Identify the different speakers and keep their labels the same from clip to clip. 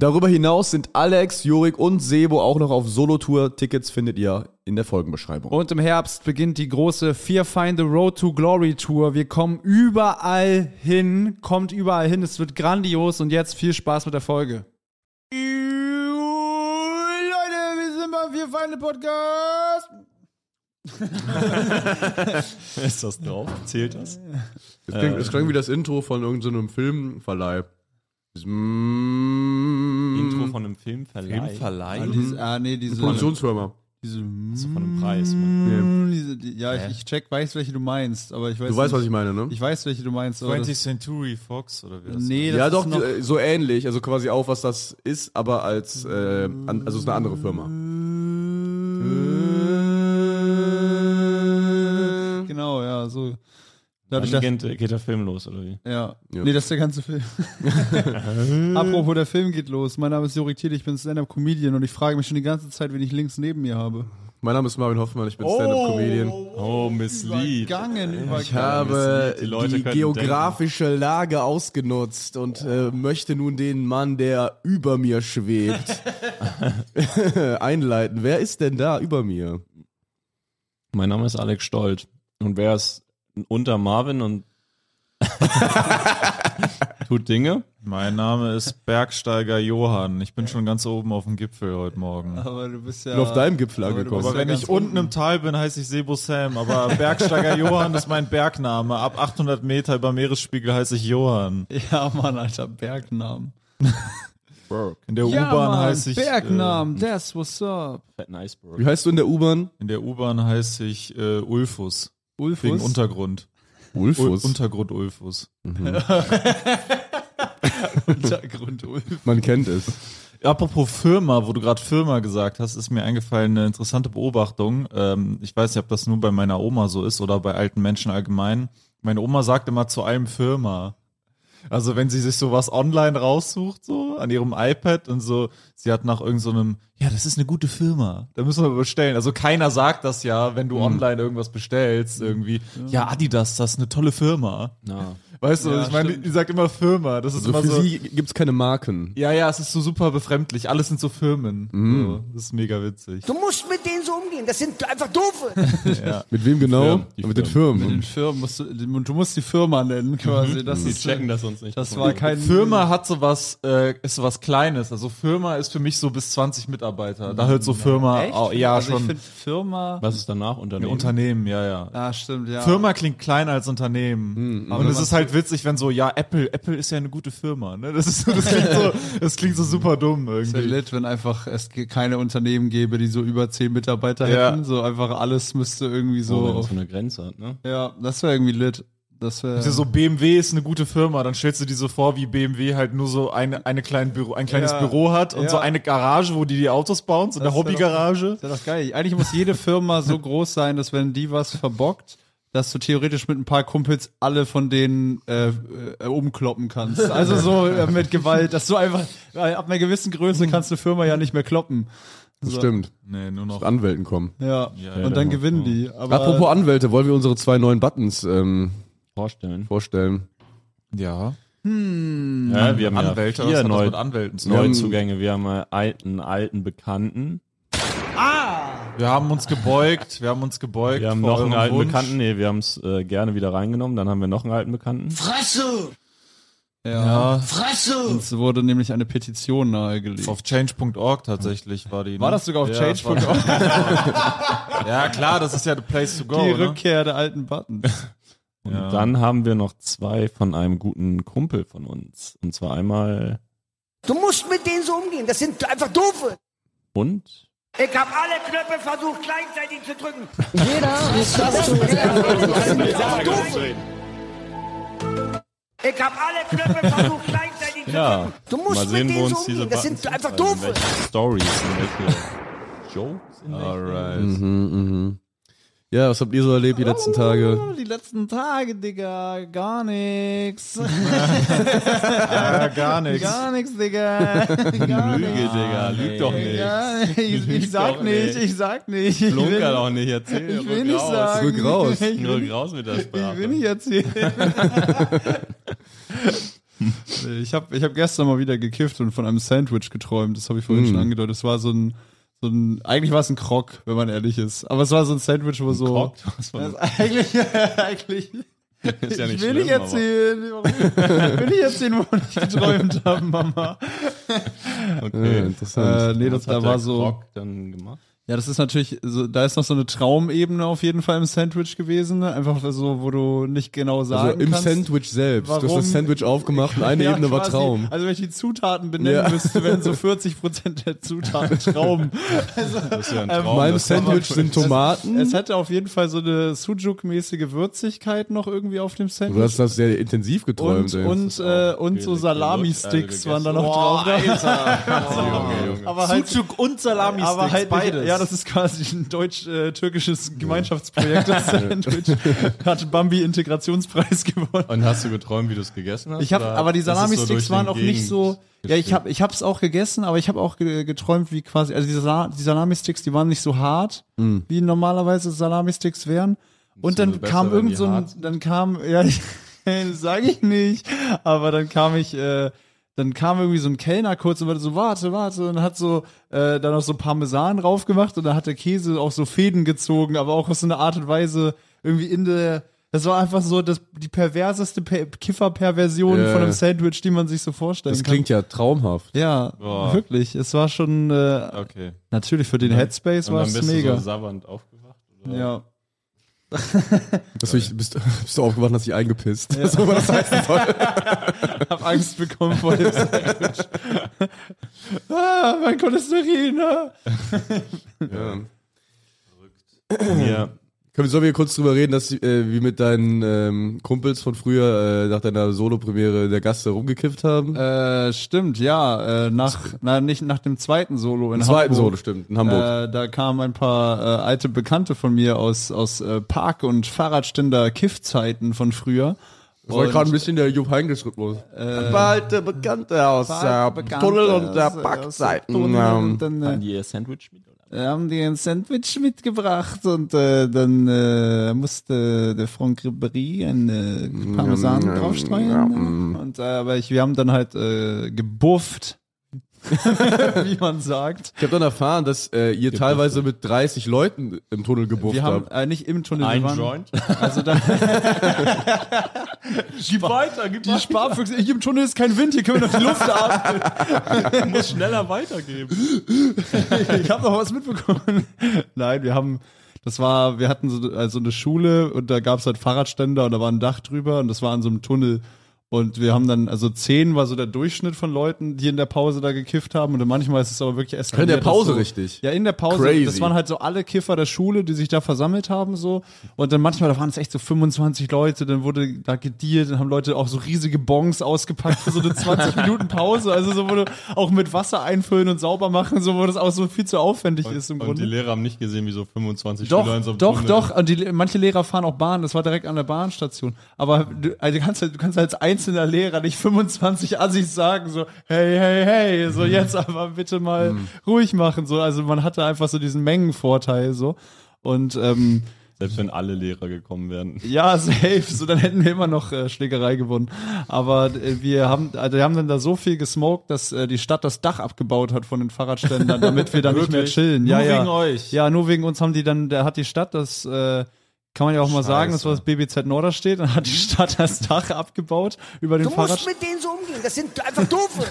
Speaker 1: Darüber hinaus sind Alex, Jurik und Sebo auch noch auf Solo-Tour. Tickets findet ihr in der Folgenbeschreibung.
Speaker 2: Und im Herbst beginnt die große Fear Find the Road to Glory Tour. Wir kommen überall hin, kommt überall hin. Es wird grandios und jetzt viel Spaß mit der Folge. Leute, wir sind beim Vier Feinde Podcast.
Speaker 3: Ist das drauf? Zählt das?
Speaker 1: Es klingt, es klingt wie das Intro von irgendeinem Filmverleih. Dieses mm,
Speaker 3: Intro von einem Hm. Filmverleih.
Speaker 2: Ah,
Speaker 1: Mhm.
Speaker 3: Filmverleih?
Speaker 2: diese, ah nee, diese,
Speaker 1: Produktionsfirma.
Speaker 2: diese,
Speaker 3: Also von einem Preis. Mann.
Speaker 2: diese die, ja, ich, ich check, weiß, welche du meinst, aber ich weiß
Speaker 1: Du weißt, was
Speaker 2: nicht,
Speaker 1: ich meine, ne?
Speaker 2: Ich weiß, welche du meinst, aber
Speaker 4: 20th
Speaker 2: das,
Speaker 4: Century Fox oder wie das
Speaker 2: Nee, das
Speaker 1: ja,
Speaker 2: ist
Speaker 1: doch,
Speaker 2: noch,
Speaker 1: äh, so ähnlich. Also quasi auch, was das ist, aber als. Äh, an, also, es ist eine andere Firma.
Speaker 2: genau, ja, so. Dadurch,
Speaker 3: Dann
Speaker 2: dass,
Speaker 3: geht, geht der Film los, oder wie?
Speaker 2: Ja.
Speaker 1: Ja.
Speaker 2: Nee, das ist der ganze Film. Apropos, der Film geht los. Mein Name ist Jorik Thiel, ich bin Stand-Up-Comedian und ich frage mich schon die ganze Zeit, wen ich links neben mir habe.
Speaker 1: Mein Name ist Marvin Hoffmann, ich bin Stand-Up-Comedian.
Speaker 3: Oh, Miss Lee.
Speaker 2: Übergangen,
Speaker 1: Ich
Speaker 2: übergangen.
Speaker 1: habe
Speaker 3: Die Leute
Speaker 1: die
Speaker 3: könnten
Speaker 1: geografische Lage ausgenutzt und äh, möchte nun den Mann, der über mir schwebt, einleiten. Wer ist denn da über mir?
Speaker 3: Mein Name ist Alex Stolt. Und wer ist unter Marvin und tut Dinge?
Speaker 4: Mein Name ist Bergsteiger Johann. Ich bin schon ganz oben auf dem Gipfel heute Morgen.
Speaker 2: Aber du bist ja.
Speaker 1: Bin auf deinem Gipfel
Speaker 2: aber du
Speaker 1: angekommen.
Speaker 2: bist
Speaker 4: Aber
Speaker 2: ja
Speaker 4: wenn
Speaker 2: ganz
Speaker 4: ich unten im Tal bin, heiße ich Sebo Sam. Aber Bergsteiger Johann ist mein Bergname. Ab 800 Meter über Meeresspiegel heiße ich Johann.
Speaker 2: Ja, Mann, alter Bergnamen.
Speaker 4: In der
Speaker 2: Ja,
Speaker 4: U-Bahn
Speaker 2: Mann,
Speaker 4: heiße ich. äh,
Speaker 2: Bergnamen,
Speaker 1: äh,
Speaker 2: that's what's up.
Speaker 3: Fetten Iceberg.
Speaker 1: Wie heißt du in der U-Bahn?
Speaker 4: Äh, in der U-Bahn heiße ich äh, Ulfus. Wegen
Speaker 2: Ulfus.
Speaker 4: Untergrund.
Speaker 1: Ulfus.
Speaker 4: Untergrund Ulfus.
Speaker 2: Untergrund Ulfus.
Speaker 1: Man kennt es.
Speaker 4: Apropos Firma, wo du gerade Firma gesagt hast, ist mir eingefallen eine interessante Beobachtung. Ähm, ich weiß nicht, ob das nur bei meiner Oma so ist oder bei alten Menschen allgemein. Meine Oma sagt immer zu allem Firma. Also wenn sie sich sowas online raussucht, so an ihrem iPad und so, sie hat nach irgendeinem, so einem, ja, das ist eine gute Firma, da müssen wir bestellen. Also keiner sagt das ja, wenn du online irgendwas bestellst, irgendwie, ja, Adidas, das ist eine tolle Firma.
Speaker 3: Na,
Speaker 4: Weißt du,
Speaker 2: Ja,
Speaker 4: ich meine, die,
Speaker 2: stimmt.
Speaker 4: die sagt immer Firma. Das ist
Speaker 1: Also
Speaker 4: immer
Speaker 1: für
Speaker 4: so.
Speaker 1: sie gibt es keine Marken.
Speaker 4: Ja, ja, es ist so super befremdlich. Alles sind so Firmen. So, das ist mega witzig.
Speaker 5: Du musst mit denen so umgehen. Das sind einfach doofe.
Speaker 4: Ja.
Speaker 1: Mit wem genau?
Speaker 3: Firmen, die
Speaker 1: Mit den
Speaker 2: Den
Speaker 1: Firmen.
Speaker 2: Firmen musst du, du musst die Firma nennen,
Speaker 1: Mhm.
Speaker 2: quasi. Das
Speaker 3: die
Speaker 2: ist, äh,
Speaker 3: checken das uns nicht.
Speaker 2: das war kein.
Speaker 4: Firma hat sowas, äh, ist sowas Kleines. Also Firma ist für mich so bis 20 Mitarbeiter. Da hört so Firma,
Speaker 2: Mm. Echt?
Speaker 4: au- ja
Speaker 2: also Ich
Speaker 4: schon.
Speaker 2: finde Firma.
Speaker 3: Was ist danach? Unternehmen?
Speaker 4: Unternehmen, ja, ja.
Speaker 2: Ah, stimmt, ja.
Speaker 4: Firma klingt kleiner als Unternehmen.
Speaker 2: Aber
Speaker 4: Und
Speaker 2: wenn
Speaker 4: es ist
Speaker 2: man-
Speaker 4: halt witzig, wenn so, ja, Apple, Apple ist ja eine gute Firma. Ne? Das, ist so, das, klingt so, das klingt so super dumm
Speaker 2: Wäre
Speaker 4: irgendwie.
Speaker 2: lit, wenn einfach es ge- keine Unternehmen gäbe, die so über zehn Mitarbeiter
Speaker 4: Ja.
Speaker 2: hätten. So einfach alles müsste irgendwie
Speaker 3: Oh,
Speaker 2: so.
Speaker 3: wenn es
Speaker 2: auf,
Speaker 3: so eine Grenze hat, ne?
Speaker 2: ja, das wäre irgendwie lit. Das wäre.
Speaker 4: So BMW ist eine gute Firma, dann stellst du dir so vor, wie BMW halt nur so eine, eine kleine Büro, ein kleines
Speaker 2: Ja.
Speaker 4: Büro hat und
Speaker 2: Ja.
Speaker 4: so eine Garage, wo die die Autos bauen, so eine
Speaker 2: Das wär doch-
Speaker 4: Hobbygarage.
Speaker 2: das wär doch geil. Eigentlich muss jede Firma so groß sein, dass wenn die was verbockt, dass du theoretisch mit ein paar Kumpels alle von denen äh, äh, umkloppen kannst. Also so äh, mit Gewalt, dass du einfach äh, ab einer gewissen Größe kannst du Firma ja nicht mehr kloppen.
Speaker 1: Das stimmt.
Speaker 4: Nee, nur noch.
Speaker 1: Anwälten kommen.
Speaker 2: Ja.
Speaker 4: Ja, ja,
Speaker 2: und dann gewinnen die. Aber
Speaker 1: Apropos Anwälte, wollen wir unsere zwei neuen Buttons ähm,
Speaker 3: Vorstellen.
Speaker 1: vorstellen?
Speaker 4: Ja.
Speaker 3: Ja, wir haben
Speaker 4: Anwälte,
Speaker 3: ja
Speaker 4: was
Speaker 3: vier
Speaker 4: hat das
Speaker 3: neu,
Speaker 4: mit Anwälten zu tun?
Speaker 3: Neuzugänge. Wir haben äh, alten, alten Bekannten.
Speaker 4: Wir haben uns gebeugt, wir haben uns gebeugt.
Speaker 3: Wir haben
Speaker 4: vor
Speaker 3: noch einen
Speaker 4: eurem
Speaker 3: alten
Speaker 4: Wunsch.
Speaker 3: Bekannten. Nee, wir haben es äh, gerne wieder reingenommen. Dann haben wir noch einen alten Bekannten.
Speaker 5: Fresse!
Speaker 2: Ja.
Speaker 4: Ja,
Speaker 5: Fresse!
Speaker 2: Uns wurde nämlich eine Petition nahegelegt.
Speaker 4: auf change.org tatsächlich war die. ne?
Speaker 2: War das sogar auf
Speaker 4: Ja,
Speaker 2: Change.org?
Speaker 4: war- Ja, klar, das ist ja the place to go.
Speaker 2: Die
Speaker 4: ne?
Speaker 2: Rückkehr der alten Buttons.
Speaker 3: Und
Speaker 4: Ja.
Speaker 3: dann haben wir noch zwei von einem guten Kumpel von uns. Und zwar einmal
Speaker 5: Du musst mit denen so umgehen. Das sind einfach doofe.
Speaker 3: und
Speaker 5: Ich habe alle Knöpfe versucht, gleichzeitig zu drücken. Ich habe alle Knöpfe versucht, gleichzeitig zu drücken.
Speaker 3: ja.
Speaker 5: Du musst
Speaker 3: mal
Speaker 5: mit
Speaker 3: sehen,
Speaker 5: denen
Speaker 3: wo
Speaker 5: so
Speaker 3: uns diese
Speaker 5: umgehen. Das sind
Speaker 3: Buttons-
Speaker 5: einfach
Speaker 3: also
Speaker 5: doofe.
Speaker 3: welche Ah, Stories, und welche Joe?
Speaker 2: Alright.
Speaker 1: Mhm, mhm. Ja, was habt ihr so erlebt die letzten Tage?
Speaker 2: Oh, Die letzten Tage, Digga, gar nix. Ah,
Speaker 4: Ja, gar nichts.
Speaker 2: Gar nix, Digga. Gar
Speaker 3: Lüge, Digga, lüg doch nicht.
Speaker 2: Ja, ich, ich sag
Speaker 3: doch
Speaker 2: nicht,
Speaker 3: nicht.
Speaker 2: ich sag nicht. Ich will,
Speaker 3: Blunker doch nicht, erzähl
Speaker 2: ich
Speaker 3: doch
Speaker 2: will nicht
Speaker 3: raus.
Speaker 2: sagen.
Speaker 1: Nur raus.
Speaker 2: Ich
Speaker 3: Nur
Speaker 2: will,
Speaker 3: raus mit der
Speaker 2: ich will
Speaker 3: Sprache.
Speaker 2: nicht erzählen. ich habe ich hab gestern mal wieder gekifft und von einem Sandwich geträumt. Das habe
Speaker 3: Mm.
Speaker 2: ich vorhin schon angedeutet. Es war so ein, so ein, eigentlich war es ein Krog, wenn man ehrlich ist. Aber es war so ein Sandwich, wo so.
Speaker 3: Krog? Was war
Speaker 2: Das
Speaker 3: das?
Speaker 2: ist eigentlich, eigentlich.
Speaker 3: Ist ja
Speaker 2: ich will
Speaker 3: nicht schlimm,
Speaker 2: nicht
Speaker 3: aber-
Speaker 2: erzählen. Warum? Ich will nicht erzählen, wovon ich geträumt habe, Mama.
Speaker 1: Ja,
Speaker 3: Okay.
Speaker 1: interessant.
Speaker 2: Äh, nee,
Speaker 3: Was
Speaker 2: das
Speaker 3: hat
Speaker 2: da war
Speaker 3: der
Speaker 2: so.
Speaker 3: Krog dann gemacht?
Speaker 2: Ja, das ist natürlich, so, da ist noch so eine Traumebene auf jeden Fall im Sandwich gewesen. ne? Einfach so, wo du nicht genau sagen
Speaker 1: also im
Speaker 2: kannst.
Speaker 1: Sandwich selbst. Du hast
Speaker 2: warum-
Speaker 1: das Sandwich aufgemacht und eine
Speaker 2: Ja,
Speaker 1: Ebene war
Speaker 2: quasi.
Speaker 1: Traum.
Speaker 2: Also wenn ich die Zutaten benennen
Speaker 1: Ja.
Speaker 2: müsste, wären so 40% der Zutaten Traum.
Speaker 3: Das ist ja ein
Speaker 2: Ähm,
Speaker 3: Traum.
Speaker 1: Meinem
Speaker 3: das war-
Speaker 1: Sandwich sind Tomaten.
Speaker 2: es hätte auf jeden Fall so eine Sujuk-mäßige Würzigkeit noch irgendwie auf dem Sandwich.
Speaker 1: Du hast das sehr intensiv geträumt.
Speaker 2: Und,
Speaker 1: ey.
Speaker 2: und, äh, und so
Speaker 3: Geleckt,
Speaker 2: Salami-Sticks
Speaker 3: gelutscht,
Speaker 2: waren da
Speaker 3: alle
Speaker 2: noch drauf.
Speaker 3: Junge, Junge.
Speaker 2: Aber halt,
Speaker 4: Sucuk und salami
Speaker 2: aber halt
Speaker 4: beides.
Speaker 2: beides. Ja, das ist quasi ein deutsch-türkisches Gemeinschaftsprojekt. Das Sandwich hat Bambi Integrationspreis gewonnen.
Speaker 3: Und hast du geträumt, wie du es gegessen hast?
Speaker 2: Ich hab,
Speaker 3: oder
Speaker 2: aber die
Speaker 3: ist es so
Speaker 2: Salami-Sticks
Speaker 3: durch die
Speaker 2: waren auch nicht
Speaker 3: Gegend
Speaker 2: so. Ja, ich habe ich hab's auch gegessen, aber ich habe auch ge- geträumt, wie quasi, also die, Sa die Salami-Sticks, die waren nicht so hart,
Speaker 3: Mhm.
Speaker 2: wie normalerweise Salami-Sticks wären. Und dann
Speaker 3: Beziehungsweise besser,
Speaker 2: kam
Speaker 3: wenn
Speaker 2: irgend
Speaker 3: die
Speaker 2: so ein,
Speaker 3: hart sind.
Speaker 2: dann kam, ja, sage ich nicht, aber dann kam ich, äh, dann kam irgendwie so ein Kellner kurz und war so, warte, warte, und hat so, äh, dann noch so Parmesan drauf gemacht und dann hat der Käse auch so Fäden gezogen, aber auch auf so eine Art und Weise irgendwie in der, das war einfach so das, die perverseste per Kiffer-Perversion
Speaker 1: Ja.
Speaker 2: von einem Sandwich, die man sich so vorstellen
Speaker 1: das klingt ja traumhaft.
Speaker 2: kann. Ja,
Speaker 3: Boah.
Speaker 2: wirklich, es war schon, äh,
Speaker 3: Okay.
Speaker 2: natürlich für den Headspace
Speaker 3: Und
Speaker 2: war
Speaker 3: dann
Speaker 2: es
Speaker 3: bist
Speaker 2: mega.
Speaker 3: du so sabbernd aufgewacht? Oder?
Speaker 2: ja.
Speaker 1: Dass du dich, bist, bist du aufgewacht und hast dich eingepisst. So, aber das heißt,
Speaker 2: hab Angst bekommen vor dem Sandwich. ah, mein Cholesterin. ah.
Speaker 1: ja.
Speaker 3: Ja.
Speaker 1: Können, sollen wir kurz drüber reden, dass äh, wir mit deinen ähm, Kumpels von früher äh, nach deiner Solo-Premiere in der Gasse rumgekifft haben? Im
Speaker 2: Äh, stimmt, ja. Äh, nach, na, nicht nach dem zweiten Solo in
Speaker 1: zweiten Solo,
Speaker 2: Hamburg.
Speaker 1: stimmt, in Hamburg.
Speaker 2: Äh, da kamen ein paar äh, alte Bekannte von mir aus, aus äh, Park- und Fahrradständer Kiffzeiten von früher.
Speaker 1: das war gerade ein bisschen der Jupp Heynckes Rhythmus. Äh, alte Bekannte aus
Speaker 2: Äh,
Speaker 1: ähm,
Speaker 2: Und dann, äh,
Speaker 3: Ihr Sandwich mit? Oder?
Speaker 2: haben die ein Sandwich mitgebracht und äh, dann äh, musste der Franck Ribéry ein äh, Parmesan draufstreuen. Und, äh, aber ich, wir haben dann halt äh, gebufft, wie man sagt.
Speaker 1: Ich habe dann erfahren, dass äh, ihr teilweise mit 30 Leuten im Tunnel gebufft
Speaker 2: Wir haben
Speaker 1: habt.
Speaker 2: äh, nicht im Tunnel, wir
Speaker 3: Ein
Speaker 2: waren,
Speaker 3: Joint?
Speaker 2: also dann,
Speaker 3: Gib weiter, gib
Speaker 2: die Sparfüchse, hier im Tunnel ist kein Wind, hier können wir noch die Luft atmen.
Speaker 3: muss schneller weitergeben.
Speaker 2: Ich habe noch was mitbekommen. Nein, wir haben, das war, wir hatten so also eine Schule und da gab es halt Fahrradständer und da war ein Dach drüber und das war in so einem Tunnel. Und wir haben dann, also zehn war so der Durchschnitt von Leuten, die in der Pause da gekifft haben. Und manchmal ist es aber wirklich erst
Speaker 1: In der Pause
Speaker 2: so,
Speaker 1: richtig.
Speaker 2: Ja, in der Pause.
Speaker 1: Crazy.
Speaker 2: Das waren halt so alle Kiffer der Schule, die sich da versammelt haben so. Und dann manchmal, da waren es echt so 25 Leute, dann wurde da gedealt, dann haben Leute auch so riesige Bons ausgepackt für so eine 20 Minuten Pause. Also so wurde auch mit Wasser einfüllen und sauber machen, so wo das auch so viel zu aufwendig ist im
Speaker 3: Und die
Speaker 2: Grunde.
Speaker 3: Lehrer haben nicht gesehen, wie so 25 Schüler in so
Speaker 2: Doch,
Speaker 3: einem
Speaker 2: doch,
Speaker 3: Tunnel-
Speaker 2: doch. Und die, manche Lehrer fahren auch Bahn. Das war direkt an der Bahnstation. Aber du, also du, kannst, halt- du kannst als einzelner Lehrer nicht 25 Assis sagen, so, hey, hey, hey,
Speaker 3: Mhm.
Speaker 2: so jetzt aber bitte mal ruhig machen. So, also man hatte einfach so diesen Mengenvorteil, so. Und ähm,
Speaker 3: Selbst wenn alle Lehrer gekommen wären.
Speaker 2: ja, safe. So, dann hätten wir immer noch äh, Schlägerei gewonnen. Aber äh, wir haben, also wir haben dann da so viel gesmoked, dass äh, die Stadt das Dach abgebaut hat von den Fahrradständern, damit wir da nicht mehr chillen.
Speaker 4: Nur
Speaker 2: ja, ja.
Speaker 4: wegen euch.
Speaker 2: Ja, nur wegen uns haben die dann, da hat die Stadt das, äh, kann man ja auch mal sagen, das war das BBZ Norderstedt, dann hat
Speaker 4: Mhm.
Speaker 2: die Stadt das Dach abgebaut über den
Speaker 5: Du musst
Speaker 2: Fahrradständer.
Speaker 5: mit denen so umgehen. Das sind einfach doofe.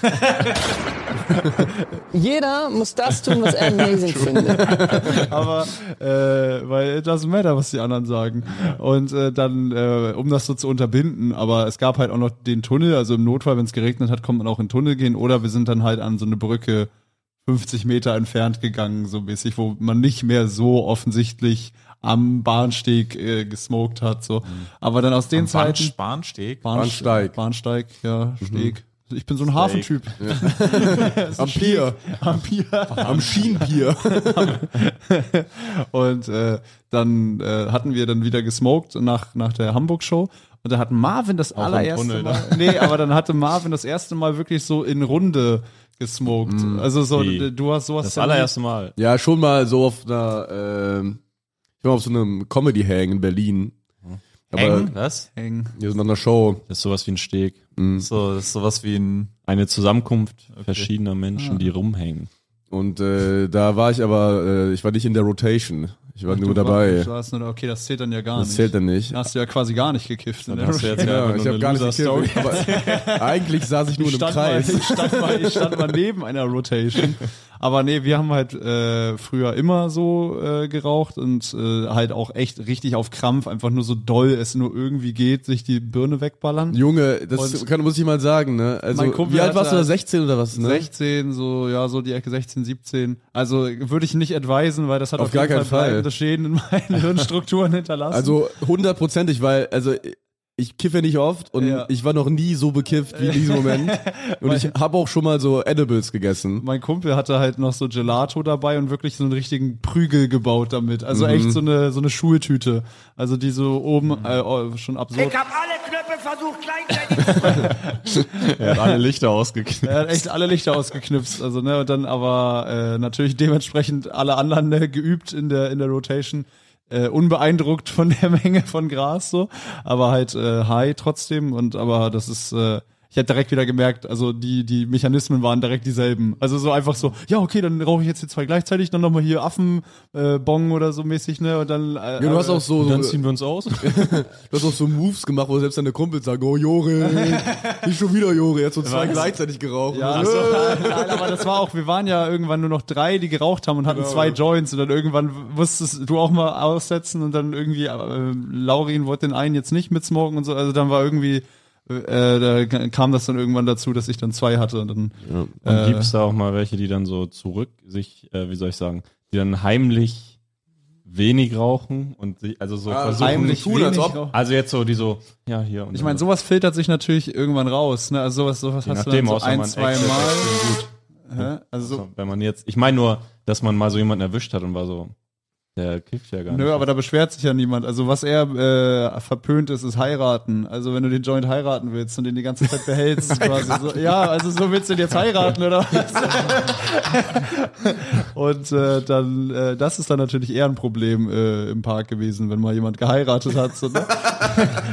Speaker 6: Jeder muss das tun, was er amazing findet.
Speaker 2: aber äh, weil it doesn't matter, was die anderen sagen. Und äh, dann, äh, um das so zu unterbinden, aber es gab halt auch noch den Tunnel, also im Notfall, wenn es geregnet hat, konnte man auch in den Tunnel gehen oder wir sind dann halt an so eine Brücke 50 Meter entfernt gegangen, so mäßig, wo man nicht mehr so offensichtlich am Bahnsteg äh, gesmoked hat, so. Aber dann aus den Zeiten...
Speaker 4: Spansteg.
Speaker 2: Bahnst-
Speaker 1: Bahnsteig. Mhm.
Speaker 2: Bahnsteig, ja, Steg. Ich bin so ein Hafentyp.
Speaker 1: Am Pier.
Speaker 2: Am Bier.
Speaker 1: Am Schienenpier.
Speaker 2: Und äh, dann äh, hatten wir dann wieder gesmoked nach, nach der Hamburg-Show. Und dann hat Marvin das allererste
Speaker 3: Tunnel, ne?
Speaker 2: Mal. Nee, aber dann hatte Marvin das erste Mal wirklich so in Runde gesmoked.
Speaker 1: Mhm.
Speaker 2: Also so,
Speaker 3: Wie?
Speaker 2: d- du hast sowas.
Speaker 3: Das
Speaker 2: ja
Speaker 3: allererste Mal.
Speaker 1: Ja, schon mal so auf einer, ähm, ich war auf so einem Comedy-Hang in Berlin. Aber
Speaker 4: Eng? Was?
Speaker 2: nie hängen.
Speaker 1: wir sind an der Show.
Speaker 3: Das ist sowas wie ein Steg.
Speaker 4: So, das ist sowas wie ein.
Speaker 3: Eine Zusammenkunft verschiedener Menschen, die rumhängen.
Speaker 1: Und äh, da war ich aber, äh, ich war nicht in der Rotation. Ich war nur
Speaker 2: Du
Speaker 1: dabei.
Speaker 2: warst- Du hast nur, okay, das zählt dann ja gar
Speaker 1: Das
Speaker 2: nicht.
Speaker 1: zählt dann nicht.
Speaker 2: Dann hast du ja quasi gar nicht gekifft.
Speaker 3: Dann hast du jetzt ja,
Speaker 1: Ja,
Speaker 3: einfach
Speaker 1: ich
Speaker 3: nur
Speaker 1: habe
Speaker 3: eine
Speaker 1: gar nicht
Speaker 3: Loser-Story.
Speaker 1: gekillt. Aber eigentlich saß ich nur in einem
Speaker 2: stand mal,
Speaker 1: Kreis.
Speaker 2: ich, stand mal, ich stand mal neben einer Rotation. Aber nee, wir haben halt äh, früher immer so äh, geraucht und äh, halt auch echt richtig auf Krampf, einfach nur so doll es nur irgendwie geht, sich die Birne wegballern.
Speaker 1: Junge, das
Speaker 2: Und-
Speaker 1: kann, muss ich mal sagen, ne? Also,
Speaker 2: Mein Kumpel
Speaker 1: wie alt
Speaker 2: hatte
Speaker 1: warst du da?
Speaker 2: halt-
Speaker 1: 16 oder was, ne?
Speaker 2: 16, so, ja, so die Ecke 16, 17. Also würde ich nicht advisen, weil das hat
Speaker 1: Auf
Speaker 2: auf, jeden
Speaker 1: gar keinen Fall.
Speaker 2: bleibende Schäden in meinen Hirnstrukturen hinterlassen.
Speaker 1: Also hundertprozentig, weil, also ich kiffe nicht oft und
Speaker 2: Ja.
Speaker 1: ich war noch nie so bekifft wie in diesem Moment. Und ich habe auch schon mal so Edibles gegessen.
Speaker 2: mein Kumpel hatte halt noch so Gelato dabei und wirklich so einen richtigen Prügel gebaut damit. Also
Speaker 1: Mhm.
Speaker 2: echt so eine, so eine Schultüte. Also die so oben äh, oh, schon absurd.
Speaker 5: Ich habe alle Knöpfe versucht gleichzeitig zu
Speaker 3: Er hat alle Lichter ausgeknipst.
Speaker 2: Er hat echt alle Lichter ausgeknipst. Also, ne, und dann aber äh, natürlich dementsprechend alle anderen ne, geübt in der, in der Rotation. Äh, unbeeindruckt von der Menge von Gras so, aber halt äh, high trotzdem und aber das ist äh, ich hätte direkt wieder gemerkt, also die die Mechanismen waren direkt dieselben. Also so einfach so, ja okay, dann rauche ich jetzt die zwei gleichzeitig, dann nochmal hier Affen äh, Bong oder so mäßig, ne, und dann äh,
Speaker 1: Ja, du hast
Speaker 2: äh,
Speaker 1: auch so,
Speaker 3: Dann
Speaker 1: du
Speaker 3: ziehen wir uns aus.
Speaker 1: hast auch so Moves gemacht, wo selbst deine Kumpels sagen, oh Jore, nicht schon wieder Jore, jetzt so zwei gleichzeitig geraucht.
Speaker 2: Ja,
Speaker 1: Und
Speaker 2: also,
Speaker 1: so,
Speaker 2: nein, nein, aber das war auch, wir waren ja irgendwann nur noch drei, die geraucht haben und
Speaker 1: Genau.
Speaker 2: hatten zwei Joints und dann irgendwann musstest du auch mal aussetzen und dann irgendwie, äh, Laurin wollte den einen jetzt nicht mitsmoken und so, also dann war irgendwie, äh, da kam das dann irgendwann dazu, dass ich dann zwei hatte und dann,
Speaker 3: Und gibt's da auch mal welche, die dann so zurück sich, äh, wie soll ich sagen, die dann heimlich wenig rauchen und sich, also so
Speaker 1: Ah,
Speaker 3: versuchen.
Speaker 1: heimlich tun, als
Speaker 2: wenig
Speaker 1: ob.
Speaker 2: rauchen.
Speaker 3: Also jetzt so, die so, ja, hier. Und
Speaker 2: Ich
Speaker 3: dann
Speaker 2: meine,
Speaker 3: so.
Speaker 2: sowas filtert sich natürlich irgendwann raus, ne? Also sowas, sowas
Speaker 3: Je
Speaker 2: hast du
Speaker 3: nachdem,
Speaker 2: dann so
Speaker 3: außer
Speaker 2: ein,
Speaker 3: man
Speaker 2: zwei
Speaker 3: extra-
Speaker 2: Mal. Hä? Also so,
Speaker 3: So, Wenn man jetzt, ich meine nur, dass man mal so jemanden erwischt hat und war so, der kifft ja gar
Speaker 2: Nö,
Speaker 3: nicht.
Speaker 2: aber da beschwert sich ja niemand. Also was er äh, verpönt ist, ist heiraten. Also wenn du den Joint heiraten willst und den die ganze Zeit behältst, quasi so, ja, also so willst du den jetzt heiraten oder was? und äh, dann, äh, das ist dann natürlich eher ein Problem äh, im Park gewesen, wenn mal jemand geheiratet hat. So, ne?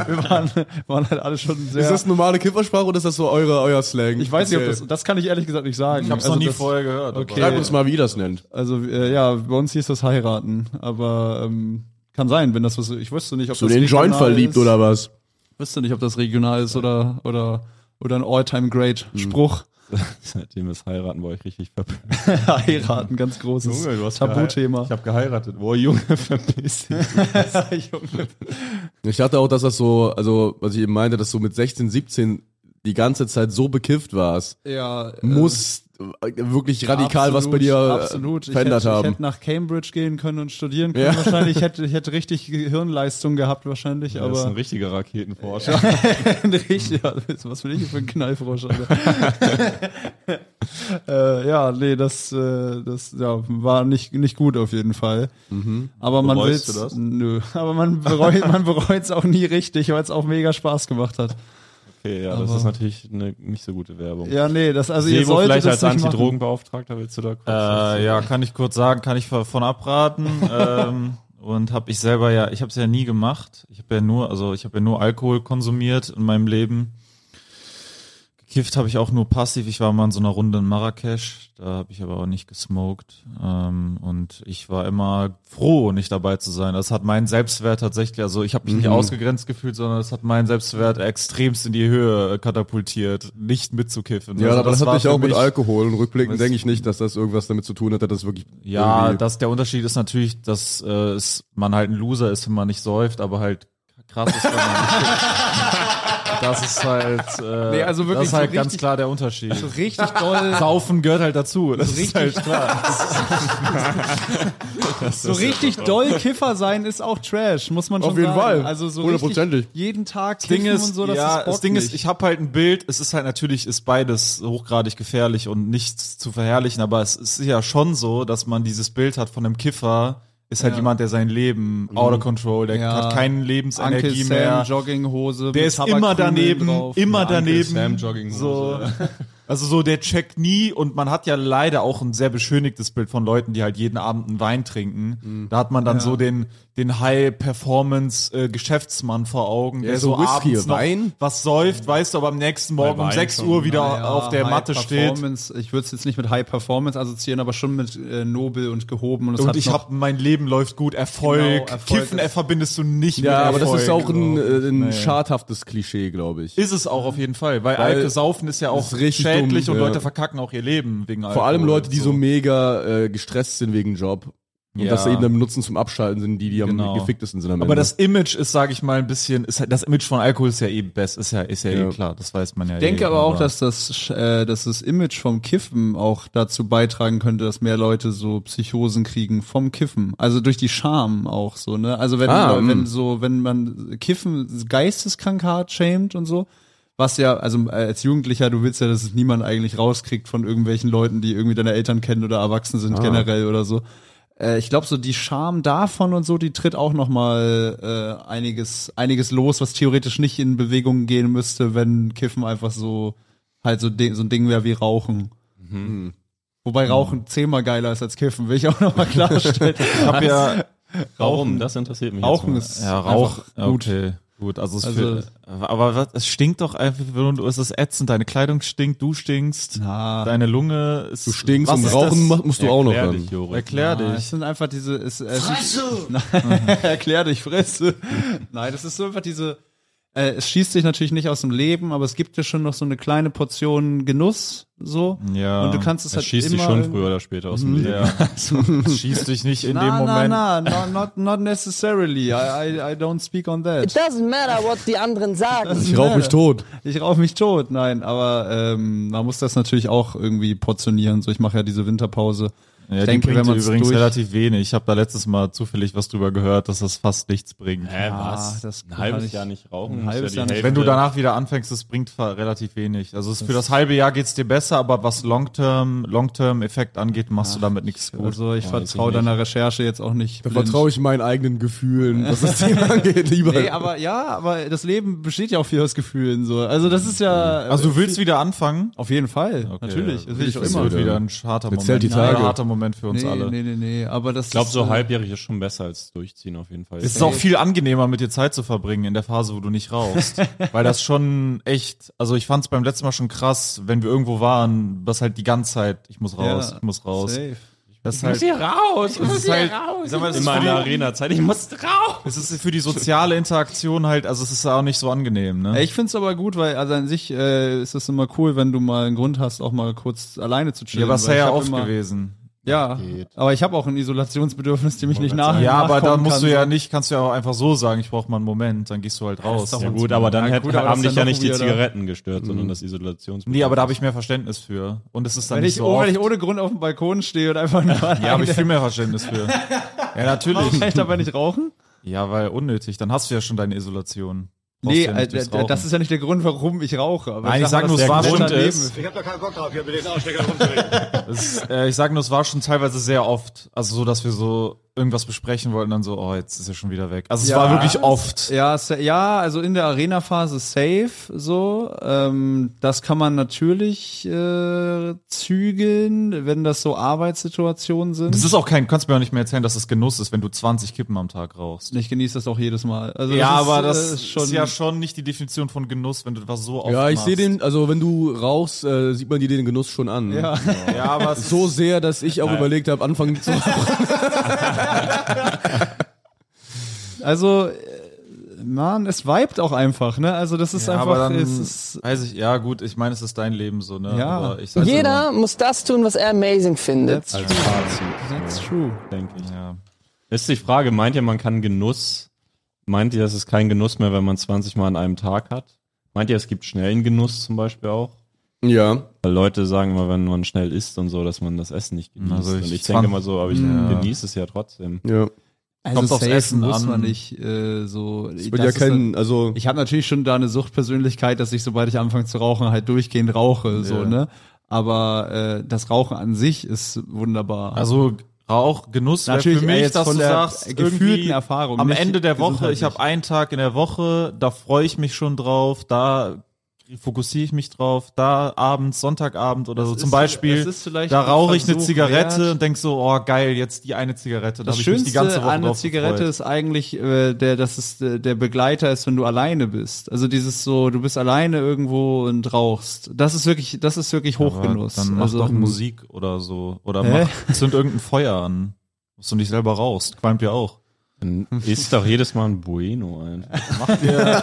Speaker 2: Wir waren, waren halt alle schon sehr.
Speaker 1: Ist das normale Kiffersprache oder ist das so eure, euer Slang?
Speaker 2: ich weiß nicht, ob das, das kann ich ehrlich gesagt nicht sagen. Ich hab's also das,
Speaker 4: gehört. Okay.
Speaker 1: Schreibt uns mal, wie ihr das nennt.
Speaker 2: Also äh, ja, bei uns hieß das heiraten, aber ähm, kann sein, wenn das was. Ich wüsste nicht, ob
Speaker 1: Zu
Speaker 2: das
Speaker 1: den Joint
Speaker 2: regional
Speaker 1: verliebt
Speaker 2: ist.
Speaker 1: oder was?
Speaker 2: Wüsste nicht, ob das regional ist oder oder oder ein
Speaker 1: Hm.
Speaker 2: All-Time-Great-Spruch.
Speaker 3: Seitdem ist heiraten, war ich richtig verpönt.
Speaker 2: heiraten, ganz großes Tabuthema.
Speaker 3: Ich habe geheiratet. Boah, Junge, verpiss dich.
Speaker 2: Junge.
Speaker 1: Ich dachte auch, dass das so, also was ich eben meinte, dass du mit 16, 17 die ganze Zeit so bekifft warst,
Speaker 2: ja, äh,
Speaker 1: muss äh, wirklich radikal was bei dir äh,
Speaker 2: absolut. Ich
Speaker 1: verändert
Speaker 2: hätte, Ich
Speaker 1: haben.
Speaker 2: hätte nach Cambridge gehen können und studieren können. Wahrscheinlich ich hätte ich hätte richtig Gehirnleistung gehabt wahrscheinlich,
Speaker 3: Das ist ein
Speaker 2: aber
Speaker 3: richtiger Raketenforscher.
Speaker 2: richtig. Ja, was bin ich hier für ein Knallfrosch? Alter? äh, ja, nee, das äh, das ja, war nicht nicht gut auf jeden Fall. Aber man
Speaker 3: Bereust
Speaker 2: will's,
Speaker 3: du das?
Speaker 2: Nö. Aber man bereut man bereut's auch nie richtig, weil es auch mega Spaß gemacht hat.
Speaker 3: Okay, ja, das
Speaker 2: Aber-
Speaker 3: ist natürlich eine nicht so gute Werbung.
Speaker 2: Ja, nee, das also ihr
Speaker 3: Sebo,
Speaker 2: solltet
Speaker 3: vielleicht
Speaker 2: das
Speaker 3: als
Speaker 2: nicht machen.
Speaker 3: Antidrogenbeauftragter willst du da kurz was zu-
Speaker 4: Äh, ja, kann ich kurz sagen, kann ich von abraten. ähm, und habe ich selber ja, ich habe es ja nie gemacht. Ich habe ja nur, also ich habe ja nur Alkohol konsumiert in meinem Leben. Gekifft habe ich auch nur passiv. Ich war mal in so einer Runde in Marrakesch, da habe ich aber auch nicht gesmoked. Ähm, und ich war immer froh, nicht dabei zu sein. Das hat meinen Selbstwert tatsächlich, also ich habe mich
Speaker 1: Mhm.
Speaker 4: nicht ausgegrenzt gefühlt, sondern das hat meinen Selbstwert extremst in die Höhe katapultiert, nicht mitzukiffen.
Speaker 1: Ja,
Speaker 4: also
Speaker 1: aber das,
Speaker 4: war
Speaker 1: hatte ich
Speaker 4: für
Speaker 1: auch mit
Speaker 4: mich-
Speaker 1: Alkohol und rückblickend
Speaker 4: Was-
Speaker 1: denke ich nicht, dass das irgendwas damit zu tun hat, dass das wirklich
Speaker 4: Ja,
Speaker 1: irgendwie-
Speaker 4: das, der Unterschied ist natürlich, dass äh, es, man halt ein Loser ist, wenn man nicht säuft, aber halt krass ist, wenn man nicht kifft. Das ist halt, äh,
Speaker 2: Nee, also wirklich
Speaker 4: das ist halt
Speaker 2: so
Speaker 4: ganz
Speaker 2: richtig-
Speaker 4: klar der Unterschied.
Speaker 2: So richtig doll,
Speaker 4: Saufen gehört halt dazu. Das ist halt
Speaker 2: richtig-
Speaker 4: klar.
Speaker 2: so richtig doll Kiffer sein ist auch Trash, muss man
Speaker 1: Auf
Speaker 2: schon
Speaker 1: jeden
Speaker 2: sagen.
Speaker 1: Fall.
Speaker 2: Also so
Speaker 1: Hundertprozentig.
Speaker 2: richtig jeden Tag
Speaker 4: Das Ding
Speaker 2: kiffen
Speaker 4: ist,
Speaker 2: und so, das
Speaker 4: ja,
Speaker 2: ist
Speaker 4: das Ding ist, ich habe halt ein Bild. Es ist halt natürlich, ist beides hochgradig gefährlich und nichts zu verherrlichen. Aber es ist ja schon so, dass man dieses Bild hat von einem Kiffer. Ist halt
Speaker 2: Ja. Mhm.
Speaker 4: jemand, der sein Leben out of control, der
Speaker 2: Ja.
Speaker 4: hat keine
Speaker 2: Uncle
Speaker 4: Lebensenergie
Speaker 2: Sam,
Speaker 4: mehr.
Speaker 2: Jogginghose,
Speaker 4: Der
Speaker 2: mit
Speaker 4: ist immer
Speaker 2: Tabakkugeln
Speaker 4: daneben,
Speaker 2: drauf.
Speaker 4: immer
Speaker 3: Eine Uncle
Speaker 4: daneben.
Speaker 3: Sam Jogginghose.
Speaker 4: So, also so, der checkt nie und man hat ja leider auch ein sehr beschönigtes Bild von Leuten, die halt jeden Abend einen Wein trinken. Da hat man dann so den, den High-Performance-Geschäftsmann vor Augen, der
Speaker 1: so
Speaker 4: so,
Speaker 1: Whisky,
Speaker 4: abends noch
Speaker 1: Wein?
Speaker 4: was säuft, weißt du, aber am nächsten Morgen um
Speaker 3: Wein
Speaker 4: 6
Speaker 3: schon,
Speaker 4: Uhr wieder
Speaker 2: Naja,
Speaker 4: auf der
Speaker 2: High
Speaker 4: Matte steht.
Speaker 2: Performance. Ich würde es jetzt nicht mit High Performance assoziieren, aber schon mit äh, nobel und gehoben. Und, es hat
Speaker 4: Und ich
Speaker 2: noch-
Speaker 4: habe mein Leben läuft gut, Erfolg.
Speaker 2: Genau, Erfolg
Speaker 4: Kiffen
Speaker 2: ist-
Speaker 4: äh, verbindest du nicht mit
Speaker 1: Ja, aber das
Speaker 4: Erfolg.
Speaker 1: ist auch ein, äh, ein
Speaker 4: Naja.
Speaker 1: schadhaftes Klischee, glaube ich.
Speaker 4: Ist es auch auf jeden Fall, weil,
Speaker 1: Weil
Speaker 4: Alkohol saufen ist ja auch
Speaker 1: ist richtig
Speaker 4: schädlich
Speaker 1: dumm,
Speaker 4: und
Speaker 1: ja.
Speaker 4: Leute verkacken auch ihr Leben wegen Alkohol.
Speaker 1: Vor allem Leute, die so,
Speaker 4: und
Speaker 1: mega äh, gestresst sind wegen Job. Und
Speaker 4: Ja.
Speaker 1: das eben dann benutzen zum Abschalten sind, die, die am
Speaker 4: Genau.
Speaker 1: geficktesten sind ne? am
Speaker 4: Aber
Speaker 1: Ende.
Speaker 4: das Image ist, sage ich mal, ein bisschen, ist halt, das Image von Alkohol ist ja eh best, ist ja, ist ja,
Speaker 1: Ja.
Speaker 4: eh klar, das weiß man ja.
Speaker 2: Ich denke
Speaker 4: eh,
Speaker 2: aber auch, dass das, Sch- äh, dass das Image vom Kiffen auch dazu beitragen könnte, dass mehr Leute so Psychosen kriegen vom Kiffen. Also durch die Scham auch so, ne? Also wenn,
Speaker 1: Ah,
Speaker 2: wenn,
Speaker 1: mm.
Speaker 2: so, wenn man Kiffen geisteskrank hart schämt und so, was ja, also äh, als Jugendlicher, du willst ja, dass es niemand eigentlich rauskriegt von irgendwelchen Leuten, die irgendwie deine Eltern kennen oder erwachsen sind generell oder so. Äh, ich glaube, so die Scham davon und so, die tritt auch noch mal äh, einiges, einiges los, was theoretisch nicht in Bewegung gehen müsste, wenn Kiffen einfach so halt so, de- so ein Ding wäre wie Rauchen.
Speaker 4: Mhm.
Speaker 2: Wobei Rauchen zehnmal geiler ist als Kiffen, will ich auch noch mal klarstellen.
Speaker 4: Ich hab ja,
Speaker 3: Warum? Das interessiert mich.
Speaker 2: Rauchen
Speaker 3: jetzt
Speaker 2: ist
Speaker 4: ja, Rauch,
Speaker 2: einfach gut.
Speaker 4: Okay, gut, also, es
Speaker 2: Also-
Speaker 4: für, aber was, es stinkt doch einfach, und es ist ätzend, deine Kleidung stinkt, du stinkst,
Speaker 2: Na.
Speaker 4: deine Lunge ist,
Speaker 1: du stinkst
Speaker 4: was
Speaker 1: und
Speaker 4: ist
Speaker 1: rauchen
Speaker 4: das?
Speaker 1: ma- musst du auch noch
Speaker 3: mal.
Speaker 1: ran.
Speaker 3: Dich, Jorik.
Speaker 4: Erklär
Speaker 2: Ja,
Speaker 4: dich.
Speaker 2: Ah, es sind einfach diese. Es, es, Fresse! Mhm. Erklär dich, Fresse. Nein, das ist so einfach diese. Äh, es schießt dich natürlich nicht aus dem Leben, aber es gibt dir schon noch so eine kleine Portion Genuss, so.
Speaker 4: Ja.
Speaker 2: Und du kannst es
Speaker 3: Das
Speaker 2: halt
Speaker 3: schießt
Speaker 2: immer Mhm.
Speaker 3: dich schon früher oder später aus dem Leben.
Speaker 4: Schieß Also, dich nicht in
Speaker 2: na,
Speaker 4: dem Moment.
Speaker 2: Na, na, no, not, not necessarily. I, I, I don't speak on
Speaker 6: It
Speaker 2: that.
Speaker 6: doesn't matter, what die anderen sagen.
Speaker 1: Ich rauche mich tot.
Speaker 2: Ich rauche mich tot. Nein, aber ähm, man muss das natürlich auch irgendwie portionieren. So, ich mache ja diese Winterpause.
Speaker 4: Ja,
Speaker 2: ich
Speaker 4: die
Speaker 2: denke,
Speaker 4: bringt
Speaker 2: wenn man
Speaker 4: übrigens
Speaker 2: durch,
Speaker 4: relativ wenig. Ich habe da letztes Mal zufällig was drüber gehört, dass das fast nichts bringt.
Speaker 3: Hä,
Speaker 2: Ah,
Speaker 3: was?
Speaker 2: das
Speaker 3: ein halbes
Speaker 2: kann ich-
Speaker 3: Jahr nicht rauchen?
Speaker 2: ein halbes
Speaker 3: ist
Speaker 2: Jahr
Speaker 3: die
Speaker 2: nicht.
Speaker 3: Hälfte.
Speaker 4: Wenn du danach wieder anfängst, es bringt ver- relativ wenig. Also es für das halbe Jahr geht's dir besser, aber was Long-Term, Long-Term-Effekt angeht, machst du damit nichts gut.
Speaker 2: Also
Speaker 3: Weiß
Speaker 2: ich
Speaker 3: ich
Speaker 2: vertraue
Speaker 3: nicht.
Speaker 2: deiner Recherche jetzt auch nicht.
Speaker 1: Da
Speaker 2: blind.
Speaker 1: vertraue ich meinen eigenen Gefühlen, was das Thema angeht, lieber.
Speaker 2: Nee, aber ja, aber das Leben besteht ja auch viel aus Gefühlen so. Also das ist ja
Speaker 4: also du willst wieder anfangen?
Speaker 2: auf jeden Fall, natürlich,
Speaker 4: Natürlich.
Speaker 2: das will ich auch
Speaker 4: Das
Speaker 2: immer.
Speaker 4: wird wieder ein harter Moment.
Speaker 1: zählt die
Speaker 4: Ein
Speaker 1: Tage.
Speaker 4: harter Moment für uns
Speaker 2: Nee,
Speaker 4: alle.
Speaker 2: nee, nee, nee, aber das
Speaker 3: Ich glaube, so
Speaker 2: ist, äh,
Speaker 3: halbjährig ist schon besser als durchziehen auf jeden Fall.
Speaker 4: Es ist auch viel angenehmer, mit dir Zeit zu verbringen in der Phase, wo du nicht rauchst. Weil das schon echt, also ich fand es beim letzten Mal schon krass, wenn wir irgendwo waren, was halt die ganze Zeit, ich muss raus,
Speaker 2: Ja,
Speaker 4: ich muss raus.
Speaker 2: safe.
Speaker 4: Das ist halt,
Speaker 3: raus.
Speaker 4: das ist halt, sag mal, das ist
Speaker 3: in
Speaker 4: für die-
Speaker 3: meiner Arena-Zeit. Ich muss raus.
Speaker 4: Es ist für die soziale Interaktion halt, also es ist auch nicht so angenehm, ne?
Speaker 2: Ey, Ich find's aber gut, weil also an sich äh, ist es immer cool, wenn du mal einen Grund hast, auch mal kurz alleine zu chillen.
Speaker 4: Ja, was
Speaker 2: weil
Speaker 4: ja
Speaker 2: ich hab
Speaker 4: oft
Speaker 2: immer-
Speaker 4: gewesen.
Speaker 2: Ja,
Speaker 3: Geht.
Speaker 2: aber ich habe auch ein Isolationsbedürfnis, dem ich nicht nach.
Speaker 4: Ja, aber da
Speaker 2: nachkommen
Speaker 4: musst
Speaker 2: kann,
Speaker 4: du
Speaker 2: so.
Speaker 4: ja nicht, kannst du ja auch einfach so sagen, ich brauche mal einen Moment, dann gehst du halt raus.
Speaker 3: Ja gut, aber dann hätten-
Speaker 2: aber
Speaker 3: haben
Speaker 2: das
Speaker 3: dich
Speaker 2: ist ja
Speaker 3: ja
Speaker 2: noch Mhm.
Speaker 3: nicht die
Speaker 2: weirder.
Speaker 3: Zigaretten gestört, sondern das Isolations.
Speaker 4: nee, aber da habe ich mehr Verständnis für. Und es ist dann
Speaker 2: Wenn
Speaker 4: nicht
Speaker 2: ich,
Speaker 4: so
Speaker 2: oh,
Speaker 4: oft.
Speaker 2: wenn ich ohne Grund auf dem Balkon stehe und einfach nur
Speaker 4: ja, habe ich viel mehr Verständnis für. ja, natürlich.
Speaker 2: Warum kann ich dabei nicht rauchen?
Speaker 4: Ja, weil unnötig, dann hast du ja schon deine Isolation. Brauchst
Speaker 2: Nee,
Speaker 4: du ja nicht durchs
Speaker 2: äh,
Speaker 4: Rauchen.
Speaker 2: das ist ja nicht der Grund, warum ich rauche. Aber
Speaker 4: Nein, ich sag
Speaker 2: mal,
Speaker 4: nur,
Speaker 2: das
Speaker 4: es war
Speaker 2: ein
Speaker 4: schon-
Speaker 2: Leben
Speaker 4: ist-
Speaker 5: Ich hab da keinen Bock drauf, hier mit den Arschleckern rumzureden.
Speaker 4: Es ist, äh, ich sage nur, es war schon teilweise sehr oft. Also so, dass wir so irgendwas besprechen wollten, dann so, oh, jetzt ist er schon wieder weg. Also es
Speaker 2: Ja.
Speaker 4: war wirklich oft.
Speaker 2: Ja, sa- ja, also in der Arena-Phase safe so. Ähm, das kann man natürlich äh, zügeln, wenn das so Arbeitssituationen sind.
Speaker 4: Das ist auch kein, kannst mir auch nicht mehr erzählen, dass es Genuss ist, wenn du 20 Kippen am Tag rauchst.
Speaker 2: ich genieße das auch jedes Mal. Also
Speaker 4: Ja,
Speaker 2: ist,
Speaker 4: aber
Speaker 2: äh,
Speaker 4: das ist, ja schon nicht die Definition von Genuss, wenn du das so oft
Speaker 1: ja, ich
Speaker 4: machst.
Speaker 1: sehe den, also wenn du rauchst, äh, sieht man dir den Genuss schon an.
Speaker 2: Ja.
Speaker 4: Ja, aber es
Speaker 1: So sehr, dass ich auch überlegt habe, anfangen zu rauchen.
Speaker 2: Also, äh, man, es vibet auch einfach, ne? Also das ist
Speaker 4: ja,
Speaker 2: einfach,
Speaker 4: aber dann
Speaker 2: es ist,
Speaker 4: weiß ich, ja gut, ich meine, es ist dein Leben so, ne?
Speaker 2: Ja.
Speaker 4: Aber ich sag's
Speaker 6: Jeder muss das tun, was er amazing findet.
Speaker 2: that's,
Speaker 3: halt Fazit,
Speaker 2: that's true.
Speaker 3: denke ich.
Speaker 4: immer, ja.
Speaker 3: Ist die Frage, meint ihr, man kann Genuss, meint ihr, es ist kein Genuss mehr, wenn man 20 Mal an einem Tag hat? Meint ihr, es gibt schnellen Genuss zum Beispiel auch?
Speaker 1: Ja.
Speaker 3: Weil Leute sagen immer, wenn man schnell isst und so, dass man das Essen nicht genießt.
Speaker 4: Also ich
Speaker 3: und ich
Speaker 4: fand-
Speaker 3: denke immer so, aber ich
Speaker 4: Ja.
Speaker 3: genieße es ja trotzdem.
Speaker 1: Ja.
Speaker 2: Also
Speaker 4: Kommt aufs
Speaker 2: safe
Speaker 4: Essen
Speaker 2: muss
Speaker 4: an.
Speaker 2: man nicht äh, so.
Speaker 1: Ich bin ja kein, also.
Speaker 2: ich habe natürlich schon da eine Suchtpersönlichkeit, dass ich, sobald ich anfange zu rauchen, halt durchgehend rauche, so,
Speaker 4: Ja.
Speaker 2: ne? Aber äh, das Rauchen an sich ist wunderbar.
Speaker 4: Also Rauch, Genuss wäre
Speaker 2: Natürlich
Speaker 4: für
Speaker 2: eher
Speaker 4: mich,
Speaker 2: jetzt
Speaker 4: dass
Speaker 2: von
Speaker 4: du
Speaker 2: der
Speaker 4: sagst,
Speaker 2: gefühlten
Speaker 4: irgendwie
Speaker 2: Erfahrung,
Speaker 4: am
Speaker 2: nicht
Speaker 4: Ende der Woche,
Speaker 2: gesundheitlich.
Speaker 4: ich habe einen Tag in der Woche, da freue ich mich schon drauf, da fokussiere ich mich drauf, da abends, Sonntagabend oder so
Speaker 2: ist-
Speaker 4: zum Beispiel,
Speaker 2: das ist vielleicht
Speaker 4: da
Speaker 2: ein
Speaker 4: rauche ich eine
Speaker 2: Versuch
Speaker 4: Zigarette
Speaker 2: wert.
Speaker 4: und denk so, oh geil, jetzt die eine Zigarette, da
Speaker 2: das
Speaker 4: habe ich mich
Speaker 2: Schönste
Speaker 4: die ganze Woche
Speaker 2: an einer
Speaker 4: drauf
Speaker 2: Zigarette
Speaker 4: gefreut.
Speaker 2: ist eigentlich, äh, der, dass es äh, der Begleiter ist, wenn du alleine bist. Also dieses so, du bist alleine irgendwo und rauchst. Das ist wirklich, das ist wirklich Hochgenuss.
Speaker 4: Dann mach
Speaker 2: also,
Speaker 4: doch Musik oder so. Oder
Speaker 2: Hä?
Speaker 4: mach, zünd irgendein Feuer an. Dass du nicht selber rauchst. Qualmt ja auch.
Speaker 3: Dann isst doch jedes Mal ein Bueno ein.
Speaker 4: Mach dir,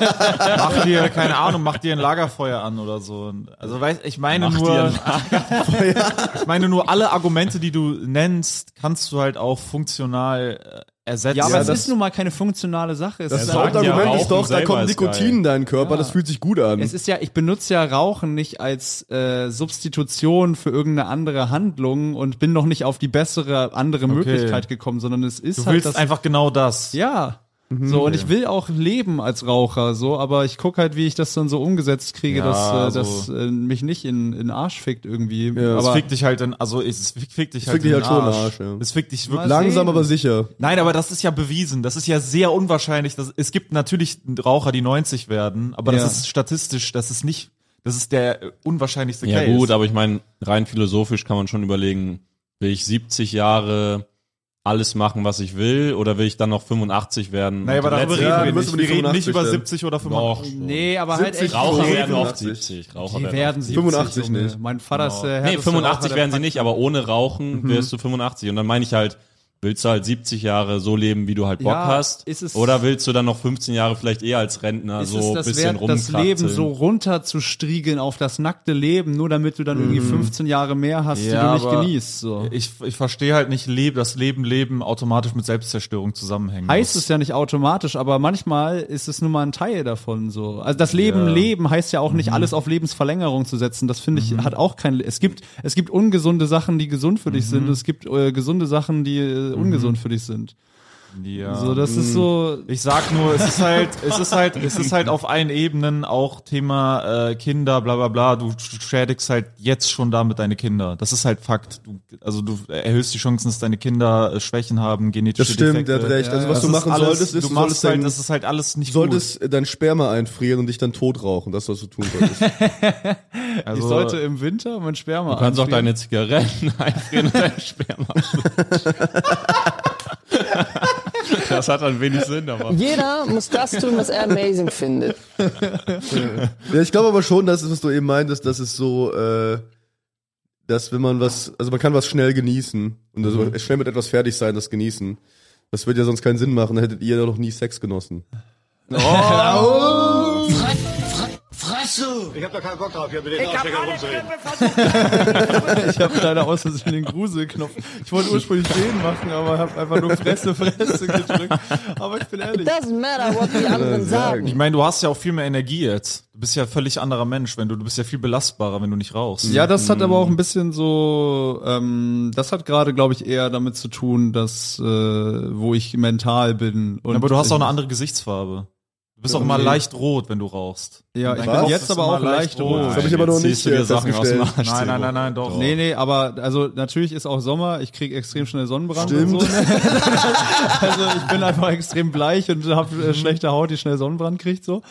Speaker 4: mach dir, keine Ahnung, mach dir ein Lagerfeuer an oder so. Also weiß, ich meine
Speaker 3: Mach dir
Speaker 4: nur,
Speaker 3: ein
Speaker 4: ich meine nur alle Argumente, die du nennst, kannst du halt auch funktional äh, ersetzen.
Speaker 2: ja, aber es
Speaker 1: das-
Speaker 2: ist nun mal keine funktionale Sache. Es
Speaker 1: Das
Speaker 2: ist
Speaker 3: sagt
Speaker 2: einfach-
Speaker 1: Hauptargument
Speaker 3: ja,
Speaker 1: ist doch,
Speaker 3: Rauchen
Speaker 1: da
Speaker 3: selber
Speaker 1: kommt
Speaker 3: ist
Speaker 1: Nikotin
Speaker 3: geil.
Speaker 1: in deinen Körper, das fühlt sich gut an.
Speaker 4: Hm.
Speaker 2: Es ist ja, ich benutze ja Rauchen nicht als äh, Substitution für irgendeine andere Handlung und bin noch nicht auf die bessere andere Möglichkeit gekommen, sondern es ist
Speaker 4: du
Speaker 2: halt
Speaker 4: willst
Speaker 2: das.
Speaker 4: einfach Mhm. genau das.
Speaker 2: ja. So, und ich will auch leben als Raucher, so, aber ich gucke halt, wie ich das dann so umgesetzt kriege,
Speaker 4: Ja,
Speaker 2: dass, äh,
Speaker 4: also-
Speaker 2: dass äh, mich nicht in, in den Arsch fickt irgendwie.
Speaker 1: Ja.
Speaker 4: Es
Speaker 2: aber
Speaker 4: fickt dich halt in, also es fickt fickt dich halt,
Speaker 1: fickt dich
Speaker 4: in
Speaker 1: halt schon
Speaker 4: den
Speaker 1: in den Arsch, ja.
Speaker 4: Es fickt dich wirklich.
Speaker 1: Langsam aber sicher.
Speaker 4: Nein, aber das ist ja bewiesen. Das ist ja sehr unwahrscheinlich. Das, es gibt natürlich Raucher, die 90 werden, aber
Speaker 2: Ja.
Speaker 4: das ist statistisch, das ist nicht, das ist der äh, unwahrscheinlichste
Speaker 3: Ja
Speaker 4: Case.
Speaker 3: gut, aber ich meine, rein philosophisch kann man schon überlegen, will ich 70 Jahre alles machen, was ich will, oder will ich dann noch 85 werden?
Speaker 4: Naja,
Speaker 3: Und
Speaker 4: aber
Speaker 3: die
Speaker 4: darüber
Speaker 1: Ja,
Speaker 3: letzte-
Speaker 4: reden
Speaker 1: du
Speaker 4: wir
Speaker 1: musst
Speaker 4: nicht.
Speaker 1: über
Speaker 4: Wir
Speaker 1: die
Speaker 4: reden nicht
Speaker 1: 85
Speaker 4: über
Speaker 1: stellen.
Speaker 4: 70 oder
Speaker 3: Doch,
Speaker 4: 85.
Speaker 3: schon.
Speaker 2: nee, aber halt
Speaker 1: 70
Speaker 2: echt.
Speaker 3: Raucher
Speaker 1: Nee,
Speaker 3: werden oft
Speaker 1: 85.
Speaker 3: 70. Raucher
Speaker 2: Die
Speaker 3: werden
Speaker 2: werden 70.
Speaker 1: 85
Speaker 2: Junge.
Speaker 1: nicht.
Speaker 2: Mein Vater ist der
Speaker 3: Nee,
Speaker 2: härteste
Speaker 3: 85
Speaker 2: Raucher
Speaker 3: werden
Speaker 2: der Mhm.
Speaker 3: sie nicht, aber ohne Rauchen wirst du 85. Und dann meine ich halt, willst du halt 70 Jahre so leben, wie du halt Bock
Speaker 2: Ja,
Speaker 3: hast?
Speaker 2: ist es-
Speaker 3: oder willst du dann noch 15 Jahre vielleicht eher als Rentner
Speaker 2: Ist
Speaker 4: Also
Speaker 3: so ein
Speaker 2: es das
Speaker 3: bisschen
Speaker 2: wert, das
Speaker 3: rumkratzen?
Speaker 2: Leben so runter zu striegeln auf das nackte Leben, nur damit du dann irgendwie 15 Jahre mehr hast,
Speaker 4: Mhm. Ja,
Speaker 2: die du
Speaker 4: aber- äh,
Speaker 2: nicht genießt. So.
Speaker 4: Ich, ich verstehe halt nicht, leb, dass Leben, Leben automatisch mit Selbstzerstörung zusammenhängt.
Speaker 2: Heißt es ja nicht automatisch, aber manchmal ist es nun mal ein Teil davon so. Also das Leben
Speaker 4: Ja. Mhm.
Speaker 2: leben heißt ja auch nicht alles auf Lebensverlängerung zu setzen. Das finde ich hat auch kein es gibt es gibt ungesunde Sachen, die gesund für dich
Speaker 4: Mhm.
Speaker 2: sind, es gibt äh, gesunde Sachen, die äh, ungesund für dich sind.
Speaker 4: ja. Mhm.
Speaker 2: So das ist so
Speaker 4: Ich sag nur, es ist halt, es ist halt, es ist halt auf allen Ebenen auch Thema äh, Kinder, bla bla bla. Du sch- schädigst halt jetzt schon damit deine Kinder. Das ist halt Fakt. Du, also du erhöhst die Chancen, dass deine Kinder äh, Schwächen haben,
Speaker 1: Das
Speaker 4: genetische
Speaker 1: stimmt, der
Speaker 4: Defekte.
Speaker 1: hat recht. Also was
Speaker 4: Das
Speaker 1: du
Speaker 4: ist
Speaker 1: machen
Speaker 4: alles,
Speaker 1: solltest, ist,
Speaker 4: du
Speaker 1: du
Speaker 4: machst
Speaker 1: solltest,
Speaker 4: halt,
Speaker 1: dein,
Speaker 4: das ist halt alles nicht
Speaker 1: solltest dein Sperma einfrieren und dich dann tot rauchen. Das, was du tun solltest.
Speaker 4: gut. Also,
Speaker 2: ich sollte im Winter mein Sperma
Speaker 3: Du kannst auch
Speaker 2: einfrieren.
Speaker 3: deine Zigaretten einfrieren und dein Sperma. abschütten. das hat dann wenig Sinn, aber.
Speaker 6: Jeder muss das tun, was er amazing findet.
Speaker 1: ja, ich glaube aber schon, das ist, was du eben meintest, dass es so, äh, dass wenn man was, also man kann was schnell genießen und also
Speaker 4: Mhm.
Speaker 1: schnell mit etwas fertig sein, das genießen. Das wird ja sonst keinen Sinn machen, dann hättet ihr ja noch nie Sex genossen.
Speaker 5: Ich hab da keinen Bock drauf, hier mit den
Speaker 7: Ich
Speaker 5: Arschlöchern
Speaker 7: hab alle
Speaker 5: rumzureden.
Speaker 7: Knöpfe versucht.
Speaker 2: Ich habe leider aus Versehen den Gruselknopf. Ich wollte ursprünglich den machen, aber habe einfach nur Fresse, Fresse gedrückt. Aber ich bin ehrlich.
Speaker 6: Doesn't matter, what die anderen
Speaker 4: ich
Speaker 6: sagen.
Speaker 4: meine, du hast ja auch viel mehr Energie jetzt. Du bist ja völlig anderer Mensch, wenn du, du bist ja viel belastbarer, wenn du nicht rauchst.
Speaker 2: Ja, das hat aber auch ein bisschen so, ähm, das hat gerade, glaube ich, eher damit zu tun, dass äh, wo ich mental bin. Und
Speaker 4: aber du hast
Speaker 2: ich,
Speaker 4: auch eine andere Gesichtsfarbe. Du bist auch immer leicht rot, wenn du rauchst.
Speaker 2: Ja, ich
Speaker 4: Dein Kopf
Speaker 2: bin
Speaker 4: ist
Speaker 2: jetzt aber
Speaker 4: immer
Speaker 2: auch leicht rot.
Speaker 1: Das hab ich aber noch
Speaker 3: jetzt
Speaker 1: nicht,
Speaker 3: ziehst du dir
Speaker 1: äh,
Speaker 3: Sachen aus dem
Speaker 1: festgestellt.
Speaker 3: Arsch.
Speaker 4: Nein, nein, nein, nein, doch.
Speaker 2: Nee, nee, aber also natürlich ist auch Sommer, ich krieg extrem schnell Sonnenbrand und so. ne? also ich bin einfach extrem bleich und habe
Speaker 4: Mhm.
Speaker 2: äh, schlechte Haut, die schnell Sonnenbrand kriegt so.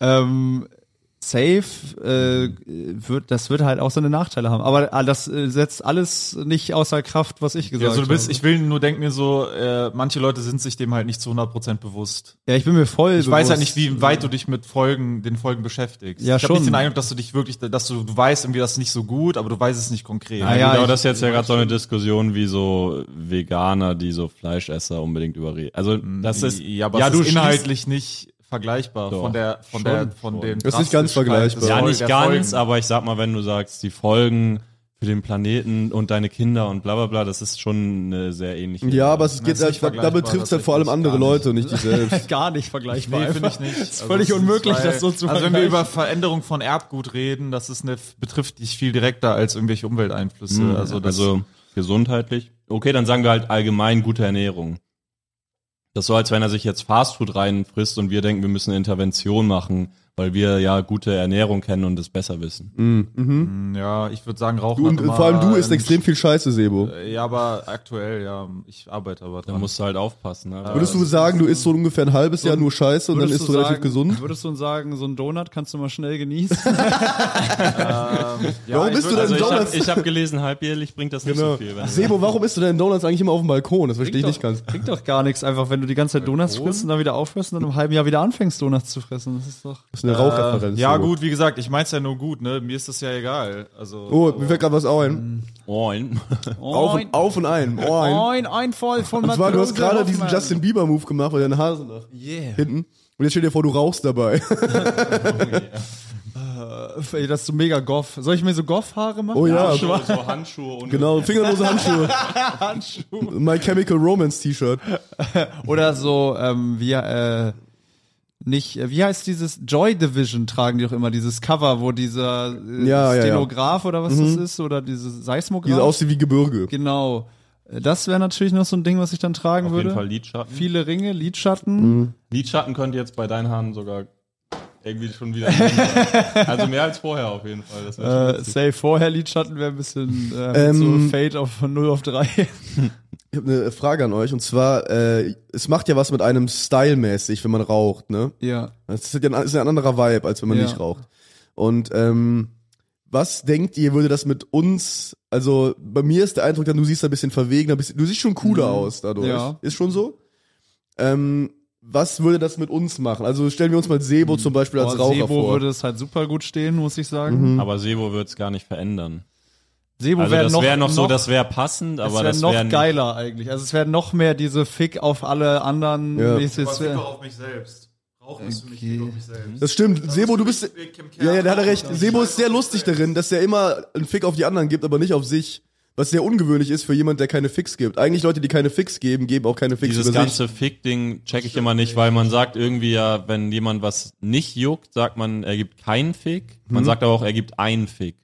Speaker 2: Ähm, safe äh, wird das wird halt auch seine Nachteile haben, aber äh, das äh, setzt alles nicht außer Kraft, was ich gesagt
Speaker 4: Also
Speaker 2: habe.
Speaker 4: du bist, ich will nur denken mir so, äh, manche Leute sind sich dem halt nicht zu 100% bewusst.
Speaker 2: ja, ich bin mir voll
Speaker 4: Ich weiß halt nicht, wie weit du dich mit Folgen, den Folgen beschäftigst.
Speaker 2: Ja,
Speaker 4: ich hab
Speaker 2: schon.
Speaker 4: nicht den Eindruck, dass du dich wirklich, dass du, du weißt irgendwie das nicht so gut, aber du weißt es nicht konkret.
Speaker 2: Ah,
Speaker 3: Ja,
Speaker 2: ja,
Speaker 3: gut, aber
Speaker 2: ich-
Speaker 3: das ist jetzt ja gerade so eine Diskussion wie so Veganer, die so Fleischesser unbedingt überreden. Also das ist
Speaker 4: Mm, ja, aber
Speaker 3: ja
Speaker 4: es
Speaker 3: du
Speaker 4: ist
Speaker 3: inhaltlich
Speaker 4: inhaltlich nicht vergleichbar
Speaker 3: Doch,
Speaker 4: von der, von
Speaker 3: schon,
Speaker 4: der, von den.
Speaker 1: Das ist nicht ganz
Speaker 4: Drastigkeit des
Speaker 1: vergleichbar.
Speaker 3: ja
Speaker 4: Fol-
Speaker 3: nicht
Speaker 4: der
Speaker 3: ganz,
Speaker 4: Folgen.
Speaker 3: aber ich sag mal, wenn du sagst, die Folgen für den Planeten und deine Kinder und bla bla bla, das ist schon eine sehr ähnliche.
Speaker 1: Ja, aber es geht
Speaker 4: ist nicht
Speaker 1: halt, da
Speaker 4: vergleichbar,
Speaker 1: betrifft
Speaker 4: das
Speaker 1: es halt vor allem
Speaker 4: ist
Speaker 1: andere
Speaker 4: gar nicht.
Speaker 1: Leute und nicht dich selbst.
Speaker 2: Gar nicht vergleichbar.
Speaker 4: Nee, finde
Speaker 2: einfach.
Speaker 4: ich nicht.
Speaker 2: Ist völlig unmöglich, das so zu
Speaker 4: Also wenn wir
Speaker 2: vergleichen.
Speaker 4: über Veränderung von Erbgut reden, das ist eine, betrifft dich viel direkter als irgendwelche Umwelteinflüsse.
Speaker 1: Hm,
Speaker 3: also,
Speaker 4: also, das,
Speaker 3: also gesundheitlich. Okay, dann sagen wir halt allgemein gute Ernährung. Das ist so, als wenn er sich jetzt Fastfood reinfrisst und wir denken, wir müssen eine Intervention machen, weil wir ja gute Ernährung kennen und es besser wissen.
Speaker 1: Mhm. Mhm.
Speaker 4: Hm, ja, ich würde sagen, Rauchen
Speaker 1: Du, und
Speaker 4: hat immer
Speaker 1: vor allem du isst
Speaker 4: einen-
Speaker 1: extrem viel Scheiße, Sebo.
Speaker 4: Äh, Ja, aber aktuell, ja. Ich arbeite aber
Speaker 3: Da
Speaker 4: dran.
Speaker 3: musst du halt aufpassen. Ne?
Speaker 1: Würdest du sagen, du isst so ungefähr ein halbes Jahr nur Scheiße und dann
Speaker 2: Würdest
Speaker 1: isst du relativ
Speaker 2: sagen,
Speaker 1: gesund?
Speaker 2: Würdest du sagen, so einen Donut kannst du mal schnell genießen?
Speaker 4: ja,
Speaker 1: Warum
Speaker 4: ich
Speaker 1: bist du
Speaker 4: würd-
Speaker 1: denn
Speaker 3: also ich
Speaker 1: Donuts?
Speaker 3: habe ich hab gelesen, halbjährlich bringt das nicht so viel. wenn-
Speaker 1: Sebo, warum isst du denn Donuts eigentlich immer auf dem Balkon? Das verstehe ich
Speaker 2: Bringt
Speaker 1: nicht
Speaker 2: doch-
Speaker 1: ganz.
Speaker 2: Bringt doch gar nichts, einfach wenn du die
Speaker 3: Äh,
Speaker 2: ganze Zeit Donuts frisst und dann wieder aufhörst und dann im halben Jahr wieder anfängst, Donuts zu fressen. Das ist doch.
Speaker 1: Das ist eine Rauchreferenz.
Speaker 4: Ja,
Speaker 1: Sebo.
Speaker 4: gut, wie gesagt, ich mein's ja nur gut, ne? Mir ist das ja egal. Also,
Speaker 1: Oh, mir fällt gerade was ein.
Speaker 3: Moin.
Speaker 1: Auf und, auf und ein. Oh, ein.
Speaker 2: Ein, ein Voll von
Speaker 1: Und zwar, du hast gerade diesen Justin Bieber Move gemacht, weil deine Haare nach hinten. Und jetzt stell dir vor, du rauchst dabei.
Speaker 2: Ey, das ist so mega Goff. Soll ich mir so Goff-Haare machen?
Speaker 1: Oh ja,
Speaker 3: So, so Handschuhe und
Speaker 1: genau. Fingerlose Handschuhe.
Speaker 2: Handschuhe.
Speaker 1: My Chemical Romance T-Shirt.
Speaker 2: Oder so, ähm, wie, äh, nicht, äh, wie heißt dieses Joy Division tragen die doch immer, dieses Cover, wo dieser äh,
Speaker 1: Ja, Mhm. ja, ja.
Speaker 2: Stenograf oder was das ist, oder dieses Seismograf.
Speaker 1: Die so aussieht wie Gebirge.
Speaker 2: genau. Äh, Das wäre natürlich noch so ein Ding, was ich dann tragen
Speaker 3: auf
Speaker 2: würde.
Speaker 3: jeden Fall Lidschatten.
Speaker 2: Viele Ringe,
Speaker 1: Mhm.
Speaker 2: Lidschatten.
Speaker 3: Lidschatten könnte jetzt bei deinen Haaren sogar irgendwie schon wieder. sein. also mehr als vorher auf jeden Fall. Das wär schon
Speaker 2: Äh,
Speaker 3: witzig.
Speaker 2: safe vorher Lidschatten wäre ein bisschen äh,
Speaker 1: Ähm.
Speaker 2: so Fade auf, von 0 auf 3.
Speaker 1: Ich habe eine Frage an euch und zwar, äh, es macht ja was mit einem stylemäßig, wenn man raucht, ne?
Speaker 2: ja.
Speaker 1: Das ist ja ein, ist ja ein anderer Vibe, als wenn man
Speaker 2: Ja.
Speaker 1: nicht raucht. Und ähm, was denkt ihr, würde das mit uns, also bei mir ist der Eindruck, dann du siehst ein bisschen verwegener, bisschen, du siehst schon cooler aus dadurch.
Speaker 2: Mhm. Ja.
Speaker 1: Ist schon so? Ähm, was würde das mit uns machen? Also stellen wir uns mal Sebo zum Beispiel als
Speaker 2: Mhm. Boah,
Speaker 1: Raucher
Speaker 2: Sebo
Speaker 1: vor. Mhm.
Speaker 2: würde es halt super gut stehen, muss ich sagen.
Speaker 3: aber Sebo wird's gar nicht verändern.
Speaker 2: Sebo
Speaker 3: Also
Speaker 2: wäre
Speaker 3: das
Speaker 2: noch,
Speaker 3: wäre noch, so, das wäre passend, aber
Speaker 2: es
Speaker 3: das
Speaker 2: wäre
Speaker 3: wäre
Speaker 2: noch geiler eigentlich. Also es wäre noch mehr diese Fick auf alle anderen.
Speaker 1: Ja.
Speaker 2: mäßig.
Speaker 4: was
Speaker 2: Es
Speaker 4: liegt doch
Speaker 2: wär,
Speaker 4: auf mich selbst. Rauchen ist für mich liegt auf mich selbst.
Speaker 1: das stimmt. Sebo, du bist. Ja, ja, da hat er recht. Sebo ist sehr lustig darin, dass er immer einen Fick auf die anderen gibt, aber nicht auf sich. Was sehr ungewöhnlich ist für jemand, der keine Fix gibt. Eigentlich Leute, die keine Fix geben, geben auch keine Fix
Speaker 3: Dieses
Speaker 1: über sich.
Speaker 3: ganze Fick-Ding check ich immer nicht, weil man sagt irgendwie ja, wenn jemand was nicht juckt, sagt man, er gibt keinen Fick. Man
Speaker 2: Mhm.
Speaker 3: sagt aber auch, er gibt einen Fick.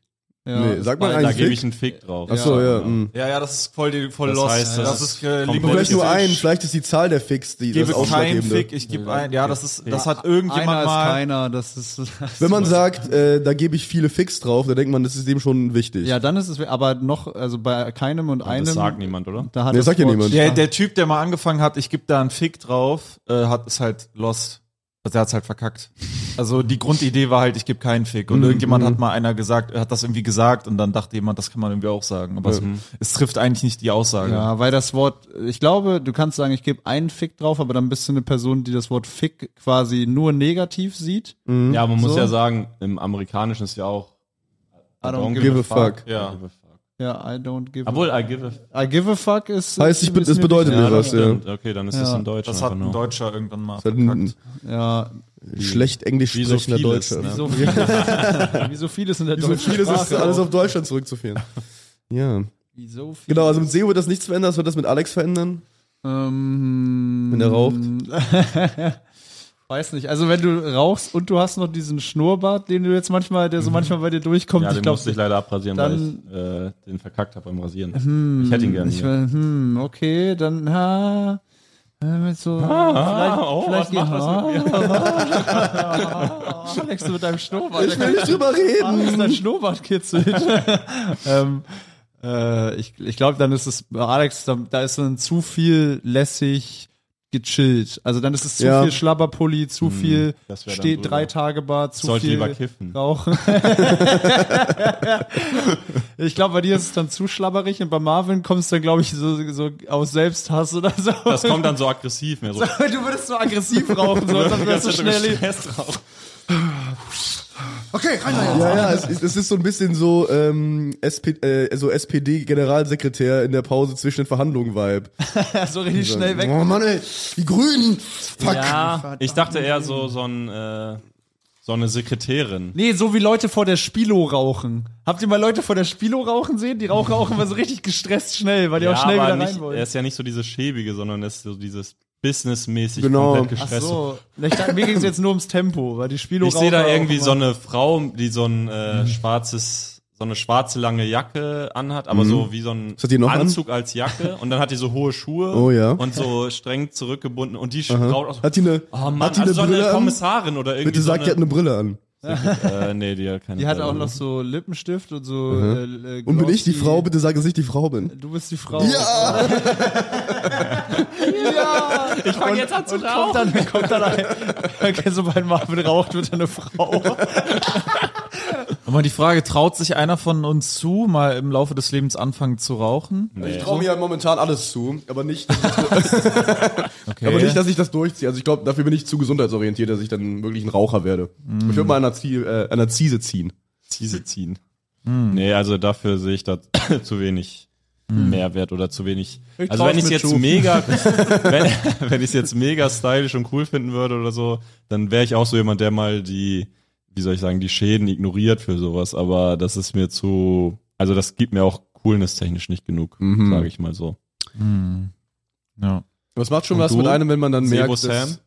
Speaker 2: ja.
Speaker 1: nee, sag mal
Speaker 3: da
Speaker 1: einen
Speaker 3: gebe
Speaker 1: Fick.
Speaker 3: ich einen Fick drauf.
Speaker 1: Ach so, ja.
Speaker 2: mhm.
Speaker 1: mm.
Speaker 4: Ja, ja, das ist voll, die- voll
Speaker 3: Das
Speaker 4: lost.
Speaker 3: heißt, das ist komplett
Speaker 4: äh, liegt
Speaker 1: Vielleicht nur
Speaker 4: nicht.
Speaker 1: einen, vielleicht ist die Zahl der Fix die
Speaker 4: Ich gebe
Speaker 1: das
Speaker 4: keinen
Speaker 1: Ausschlaggebende.
Speaker 4: Fick, ich gebe einen. Ja, das ist, das hat irgendjemand
Speaker 2: Einer ist
Speaker 4: mal.
Speaker 2: keiner, das ist.
Speaker 1: Wenn man sagt, äh, da gebe ich viele Fix drauf, dann denkt man, das ist dem schon wichtig.
Speaker 2: ja, dann ist es aber noch, also bei keinem und einem.
Speaker 3: Das sagt niemand, oder?
Speaker 2: Da hat
Speaker 1: Nee, sagt ja
Speaker 2: Wort-
Speaker 1: niemand.
Speaker 4: Der, Äh, der Typ, der mal angefangen hat, ich gebe da einen Fick drauf, äh, hat ist halt lost. Also der hat's halt verkackt. Also die Grundidee war halt, ich gebe keinen Fick. Und irgendjemand hat mal einer gesagt, hat das irgendwie gesagt und dann dachte jemand, das kann man irgendwie auch sagen. Aber es, es trifft eigentlich nicht die Aussage.
Speaker 2: Ja, weil das Wort, ich glaube, du kannst sagen, ich gebe einen Fick drauf, aber dann bist du eine Person, die das Wort Fick quasi nur negativ sieht.
Speaker 1: Hm.
Speaker 3: Ja, man muss
Speaker 2: Mhm. So.
Speaker 3: ja sagen, im Amerikanischen ist ja auch I
Speaker 2: don't
Speaker 1: give a fuck.
Speaker 3: Ja.
Speaker 4: I
Speaker 2: Ja, I don't give
Speaker 3: Obwohl, I give a fuck.
Speaker 2: a I give a fuck ist.
Speaker 1: Heißt, ich bin-
Speaker 2: ist
Speaker 1: das
Speaker 2: mir
Speaker 1: bedeutet
Speaker 2: wichtig.
Speaker 1: mir was, ja.
Speaker 3: Stimmt, Okay, dann ist
Speaker 2: Ja,
Speaker 3: das in genau. Deutsch.
Speaker 4: Das
Speaker 3: einfach
Speaker 4: hat ein
Speaker 3: nur.
Speaker 4: Deutscher irgendwann mal
Speaker 1: Das hat ein
Speaker 4: verkackt.
Speaker 2: Ja,
Speaker 1: schlecht englisch
Speaker 3: Wie so
Speaker 1: sprechender
Speaker 3: vieles,
Speaker 1: Deutscher.
Speaker 3: ne?
Speaker 2: so vieles, wie so vieles in der
Speaker 1: So
Speaker 2: deutschen
Speaker 1: vieles ist
Speaker 2: Sprache.
Speaker 1: alles auf Deutschland zurückzuführen. ja.
Speaker 2: Wie so viel.
Speaker 1: Genau, also mit Sebo wird das nichts verändern, das wird das mit Alex verändern,
Speaker 2: Ähm,
Speaker 1: wenn er raucht.
Speaker 2: Weiß nicht. Also wenn du rauchst und du hast noch diesen Schnurrbart, den du jetzt manchmal, der so
Speaker 1: Mhm.
Speaker 2: manchmal bei dir durchkommt,
Speaker 3: Ja,
Speaker 2: ich
Speaker 3: den
Speaker 2: glaube,
Speaker 3: musste ich leider abrasieren,
Speaker 2: dann-
Speaker 3: weil ich äh, den verkackt habe beim Rasieren. ich hätte ihn gerne.
Speaker 2: ich,
Speaker 3: hier.
Speaker 2: will- hm, okay, dann ha, äh, mit so vielleicht,
Speaker 3: ah, oh,
Speaker 2: vielleicht
Speaker 3: was macht
Speaker 2: das mit mir? Alex, du mit deinem Schnurrbart.
Speaker 1: Ich will nicht drüber reden.
Speaker 2: Alex, dein Schnurrbart kitzelt. ähm, äh, ich ich glaube, dann ist es, bei Alex, da, da ist dann zu viel lässig gechillt. Also dann ist es zu
Speaker 1: Ja.
Speaker 2: viel Schlabberpulli, zu viel
Speaker 3: Hm, das wär dann
Speaker 2: steht
Speaker 3: drüber.
Speaker 2: drei Tage Bar, zu
Speaker 3: Sollte
Speaker 2: viel
Speaker 3: lieber kiffen.
Speaker 2: Rauchen. ich glaube, bei dir ist es dann zu schlabberig und bei Marvin kommst du dann, glaube ich, so, so aus Selbsthass oder so.
Speaker 3: Das kommt dann so aggressiv mehr so.
Speaker 2: du würdest so aggressiv rauchen, so, dann wärst du schnell.
Speaker 1: Ja, ja, es, ist- es ist so ein bisschen so, ähm, SP, äh, so SPD-Generalsekretär in der Pause zwischen den Verhandlungen-Vibe.
Speaker 2: so richtig schnell weg.
Speaker 1: Oh Mann, ey, die Grünen! Fuck!
Speaker 3: Ja, ich dachte eher so, so ein, äh, So eine Sekretärin.
Speaker 2: Nee, so wie Leute vor der Spilo rauchen. Habt ihr mal Leute vor der Spilo rauchen sehen? Die rauchen auch immer so richtig gestresst schnell, weil die auch schnell wieder rein
Speaker 3: nicht,
Speaker 2: wollen.
Speaker 3: er ist ja nicht so dieses schäbige, sondern er ist so dieses businessmäßig
Speaker 1: Genau.
Speaker 3: komplett
Speaker 1: Ach
Speaker 3: gestresst.
Speaker 2: so, Na, ich dachte, mir ging es jetzt nur ums Tempo, weil die Spilo
Speaker 3: Ich sehe da
Speaker 2: rauchen
Speaker 3: irgendwie
Speaker 2: auch
Speaker 3: so
Speaker 2: immer-
Speaker 3: eine Frau, die so ein
Speaker 1: Mhm.
Speaker 3: äh, schwarzes, so eine schwarze lange Jacke anhat, aber so wie so ein
Speaker 1: Was hat Mhm. die noch an?
Speaker 3: Anzug als Jacke und dann hat die so hohe Schuhe
Speaker 1: Oh ja.
Speaker 3: und so streng zurückgebunden und die schaut auch so,
Speaker 1: Hat die eine,
Speaker 3: oh Mann,
Speaker 1: hat die eine
Speaker 3: also so eine
Speaker 1: Brille an?
Speaker 3: Kommissarin oder irgendwie
Speaker 1: Bitte
Speaker 3: so
Speaker 1: sag, die hat eine Brille an.
Speaker 3: eine, äh, nee, die hat keine
Speaker 2: Die hat
Speaker 3: Brille.
Speaker 2: auch noch so Lippenstift und so. Äh, äh,
Speaker 1: Und bin ich die
Speaker 2: glossy-
Speaker 1: Frau? Bitte sag, dass ich die Frau bin.
Speaker 2: Du bist die Frau.
Speaker 1: Ja!
Speaker 2: ich fange jetzt an zu rauchen. Kommt dann, kommt dann ein, sobald Marvin raucht, wird er eine Frau.
Speaker 8: Aber die Frage, traut sich einer von uns zu, mal im Laufe des Lebens anfangen zu rauchen?
Speaker 3: Äh,
Speaker 1: Ich traue mir ja momentan alles zu, aber nicht,
Speaker 8: Okay.
Speaker 1: aber nicht, dass ich das durchziehe. Also ich glaube, dafür bin ich zu gesundheitsorientiert, dass ich dann wirklich ein Raucher werde. Ich würde mal an der, Zie äh, an der Ziese ziehen.
Speaker 3: Diese ziehen. Nee, also dafür sehe ich da zu wenig Mehrwert oder zu wenig.
Speaker 2: Ich
Speaker 3: also
Speaker 2: trau's
Speaker 3: wenn ich es
Speaker 2: mit
Speaker 3: jetzt
Speaker 2: zu.
Speaker 3: mega, wenn, wenn ich es jetzt mega stylisch und cool finden würde oder so, dann wäre ich auch so jemand, der mal die, wie soll ich sagen, die Schäden ignoriert für sowas. Aber das ist mir zu, also das gibt mir auch Coolness technisch nicht genug,
Speaker 1: Mhm.
Speaker 3: sage ich mal so.
Speaker 8: Hm. Ja.
Speaker 1: Was macht schon
Speaker 3: Und
Speaker 1: was
Speaker 3: du?
Speaker 1: mit einem, wenn man dann
Speaker 3: Sebo
Speaker 1: merkt,
Speaker 3: Sam?
Speaker 4: ne,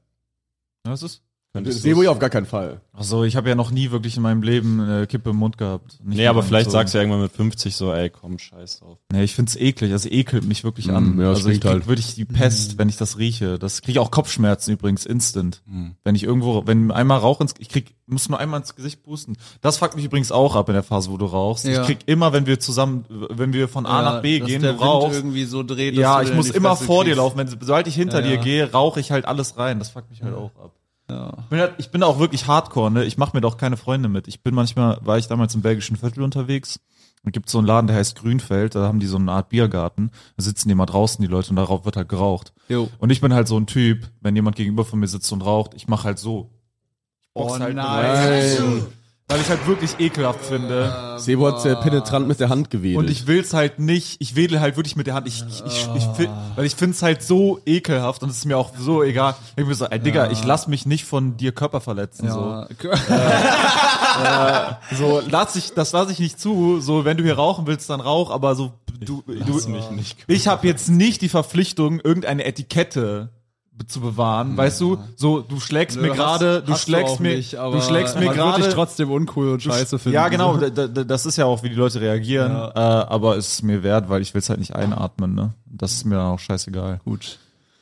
Speaker 8: Was ist?
Speaker 3: Könntest
Speaker 1: Sebo
Speaker 3: du's-
Speaker 1: ja auf gar keinen Fall.
Speaker 8: Achso, ich habe ja noch nie wirklich in meinem Leben eine
Speaker 4: äh,
Speaker 8: Kippe im Mund gehabt. Nicht
Speaker 3: Nee, aber
Speaker 8: mal
Speaker 3: vielleicht
Speaker 8: so.
Speaker 3: sagst du ja irgendwann mit 50 so, ey, komm, scheiß drauf.
Speaker 8: Nee, Ne, ich find's eklig. Das ekelt mich wirklich an.
Speaker 1: Mm, ja, das
Speaker 8: also ich
Speaker 1: stinkt
Speaker 8: krieg
Speaker 1: halt.
Speaker 8: wirklich die Pest, wenn ich das rieche. Das kriege ich auch Kopfschmerzen übrigens instant.
Speaker 2: Mm.
Speaker 8: Wenn ich irgendwo, wenn einmal Rauch ins, ich krieg, muss nur einmal ins Gesicht pusten. Das fuckt mich übrigens auch ab in der Phase, wo du rauchst.
Speaker 2: Ja.
Speaker 8: Ich krieg immer, wenn wir zusammen, wenn wir von A nach B
Speaker 2: dass
Speaker 8: gehen,
Speaker 2: der
Speaker 8: du
Speaker 2: Wind
Speaker 8: rauchst.
Speaker 2: irgendwie so dreht. dass
Speaker 8: Ja,
Speaker 2: du
Speaker 8: ich
Speaker 2: dann
Speaker 8: muss
Speaker 2: die
Speaker 8: immer
Speaker 2: Fresse
Speaker 8: vor dir
Speaker 2: kriegst.
Speaker 8: laufen. Wenn, sobald ich hinter
Speaker 2: Ja,
Speaker 8: dir
Speaker 2: ja.
Speaker 8: gehe, rauche ich halt alles rein. Das fuckt mich halt auch ab. Ich, bin halt, ich bin auch wirklich hardcore, ne? Ich mache mir doch keine Freunde mit. Ich bin manchmal, war ich damals im belgischen Viertel unterwegs. Da gibt's so einen Laden, der heißt Grünfeld. Da haben die so eine Art Biergarten. Da sitzen die mal draußen, die Leute, und darauf wird halt geraucht.
Speaker 2: Jo.
Speaker 8: Und ich bin halt so ein Typ, wenn jemand gegenüber von mir sitzt und raucht, ich mache halt so. Ich box
Speaker 2: Oh
Speaker 8: halt
Speaker 2: nein.
Speaker 8: rein. Weil ich halt wirklich ekelhaft finde.
Speaker 1: Sebo hat sehr penetrant mit der Hand gewählt.
Speaker 8: Und ich will's halt nicht, ich wedel halt wirklich mit der Hand, ich, ich, ich, ich fi- weil ich find's halt so ekelhaft und es ist mir auch so egal. Ich bin so, ey Digga, ich lass mich nicht von dir Körper verletzen, so.
Speaker 2: Ja.
Speaker 8: So, lass ich, das lass ich nicht zu, so, wenn du hier rauchen willst, dann rauch, aber so, du, du,
Speaker 3: mich nicht.
Speaker 8: ich habe jetzt nicht die Verpflichtung, irgendeine Etikette be- zu bewahren, weißt du, so, du schlägst mir gerade, du schlägst mir, du schlägst mir gerade,
Speaker 2: trotzdem uncool und scheiße finden.
Speaker 8: Ja, genau, da- da- da- das ist ja auch, wie die Leute reagieren. Äh, aber es ist mir wert, weil ich will es halt nicht einatmen. Ne? Das ist mir dann auch scheißegal. Gut.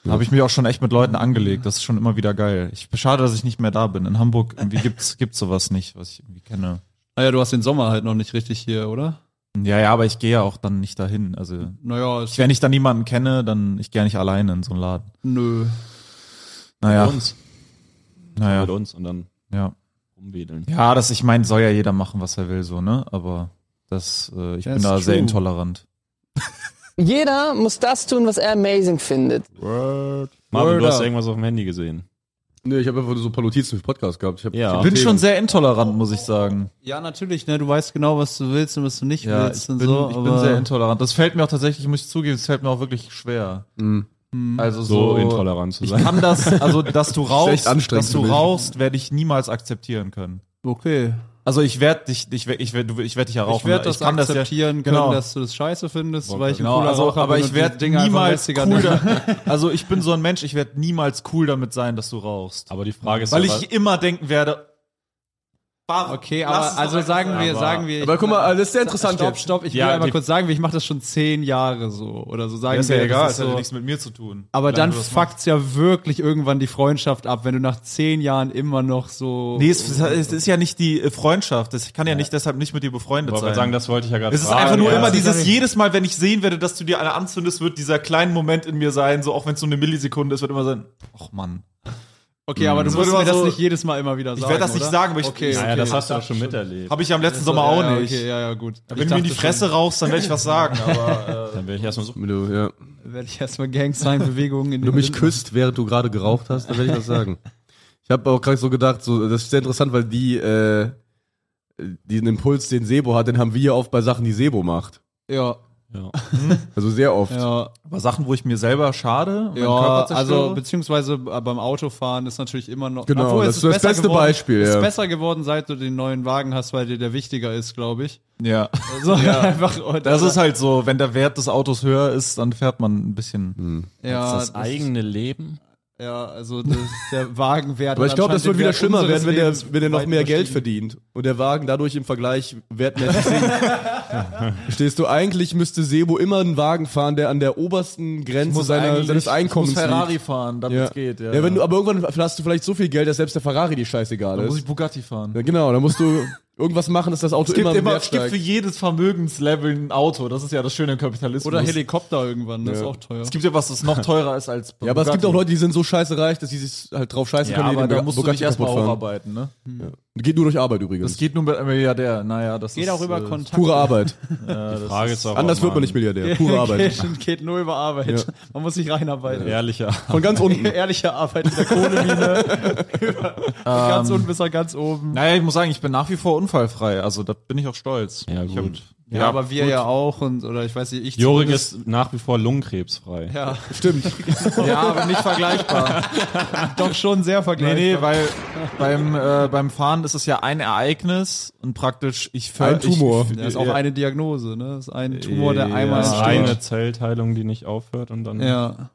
Speaker 8: Habe ich mich auch schon echt mit Leuten angelegt. Das ist schon immer wieder geil. Ich schade, dass ich nicht mehr da bin. In Hamburg irgendwie gibt's gibt's sowas nicht, was ich irgendwie kenne.
Speaker 2: Ah ja, du hast den Sommer halt noch nicht richtig hier, oder?
Speaker 8: Ja, ja, aber ich gehe ja auch dann nicht dahin. Also
Speaker 2: Naja, ist
Speaker 8: wenn ich dann niemanden kenne, dann ich gehe ja nicht alleine in so einen Laden.
Speaker 2: nö.
Speaker 8: Naja,
Speaker 3: Uns.
Speaker 8: naja,
Speaker 3: Mit uns und dann
Speaker 8: ja.
Speaker 3: rumwedeln.
Speaker 8: Ja, das, ich meine, soll ja jeder machen, was er will, so ne. Aber das, äh, ich bin
Speaker 2: That's
Speaker 8: da sehr
Speaker 2: true.
Speaker 8: intolerant.
Speaker 6: Jeder muss das tun, was er amazing findet.
Speaker 3: Marvin,
Speaker 2: Word
Speaker 3: du hast
Speaker 2: up.
Speaker 3: irgendwas auf dem Handy gesehen.
Speaker 1: nee, ich habe einfach so ein paar Notizen für Podcast gehabt. Ich hab
Speaker 3: Ja.
Speaker 8: Bin schon sehr intolerant, muss ich sagen.
Speaker 2: Ja, natürlich, ne? Du weißt genau, was du willst und was du nicht
Speaker 8: Ja, ich
Speaker 2: willst
Speaker 8: bin,
Speaker 2: und so.
Speaker 8: ich
Speaker 2: aber
Speaker 8: bin sehr intolerant. Das fällt mir auch tatsächlich, muss ich zugeben, es fällt mir auch wirklich schwer. Also so,
Speaker 3: So, intolerant zu
Speaker 8: Ich
Speaker 3: sein.
Speaker 8: kann das, also dass du rauchst,
Speaker 1: echt anstrengend
Speaker 8: dass du
Speaker 1: für mich.
Speaker 8: rauchst, werde ich niemals akzeptieren können.
Speaker 2: okay.
Speaker 8: Also ich werde dich, ich werde, ich werde, ich werde dich ja rauchen.
Speaker 2: ich werde das
Speaker 8: kann das ja-
Speaker 2: akzeptieren können,
Speaker 8: genau.
Speaker 2: dass du das scheiße findest, weil ich ein
Speaker 8: Genau,
Speaker 2: cooler
Speaker 8: also,
Speaker 2: Raucher
Speaker 8: aber
Speaker 2: bin
Speaker 8: ich
Speaker 2: und
Speaker 8: werde
Speaker 2: die Dinger einfach
Speaker 8: niemals
Speaker 2: lästiger
Speaker 8: cool.
Speaker 2: nehme.
Speaker 8: Da, also ich bin so ein Mensch, ich werde niemals cool damit sein, dass du rauchst,
Speaker 3: Aber die Frage ist,
Speaker 8: weil
Speaker 3: aber-
Speaker 8: ich immer denken werde.
Speaker 2: Okay, aber also sagen wir, sagen wir.
Speaker 1: Aber guck mal, das ist sehr
Speaker 2: Stopp,
Speaker 1: interessant
Speaker 2: Stopp,
Speaker 1: jetzt.
Speaker 2: stopp. Ich will
Speaker 3: Ja,
Speaker 2: einmal
Speaker 3: die-
Speaker 2: kurz sagen, ich mache das schon zehn Jahre so oder so. Sagen
Speaker 8: Ist ja
Speaker 2: wir,
Speaker 8: egal, also das
Speaker 2: das ist
Speaker 8: hat ja
Speaker 2: so.
Speaker 8: nichts mit mir zu tun.
Speaker 2: Aber
Speaker 8: Solange
Speaker 2: dann
Speaker 8: du das machst.
Speaker 2: fuckt's ja wirklich irgendwann die Freundschaft ab, wenn du nach zehn Jahren immer noch so.
Speaker 8: Nee, es, es ist ja nicht die äh, Freundschaft. Ich kann ja nicht deshalb nicht mit dir befreundet
Speaker 3: wollte
Speaker 8: sein.
Speaker 3: gerade sagen, das wollte ich ja gerade
Speaker 8: es ist
Speaker 3: fragen.
Speaker 8: einfach nur
Speaker 3: ja.
Speaker 8: immer dieses, jedes Mal, wenn ich sehen werde, dass du dir eine anzündest, wird dieser kleine Moment in mir sein, so auch wenn es nur eine Millisekunde ist, wird immer sein, ach Mann.
Speaker 2: okay, aber du
Speaker 8: Es
Speaker 2: musst
Speaker 8: wird
Speaker 2: mir
Speaker 8: immer
Speaker 2: das
Speaker 8: so-
Speaker 2: nicht jedes Mal immer wieder sagen.
Speaker 8: Ich werde das nicht
Speaker 2: oder?
Speaker 8: sagen, aber ich,
Speaker 2: Okay,
Speaker 8: ich
Speaker 3: Ja, ja,
Speaker 2: okay.
Speaker 3: das hast du ja schon miterlebt.
Speaker 8: habe ich am letzten Sommer auch
Speaker 2: ja,
Speaker 8: nicht.
Speaker 2: Okay, ja, ja, gut.
Speaker 8: Wenn du mir in die Fresse rauchst, dann werde ich was sagen. Aber
Speaker 3: Dann werde ich erstmal so.
Speaker 1: Wenn du, ja.
Speaker 2: werde ich erstmal Gang-Sign-Bewegungen
Speaker 1: Wenn
Speaker 2: in
Speaker 1: du
Speaker 2: den
Speaker 1: mich
Speaker 2: Wind-
Speaker 1: küsst, während du gerade geraucht hast, dann werde ich was sagen. Ich habe auch gerade so gedacht, so, das ist sehr interessant, weil die, äh, diesen Impuls, den Sebo hat, den haben wir ja oft bei Sachen, die Sebo macht.
Speaker 2: Ja.
Speaker 3: Ja.
Speaker 1: Also sehr oft.
Speaker 2: Ja,
Speaker 4: Aber Sachen, wo ich mir selber schade, meinen
Speaker 2: ja
Speaker 4: Körper zerstöre.
Speaker 2: also beziehungsweise beim Autofahren ist natürlich immer noch.
Speaker 1: Genau,
Speaker 2: Obwohl,
Speaker 1: das ist
Speaker 2: es
Speaker 1: das
Speaker 2: besser
Speaker 1: beste
Speaker 2: geworden,
Speaker 1: Beispiel,
Speaker 2: Es ist
Speaker 1: ja.
Speaker 2: besser geworden, seit du den neuen Wagen hast, weil dir der wichtiger ist, glaube ich.
Speaker 4: ja.
Speaker 2: Also einfach. also,
Speaker 4: Das ist halt so, wenn der Wert des Autos höher ist, dann fährt man ein bisschen.
Speaker 2: ja,
Speaker 4: das
Speaker 2: das-
Speaker 3: eigene Leben?
Speaker 2: Ja, also das, der Wagenwert.
Speaker 1: Aber ich glaube, das wird wieder schlimmer werden, wenn der, wenn der noch mehr Geld
Speaker 2: verdient.
Speaker 1: verdient und der Wagen dadurch im Vergleich wertmäßig sinkt. Verstehst du, eigentlich müsste Sebo immer einen Wagen fahren, der an der obersten Grenze seiner, seines Einkommens
Speaker 4: ich muss Ferrari
Speaker 1: liegt.
Speaker 4: fahren, damit
Speaker 1: Ja.
Speaker 4: es geht. Ja,
Speaker 1: ja, wenn du, aber irgendwann hast du vielleicht so viel Geld, dass selbst der Ferrari die scheißegal
Speaker 4: dann muss
Speaker 1: ist.
Speaker 4: ich Bugatti fahren.
Speaker 1: Ja, genau, dann musst du irgendwas machen, dass das Auto
Speaker 4: Es gibt,
Speaker 1: immer im
Speaker 4: immer,
Speaker 1: Wert
Speaker 4: es gibt für
Speaker 1: steigt.
Speaker 4: jedes Vermögenslevel ein Auto. Das ist ja das Schöne im Kapitalismus.
Speaker 2: Oder Helikopter irgendwann, das ist auch teuer.
Speaker 4: Es gibt ja was, das noch teurer ist als
Speaker 1: Ja, aber es gibt auch Leute, die sind so scheiße reich, dass sie sich halt drauf scheißen
Speaker 4: ja,
Speaker 1: können, die
Speaker 4: aber
Speaker 1: den
Speaker 4: da musst du
Speaker 1: Bugatti
Speaker 4: dich erstmal
Speaker 1: kaputt fahren.
Speaker 4: aufarbeiten. Ne?
Speaker 1: Geht nur durch Arbeit
Speaker 4: Das
Speaker 1: übrigens.
Speaker 4: geht nur mit einem Milliardär. Naja, das
Speaker 2: Geht
Speaker 4: ist,
Speaker 2: auch über
Speaker 4: äh,
Speaker 2: Kontakt.
Speaker 1: Pure Arbeit.
Speaker 3: Frage ist
Speaker 4: Oh,
Speaker 3: aber
Speaker 1: Anders
Speaker 3: auch
Speaker 1: wird
Speaker 3: mal
Speaker 1: man nicht Milliardär. Pure Arbeit.
Speaker 2: Geht, geht nur über Arbeit.
Speaker 1: Ja.
Speaker 2: Man muss sich reinarbeiten.
Speaker 3: eine Ehrliche
Speaker 1: Von ganz unten.
Speaker 2: Ehrliche Arbeit in der Kohlemine. Über- von ganz
Speaker 4: Ähm,
Speaker 2: unten bis nach ganz oben.
Speaker 4: Naja, ich muss sagen, ich bin nach wie vor unfallfrei. Also da bin ich auch stolz.
Speaker 3: Ja,
Speaker 4: Ich
Speaker 3: gut.
Speaker 2: Ja, aber wir ja auch und oder ich weiß nicht, ich
Speaker 3: Jorik ist nach wie vor lungenkrebsfrei.
Speaker 2: ja,
Speaker 1: Stimmt.
Speaker 4: hab, ja, aber nicht vergleichbar.
Speaker 2: doch schon sehr
Speaker 4: Nee,
Speaker 2: vergleichbar.
Speaker 4: nee, weil beim, äh, beim Fahren ist es ja ein Ereignis und praktisch ich ver-
Speaker 1: Ein Tumor.
Speaker 4: Ich,
Speaker 2: das ist auch eine Diagnose, ne? Das ist ein Tumor, der einmal
Speaker 3: Das ist
Speaker 2: entsteht.
Speaker 3: reine Zellteilung, die nicht aufhört und dann.
Speaker 2: Ja,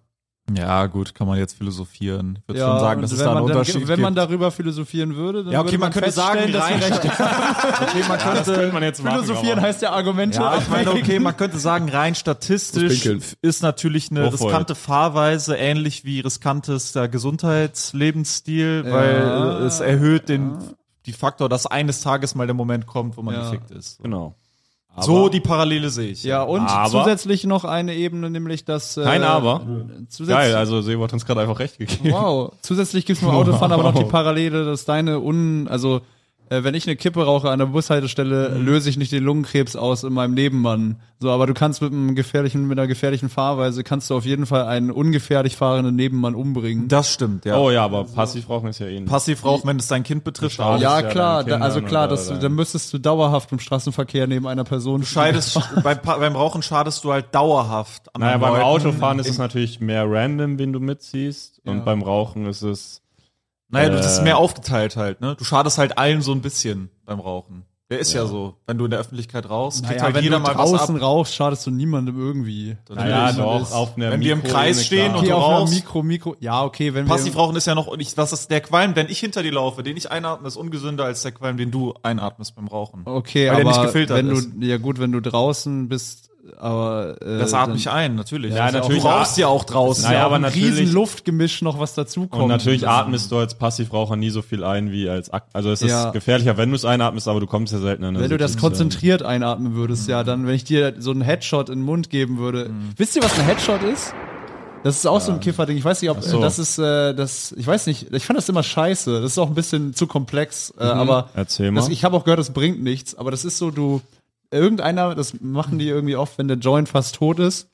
Speaker 4: ja, gut, kann man jetzt philosophieren. Ich würde
Speaker 2: ja
Speaker 4: schon sagen,
Speaker 2: und
Speaker 4: dass es
Speaker 2: wenn
Speaker 4: da einen
Speaker 2: man dann-
Speaker 4: Unterschied
Speaker 2: Wenn man
Speaker 4: gibt.
Speaker 2: darüber philosophieren würde, dann
Speaker 4: Ja, okay,
Speaker 2: würde
Speaker 4: man könnte sagen,
Speaker 2: feststellen, dass
Speaker 4: rein
Speaker 2: wir recht
Speaker 4: okay, man
Speaker 3: Das könnte
Speaker 4: könnte,
Speaker 3: man jetzt machen.
Speaker 2: Philosophieren
Speaker 3: aber-
Speaker 2: heißt ja Argumente.
Speaker 4: genau. ja, ich meine,
Speaker 2: abwägen.
Speaker 4: okay, man könnte sagen, rein statistisch
Speaker 1: Pinkeln.
Speaker 4: f- ist natürlich eine
Speaker 3: Oh, voll.
Speaker 4: riskante Fahrweise ähnlich wie riskantes äh, Gesundheitslebensstil, weil äh, es erhöht den die Faktor, dass eines Tages mal der Moment kommt, wo man
Speaker 2: Ja.
Speaker 4: gefickt ist.
Speaker 3: Genau. Aber
Speaker 4: so die Parallele sehe ich.
Speaker 2: Ja, und
Speaker 3: Aber-
Speaker 2: zusätzlich noch eine Ebene, nämlich dass. Äh,
Speaker 3: Kein Aber. Geil,
Speaker 2: Zusätzlich,
Speaker 3: also Sebo hat uns gerade einfach recht gegeben.
Speaker 2: Wow. Zusätzlich gibt's beim Autofahren aber noch die Parallele, dass deine Un. Also, äh, wenn ich eine Kippe rauche an der Bushaltestelle,
Speaker 4: Mhm.
Speaker 2: löse ich nicht den Lungenkrebs aus in meinem Nebenmann. So, aber du kannst mit, einem gefährlichen, mit einer gefährlichen Fahrweise, kannst du auf jeden Fall einen ungefährlich fahrenden Nebenmann umbringen.
Speaker 4: Das stimmt, ja.
Speaker 3: Oh ja, aber Passivrauchen ist ja eh nicht.
Speaker 4: Passivrauch, wenn es dein Kind betrifft.
Speaker 3: Ja,
Speaker 4: auch.
Speaker 2: ja,
Speaker 3: ja
Speaker 2: klar,
Speaker 3: deinen
Speaker 2: da,
Speaker 3: Kindern
Speaker 2: also klar,
Speaker 3: oder
Speaker 2: dass du,
Speaker 3: deinen-
Speaker 2: dann müsstest du dauerhaft im Straßenverkehr neben einer Person
Speaker 4: Scheidest, beim, Pa- beim Rauchen schadest du halt dauerhaft.
Speaker 3: Naja,
Speaker 4: anderen
Speaker 3: beim
Speaker 4: Leuten.
Speaker 3: Autofahren
Speaker 8: eh
Speaker 3: ist es natürlich mehr random, wen du mitziehst. Und beim Rauchen ist es.
Speaker 4: Naja, du bist
Speaker 3: Äh.
Speaker 4: mehr aufgeteilt halt, ne? Du schadest halt allen so ein bisschen beim Rauchen. Der ist ja, so. Wenn du in der Öffentlichkeit rauchst, kriegt
Speaker 2: Naja,
Speaker 4: halt
Speaker 2: wenn
Speaker 4: jeder
Speaker 2: du
Speaker 4: mal was
Speaker 2: draußen
Speaker 4: ab.
Speaker 2: rauchst, schadest du niemandem irgendwie.
Speaker 3: Naja,
Speaker 2: Natürlich.
Speaker 3: doch, auf einer
Speaker 4: Wenn wir im Kreis
Speaker 3: Mikroebene,
Speaker 4: stehen
Speaker 3: klar.
Speaker 4: und-
Speaker 2: Okay,
Speaker 4: du
Speaker 2: auf einer
Speaker 4: rauchst.
Speaker 2: Mikro, Mikro. Ja, okay, wenn wir.
Speaker 4: Passivrauchen ist ja noch, und ich, was ist der Qualm, wenn ich hinter dir laufe, den ich einatme, ist ungesünder als der Qualm, den du einatmest beim Rauchen.
Speaker 2: Okay,
Speaker 4: Weil der
Speaker 2: aber
Speaker 4: nicht gefiltert
Speaker 2: wenn du
Speaker 4: ist.
Speaker 2: ja gut, wenn du draußen bist, aber äh,
Speaker 4: Das atme
Speaker 2: dann-
Speaker 4: ich ein, natürlich.
Speaker 3: Ja,
Speaker 4: Das ist
Speaker 3: natürlich.
Speaker 4: Auch, du rauchst ja auch draußen.
Speaker 3: Naja,
Speaker 4: Ja,
Speaker 3: aber
Speaker 4: auch ein
Speaker 3: natürlich-
Speaker 4: Riesen-
Speaker 2: riesen Luftgemisch noch was dazukommt.
Speaker 3: Und natürlich atmest du als Passivraucher nie so viel ein wie als Akt. Also es ist
Speaker 2: Ja.
Speaker 3: gefährlicher, wenn du es einatmest, aber du kommst ja seltener. in eine
Speaker 2: Wenn du das
Speaker 3: Situation.
Speaker 2: konzentriert einatmen würdest, ja, dann, wenn ich dir so einen Headshot in den Mund geben würde. Wisst ihr, was ein Headshot ist? Das ist auch so ein Kifferding. Ich weiß nicht, ob
Speaker 3: so.
Speaker 2: das ist äh, das. Ich weiß nicht. Ich fand das immer scheiße. Das ist auch ein bisschen zu komplex. Äh, aber
Speaker 3: Erzähl mal.
Speaker 2: das, ich habe auch gehört, das bringt nichts. Aber das ist so, du irgendeiner, das machen die irgendwie oft, wenn der Joint fast tot ist.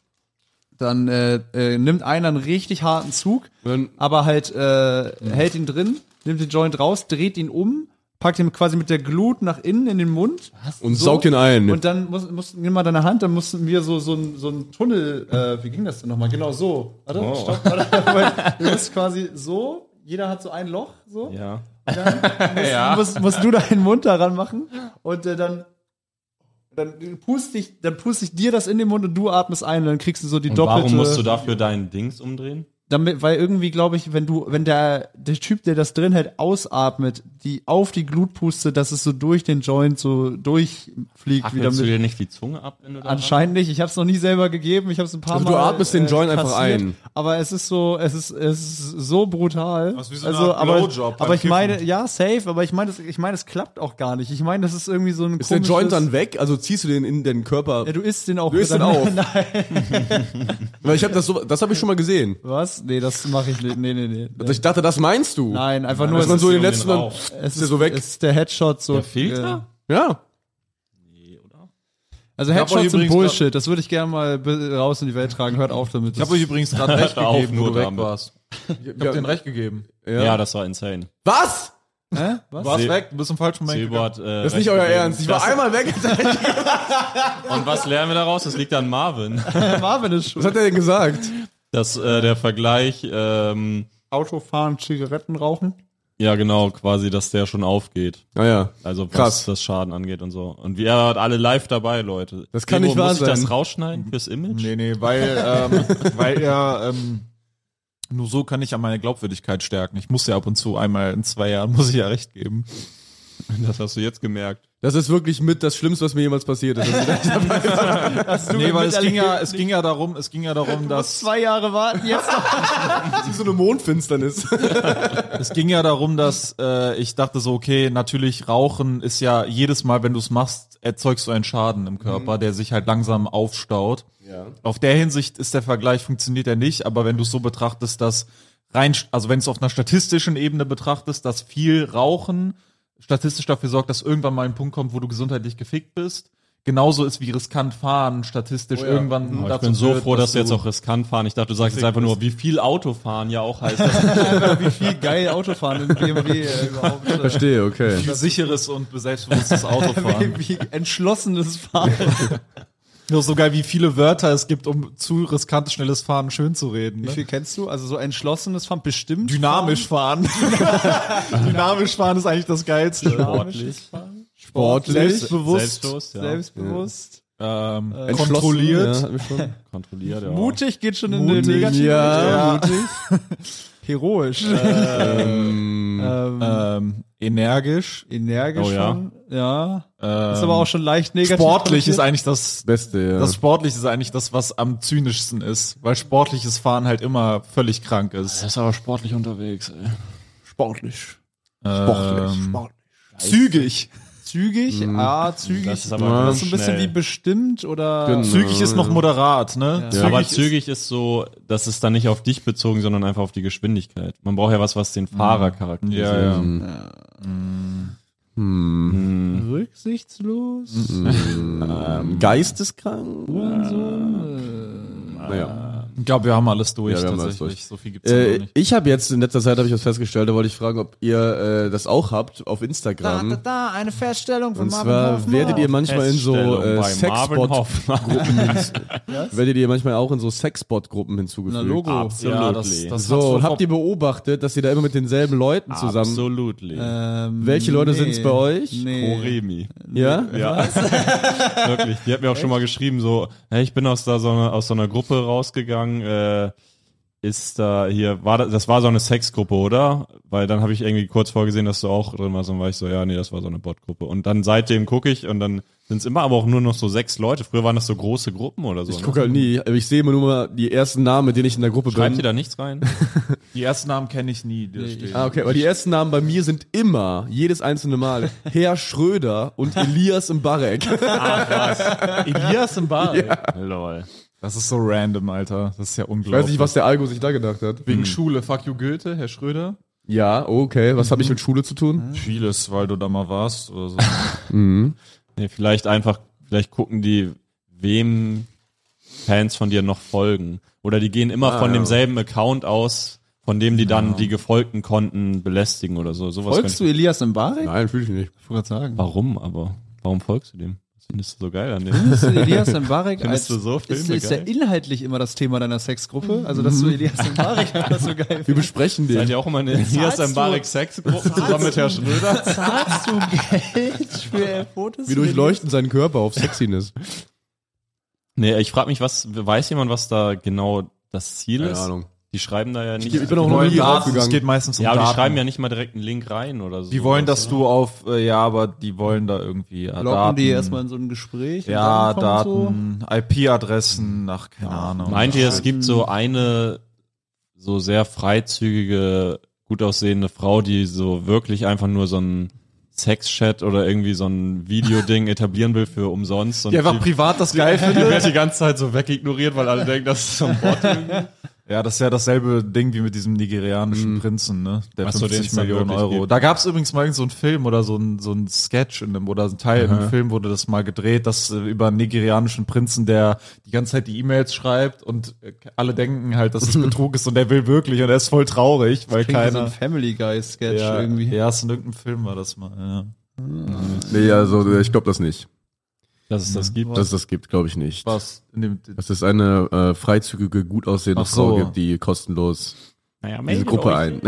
Speaker 2: Dann äh, äh, nimmt einer einen richtig harten Zug,
Speaker 1: Dann-
Speaker 2: aber halt äh, hält ihn drin, nimmt den Joint raus, dreht ihn um, packt ihn quasi mit der Glut nach innen in den Mund
Speaker 1: Und saugt ihn ein.
Speaker 2: und dann muss, muss, nimm mal deine Hand, dann mussten wir so, so, ein, so einen Tunnel, äh, wie ging das denn nochmal? Genau so. Warte, stopp, warte. Du musst quasi so, jeder hat so ein Loch, so.
Speaker 3: Ja.
Speaker 2: Musst, musst du deinen Mund daran machen und äh, dann, dann puste ich, dann puste ich dir das in den Mund und du atmest ein und dann kriegst du so die
Speaker 3: Und
Speaker 2: doppelte.
Speaker 3: warum musst du dafür deinen Dings umdrehen?
Speaker 2: damit, weil irgendwie glaube ich, wenn du, wenn der, der Typ, der das drin hält, ausatmet, die auf die Glut pustet, dass es so durch den Joint so durchfliegt wieder
Speaker 3: Hackelst du
Speaker 2: mit
Speaker 3: dir nicht die Zunge ab, wenn du da
Speaker 2: Anscheinend nicht. Ich habe es noch nie selber gegeben. Ich habe es ein paar
Speaker 1: Also
Speaker 2: Mal. äh,
Speaker 1: du atmest den Joint einfach
Speaker 2: kassiert.
Speaker 1: ein.
Speaker 2: Aber es ist so, es ist, es ist so brutal.
Speaker 4: Das ist wie so eine
Speaker 2: also,
Speaker 4: Art
Speaker 2: aber,
Speaker 4: Blowjob beim
Speaker 2: aber ich
Speaker 4: Kiffen.
Speaker 2: meine, ja, safe. Aber ich meine, das- ich meine, es klappt auch gar nicht. Ich meine, das ist irgendwie so ein.
Speaker 1: Ist der Joint dann weg? Also ziehst du den in den Körper?
Speaker 2: Ja, du isst den auch.
Speaker 1: Du isst
Speaker 2: dann-
Speaker 1: den auf.
Speaker 2: Nein,
Speaker 1: Weil ich habe das so, das habe ich schon mal gesehen.
Speaker 2: was? Nee, das mache ich nicht. Nee, nee, nee. nee.
Speaker 1: Ich dachte, das meinst du.
Speaker 2: Nein, einfach nur.
Speaker 1: Dass man
Speaker 2: es
Speaker 1: so
Speaker 2: ist,
Speaker 1: den
Speaker 3: um
Speaker 1: letzten
Speaker 3: den
Speaker 1: dann,
Speaker 3: Rauch.
Speaker 2: es
Speaker 1: ist der so weg.
Speaker 2: Es ist der Headshot so.
Speaker 3: Der Filter?
Speaker 2: Äh,
Speaker 1: ja.
Speaker 2: Also
Speaker 4: hab euch
Speaker 2: Headshots sind
Speaker 4: übrigens
Speaker 2: Bullshit. Das würde ich gerne mal be- raus in die Welt tragen. Hört auf damit.
Speaker 4: Ich habe euch übrigens gerade recht
Speaker 3: Hör auf,
Speaker 4: gegeben, wo
Speaker 3: nur
Speaker 4: du weg
Speaker 3: damit.
Speaker 4: warst. Ich habe den recht gegeben.
Speaker 3: Ja. das war insane.
Speaker 1: Was?
Speaker 2: Hä? Was? Du warst
Speaker 3: See-
Speaker 2: weg, du bist im falschen Moment. gegangen.
Speaker 3: Seebord, äh,
Speaker 1: Das ist nicht euer Ernst. Ich war
Speaker 3: das,
Speaker 1: einmal weg. Was
Speaker 3: Und was lernen wir daraus? Das liegt an Marvin.
Speaker 2: Marvin ist schuld.
Speaker 1: hat er denn gesagt?
Speaker 3: Dass äh, der Vergleich, ähm,
Speaker 2: Autofahren, Zigaretten rauchen.
Speaker 3: ja genau, quasi, dass der schon aufgeht.
Speaker 1: Naja.
Speaker 3: Also was
Speaker 1: Krass.
Speaker 3: das Schaden angeht und so. Und wir waren alle live dabei, Leute.
Speaker 1: Das kann
Speaker 3: Ivo,
Speaker 1: nicht wahr
Speaker 3: muss ich
Speaker 1: sein.
Speaker 3: das rausschneiden fürs Image?
Speaker 4: Nee, nee, weil, ähm, weil er, ähm, nur so kann ich an meine Glaubwürdigkeit stärken. Ich muss ja ab und zu einmal in zwei Jahren, muss ich ja recht geben.
Speaker 3: Das hast du jetzt gemerkt.
Speaker 1: Das ist wirklich mit das Schlimmste, was mir jemals passiert ist. Also,
Speaker 4: Nee, weil es ging ja, es ging ja darum, es ging ja darum, dass,
Speaker 2: Zwei Jahre warten jetzt.
Speaker 1: Das ist so eine Mondfinsternis.
Speaker 4: es ging ja darum, dass, äh, ich dachte so, okay, natürlich Rauchen ist ja jedes Mal, wenn du es machst, erzeugst du einen Schaden im
Speaker 2: Mhm.
Speaker 4: Körper, der sich halt langsam aufstaut.
Speaker 1: Ja.
Speaker 4: Auf der Hinsicht ist der Vergleich, funktioniert er nicht, aber wenn du es so betrachtest, dass rein, also wenn du es auf einer statistischen Ebene betrachtest, dass viel Rauchen statistisch dafür sorgt, dass irgendwann mal ein Punkt kommt, wo du gesundheitlich gefickt bist. Genauso ist wie riskant fahren statistisch irgendwann
Speaker 3: Aber ich
Speaker 4: dazu
Speaker 3: bin so
Speaker 4: führt,
Speaker 3: froh, dass, wir jetzt
Speaker 4: du-
Speaker 3: auch riskant fahren. Ich dachte, du sagst jetzt einfach nur, wie viel Autofahren ja auch heißt. dass-
Speaker 2: Wie viel geil Autofahren in BMW äh, überhaupt. äh,
Speaker 1: Verstehe, okay.
Speaker 4: Wie sicheres und selbstbewusstes Autofahren.
Speaker 2: Wie, wie entschlossenes Fahren.
Speaker 4: Nur so geil, wie viele Wörter es gibt, um zu riskantes, schnelles Fahren schön zu reden.
Speaker 2: Wie
Speaker 4: Ne?
Speaker 2: viel kennst du? Also so entschlossenes Fahren bestimmt.
Speaker 4: Dynamisch fahren. Dynamisch fahren ist eigentlich das Geilste.
Speaker 3: Sportlich.
Speaker 1: Sportlich.
Speaker 2: Selbstbewusst.
Speaker 3: Selbstbewusst, ja.
Speaker 2: Selbstbewusst.
Speaker 4: Ähm,
Speaker 1: Entschlossen,
Speaker 4: kontrolliert.
Speaker 1: Ja, hat mich schon.
Speaker 3: Kontrolliert, ja.
Speaker 2: Mutig geht schon in
Speaker 1: Mutig,
Speaker 2: den negativen
Speaker 1: ja,
Speaker 2: mutig. Heroisch. ähm,
Speaker 4: Ähm, energisch.
Speaker 2: energisch
Speaker 3: Oh ja.
Speaker 2: schon. Ja.
Speaker 4: Ähm,
Speaker 2: Ist aber auch schon leicht negativ.
Speaker 4: sportlich ist
Speaker 2: konnotiert.
Speaker 4: eigentlich das,
Speaker 1: Beste, ja.
Speaker 4: das sportlich ist eigentlich das, was am zynischsten ist, weil sportliches Fahren halt immer völlig krank ist.
Speaker 3: ist aber sportlich unterwegs, ey.
Speaker 1: sportlich.
Speaker 4: Ähm, zügig.
Speaker 2: zügig. Ah, zügig.
Speaker 3: Das ist aber
Speaker 1: Ja.
Speaker 2: Das ist so ein bisschen
Speaker 3: schnell.
Speaker 2: wie bestimmt oder
Speaker 1: Genau.
Speaker 4: Zügig ist noch moderat, ne?
Speaker 2: Ja.
Speaker 3: aber
Speaker 4: ist-
Speaker 3: zügig ist so, das ist dann nicht auf dich bezogen, sondern einfach auf die Geschwindigkeit. Man braucht ja was, was den Fahrer
Speaker 1: Mhm.
Speaker 3: charakterisiert.
Speaker 4: Ja, ja.
Speaker 1: Hm.
Speaker 2: rücksichtslos.
Speaker 1: Ähm, geisteskrank. Naja.
Speaker 4: Ich glaube, wir haben alles durch
Speaker 1: Ja, wir haben alles
Speaker 4: tatsächlich.
Speaker 1: durch.
Speaker 4: So viel gibt's ja noch
Speaker 1: Äh,
Speaker 4: nicht.
Speaker 1: ich habe jetzt in letzter Zeit habe ich was festgestellt, da wollte ich fragen, ob ihr äh, das auch habt auf Instagram.
Speaker 2: da, eine Feststellung von
Speaker 1: Und zwar werdet ihr manchmal in so äh, Sexbot werdet ihr manchmal auch in so Sexbot Gruppen hinzugefügt.
Speaker 2: Na, Logo.
Speaker 3: Absolutely.
Speaker 4: Ja, das, das hat's
Speaker 1: So,
Speaker 4: wohl
Speaker 1: habt ihr beobachtet, dass ihr da immer mit denselben Leuten zusammen
Speaker 3: Absolutely.
Speaker 2: Ähm,
Speaker 1: Welche Leute sind's bei euch?
Speaker 2: Nee.
Speaker 3: Oremi.
Speaker 1: Ja?
Speaker 3: Ja. Wirklich. Die hat mir auch schon mal geschrieben, so, hey, ich bin aus, da so einer, aus so einer Gruppe rausgegangen, äh, ist da hier, war das, das war so eine Sexgruppe, oder? Weil dann habe ich irgendwie kurz vorgesehen, dass du auch drin warst und war ich so, ja, nee, das war so eine Botgruppe. Und dann seitdem gucke ich und dann sind es immer aber auch nur noch so sechs Leute. Früher waren das so große Gruppen oder so.
Speaker 1: Ich
Speaker 3: ne?
Speaker 1: gucke halt nie, aber ich sehe immer nur mal die ersten Namen, mit denen ich in der Gruppe
Speaker 3: Schreibt ihr
Speaker 1: bin.
Speaker 3: da nichts rein?
Speaker 4: Die ersten Namen kenne ich nie. die da stehen.
Speaker 1: Ah, okay, aber die ersten Namen bei mir sind immer, jedes einzelne Mal, Herr Schröder und Elias Mbarek.
Speaker 4: Elias im Bar.
Speaker 3: Lol.
Speaker 4: Das ist so random, Alter. Das ist ja
Speaker 1: Ich weiß
Speaker 4: unglaublich.
Speaker 1: nicht, was der Algo sich da gedacht hat. Hm.
Speaker 4: Wegen Schule. Fuck you Goethe, Herr Schröder.
Speaker 1: Ja, okay, was habe ich mit Schule zu tun?
Speaker 4: Vieles, weil du da mal warst oder so.
Speaker 3: Nee, vielleicht einfach, vielleicht gucken die, wem Fans von dir noch folgen. Oder die gehen immer von
Speaker 1: ja.
Speaker 3: demselben Account aus, von dem die dann die gefolgten Konten belästigen oder so. Sowas
Speaker 2: Folgst du
Speaker 3: könnte-
Speaker 2: Elias Mbarek?
Speaker 1: Nein, fühle ich nicht.
Speaker 2: Ich wollte gerade sagen.
Speaker 3: Warum aber? Warum folgst du dem? Was findest du so geil an dem?
Speaker 2: Findest du Elias Mbarek
Speaker 3: Findest du so
Speaker 2: ist,
Speaker 3: Filme
Speaker 2: ist ja
Speaker 3: geil?
Speaker 2: inhaltlich immer das Thema deiner Sexgruppe? Also, dass du Elias Mbarek das so geil
Speaker 1: Wir besprechen den.
Speaker 3: Seid ihr auch immer in den Elias
Speaker 2: Zahlst du-
Speaker 3: Embarek Sexgruppen zusammen mit Herr Schröder?
Speaker 2: Zahlst du Geld für Fotos?
Speaker 1: Wir durchleuchten seinen Körper auf Sexiness.
Speaker 3: Nee, ich frage mich, was, weiß jemand, was da genau das Ziel ist? Die schreiben da ja nicht.
Speaker 1: Ich bin auch noch
Speaker 4: Wollen
Speaker 1: nie
Speaker 4: Daten, es geht
Speaker 1: draufgegangen.
Speaker 4: meistens um
Speaker 3: ja, aber die
Speaker 4: Daten.
Speaker 3: schreiben ja nicht mal direkt einen Link rein oder so.
Speaker 4: Die wollen, dass
Speaker 3: ne?
Speaker 4: du auf, äh, ja, aber die wollen da irgendwie äh,
Speaker 2: Locken
Speaker 4: Daten,
Speaker 2: die erstmal in so ein Gespräch? und
Speaker 4: ja,
Speaker 2: dann kommt so-
Speaker 4: Daten, IP-Adressen, ach, keine Ahnung.
Speaker 3: Meint ihr, es gibt so eine so sehr freizügige, gut aussehende Frau, die so wirklich einfach nur so ein Sexchat oder irgendwie so ein Videoding etablieren will für umsonst? Und
Speaker 4: Die einfach privat das geil
Speaker 3: die
Speaker 4: findet?
Speaker 3: wird die ganze Zeit so wegignoriert, weil alle denken, das ist so ein Bot. irgendwie? Mhm.
Speaker 4: Ja, das ist ja dasselbe Ding wie mit diesem nigerianischen Prinzen, ne? Der
Speaker 3: Ach so, den es
Speaker 4: 50
Speaker 3: dann
Speaker 4: Millionen
Speaker 3: wirklich
Speaker 4: Euro.
Speaker 3: gibt.
Speaker 4: Da gab es übrigens mal irgend so einen Film oder so ein, so ein Sketch in einem, oder ein Teil in einem Film wurde das mal gedreht, dass äh, über einen nigerianischen Prinzen, der die ganze Zeit die E-Mails schreibt und äh, alle denken halt, dass es Betrug ist und der will wirklich und er ist voll traurig, weil
Speaker 2: Klingt wie so ein
Speaker 4: keiner.
Speaker 2: Family Guy Sketch
Speaker 4: ja,
Speaker 2: irgendwie.
Speaker 4: ja, ist in irgendeinem Film war das mal. Ja.
Speaker 1: Nee, also ich glaube das nicht.
Speaker 3: Dass es das gibt.
Speaker 1: Dass es das gibt, glaube ich nicht.
Speaker 4: Was? In dem,
Speaker 1: Dass es eine äh, freizügige, gut aussehende
Speaker 4: Ach so.
Speaker 1: Frau gibt, die kostenlos
Speaker 3: naja,
Speaker 1: diese Gruppe ein.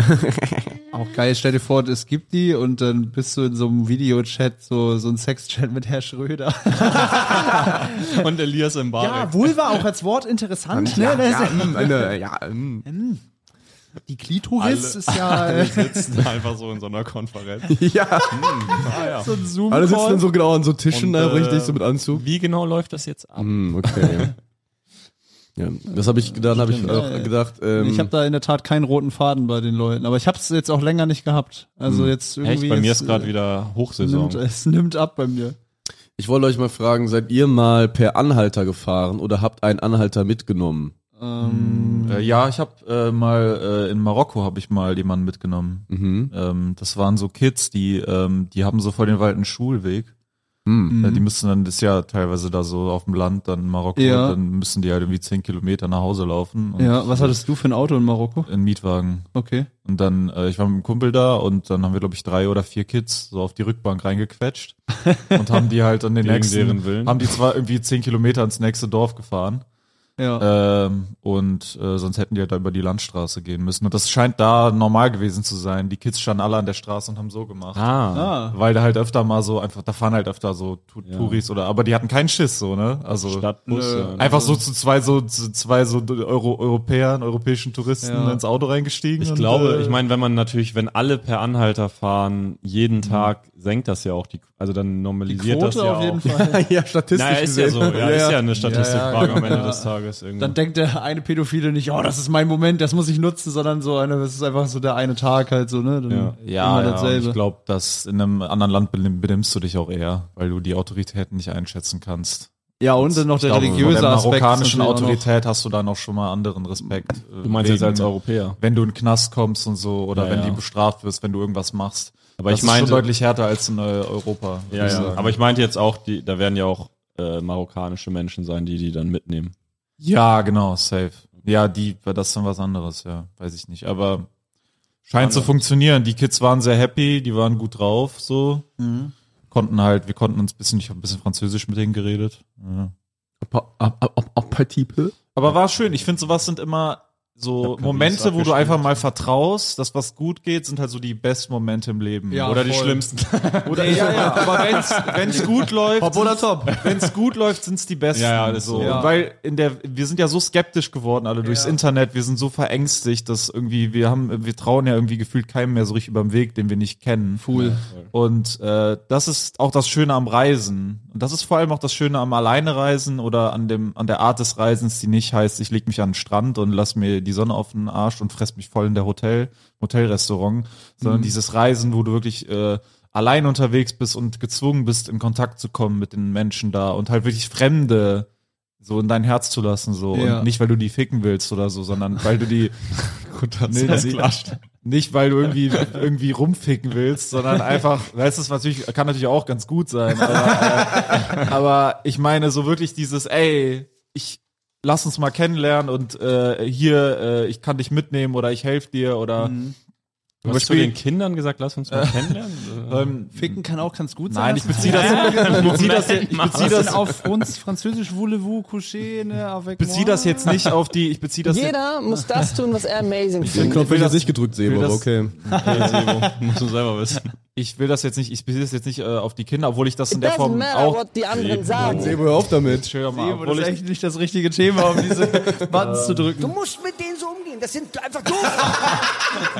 Speaker 2: Auch geil, stell dir vor, es gibt die und dann bist du in so einem Videochat, so, so ein Sexchat mit Herr Schröder.
Speaker 3: Und Elias im Bar.
Speaker 2: Ja, Vulva auch als Wort interessant, ne? Das ist-
Speaker 1: mm, eine, ja, mm.
Speaker 2: Die Klitoris
Speaker 3: Alle-
Speaker 2: ist ja äh,
Speaker 3: sitzen einfach so in so einer Konferenz.
Speaker 1: ja.
Speaker 2: so ein zoom
Speaker 1: Alle sitzen dann so genau an so Tischen,
Speaker 3: Und,
Speaker 1: da,
Speaker 3: äh,
Speaker 1: richtig, so mit Anzug.
Speaker 3: Wie genau läuft das jetzt ab?
Speaker 1: Hm, okay. ja, das habe ich, dann habe ich auch gedacht, ähm,
Speaker 2: Ich habe da in der Tat keinen roten Faden bei den Leuten, aber ich habe es jetzt auch länger nicht gehabt. Also jetzt irgendwie
Speaker 3: Hm. Echt, bei mir
Speaker 2: es,
Speaker 3: ist gerade
Speaker 2: äh,
Speaker 3: wieder Hochsaison.
Speaker 2: nimmt, es nimmt ab bei mir.
Speaker 1: ich wollte euch mal fragen, seid ihr mal per Anhalter gefahren oder habt einen Anhalter mitgenommen?
Speaker 2: Mhm.
Speaker 4: Äh, ja, ich habe äh, mal äh, in Marokko habe ich mal jemanden mitgenommen.
Speaker 1: Mhm.
Speaker 4: Ähm, das waren so Kids, die ähm, die haben so vor den Wald einen Schulweg.
Speaker 1: Mhm.
Speaker 4: Äh,
Speaker 2: Mhm.
Speaker 4: die müssen dann das ist ja teilweise da so auf dem Land dann in Marokko,
Speaker 2: Ja.
Speaker 4: dann müssen die halt irgendwie zehn Kilometer nach Hause laufen. Und
Speaker 2: Ja, was hattest du für ein Auto in Marokko?
Speaker 4: In Mietwagen.
Speaker 2: Okay.
Speaker 4: Und dann, äh, ich war mit einem Kumpel da und dann haben wir, glaube ich, drei oder vier Kids so auf die Rückbank reingequetscht und haben die halt an den
Speaker 3: Gegen
Speaker 4: nächsten,
Speaker 3: deren Willen.
Speaker 4: haben die zwar irgendwie zehn Kilometer ins nächste Dorf gefahren,
Speaker 3: Äh,
Speaker 2: Ja.
Speaker 4: ähm, und äh, sonst hätten die halt da über die Landstraße gehen müssen. Und das scheint da normal gewesen zu sein. Die Kids standen alle an der Straße und haben so gemacht.
Speaker 3: Ah,
Speaker 2: ah.
Speaker 4: Weil da halt öfter mal so einfach, da fahren halt öfter so tu Touris oder, aber die hatten keinen Schiss so, ne? Also
Speaker 3: Stadtbusse.
Speaker 4: einfach so zu zwei so zu zwei so Euro Europäern, europäischen Touristen
Speaker 2: Ja.
Speaker 4: ins Auto reingestiegen.
Speaker 3: Ich
Speaker 4: und,
Speaker 3: glaube,
Speaker 4: äh,
Speaker 3: ich meine, wenn man natürlich, wenn alle per Anhalter fahren, jeden Tag senkt das ja auch die, also dann normalisiert das ja
Speaker 2: auf
Speaker 3: auch.
Speaker 2: jeden Fall.
Speaker 1: ja, statistisch
Speaker 3: Naja, ist ja so, ja, ist ja eine Statistikfrage am Ende
Speaker 2: Ja.
Speaker 3: des Tages irgendwie.
Speaker 2: Dann denkt der eine Pädophile nicht, oh, das ist mein Moment, das muss ich nutzen, sondern so eine, das ist einfach so der eine Tag halt so, ne? Dann
Speaker 3: Ja.
Speaker 4: ja,
Speaker 2: immer
Speaker 4: ja und
Speaker 2: dasselbe.
Speaker 4: ich glaube, dass in einem anderen Land benimm- benimmst du dich auch eher, weil du die Autoritäten nicht einschätzen kannst.
Speaker 2: ja, und dann noch der
Speaker 4: glaube,
Speaker 2: religiöse
Speaker 4: vor der
Speaker 2: Aspekt. ist
Speaker 4: marokkanischen
Speaker 2: natürlich auch noch-
Speaker 4: Autorität hast du da noch schon mal anderen Respekt. äh,
Speaker 3: du meinst jetzt als Europäer.
Speaker 4: Wenn du in den Knast kommst und so, oder
Speaker 3: Ja,
Speaker 4: wenn
Speaker 3: ja.
Speaker 4: die bestraft wirst, wenn du irgendwas machst.
Speaker 3: Aber
Speaker 4: das
Speaker 3: ich meinte-
Speaker 4: ist schon deutlich härter als in äh, Europa. würd
Speaker 3: Ja,
Speaker 4: ich
Speaker 3: ja.
Speaker 4: sagen.
Speaker 3: Aber ich meinte jetzt auch, die, da werden ja auch äh, marokkanische Menschen sein, die die dann mitnehmen.
Speaker 4: ja, genau, safe. Ja, die, das ist dann was anderes, ja, weiß ich nicht. Aber scheint zu funktionieren. Die Kids waren sehr happy, die waren gut drauf, so. Konnten halt, wir konnten uns ein bisschen, ich habe ein bisschen Französisch mit denen geredet. Ja. Aber war schön. Ich finde, sowas sind immer so
Speaker 3: hab
Speaker 4: Momente,
Speaker 3: Kabinetts
Speaker 4: wo du
Speaker 3: abgespielt.
Speaker 4: einfach mal vertraust, dass was gut geht, sind halt so die besten Momente im Leben.
Speaker 2: Ja,
Speaker 4: oder die
Speaker 2: voll.
Speaker 4: schlimmsten. Oder ja, ja, aber wenn's, wenn's gut läuft,
Speaker 2: Hopp oder top.
Speaker 4: wenn's gut läuft, sind's die besten.
Speaker 3: Ja, ja, das
Speaker 4: so.
Speaker 3: ist so.
Speaker 4: Und Weil in der, wir sind ja so skeptisch geworden, alle durchs Internet, wir sind so verängstigt, dass irgendwie, wir haben, wir trauen ja irgendwie gefühlt keinem mehr so richtig über den Weg, den wir nicht kennen.
Speaker 2: Cool.
Speaker 4: Und äh, das ist auch das Schöne am Reisen. Und das ist vor allem auch das Schöne am Alleinereisen oder an dem an der Art des Reisens, die nicht heißt, ich leg mich an den Strand und lass mir die Sonne auf den Arsch und fress mich voll in der Hotel Hotelrestaurant, sondern dieses Reisen, wo du wirklich äh, allein unterwegs bist und gezwungen bist, in Kontakt zu kommen mit den Menschen da und halt wirklich Fremde so in dein Herz zu lassen so
Speaker 2: Ja.
Speaker 4: und nicht weil du die ficken willst oder so, sondern weil du die Gut, nee, die- nicht, weil du irgendwie, irgendwie rumficken willst, sondern einfach, weißt du, das natürlich, kann natürlich auch ganz gut sein, aber, äh, aber ich meine so wirklich dieses, ey, ich lass uns mal kennenlernen und äh, hier, äh, ich kann dich mitnehmen oder ich helfe dir oder
Speaker 6: Mhm.
Speaker 3: Du hast zu den Kindern gesagt, lass uns mal kennenlernen?
Speaker 4: ähm,
Speaker 2: Ficken kann auch ganz gut sein.
Speaker 4: nein, ich beziehe das, ich beziehe das, ich beziehe das,
Speaker 2: auf Franz- Französisch Voulez-vous coucher, ne, avec
Speaker 4: beziehe das jetzt nicht auf die, ich beziehe das jetzt
Speaker 6: Jeder muss das tun, was er amazing
Speaker 1: Den
Speaker 6: findet.
Speaker 1: Knopf
Speaker 4: will
Speaker 1: will ich
Speaker 4: das-
Speaker 1: jetzt nicht gedrückt sehen,
Speaker 4: will
Speaker 1: aber
Speaker 4: das-
Speaker 1: okay.
Speaker 3: Okay, Sebo, musst du selber wissen.
Speaker 4: ich will das jetzt nicht, ich beziehe das jetzt nicht äh, auf die Kinder, obwohl ich das in
Speaker 6: It
Speaker 4: der
Speaker 6: doesn't
Speaker 4: Form
Speaker 6: matter,
Speaker 4: auch.
Speaker 6: what die anderen sagen.
Speaker 1: Sebo, hör auf damit.
Speaker 4: Entschuldigung, mal,
Speaker 2: Eben, das
Speaker 4: obwohl
Speaker 2: ist
Speaker 4: ich,
Speaker 2: echt nicht das richtige Thema, um diese Buttons zu drücken.
Speaker 7: musst mit denen so umgehen. Das sind einfach doof.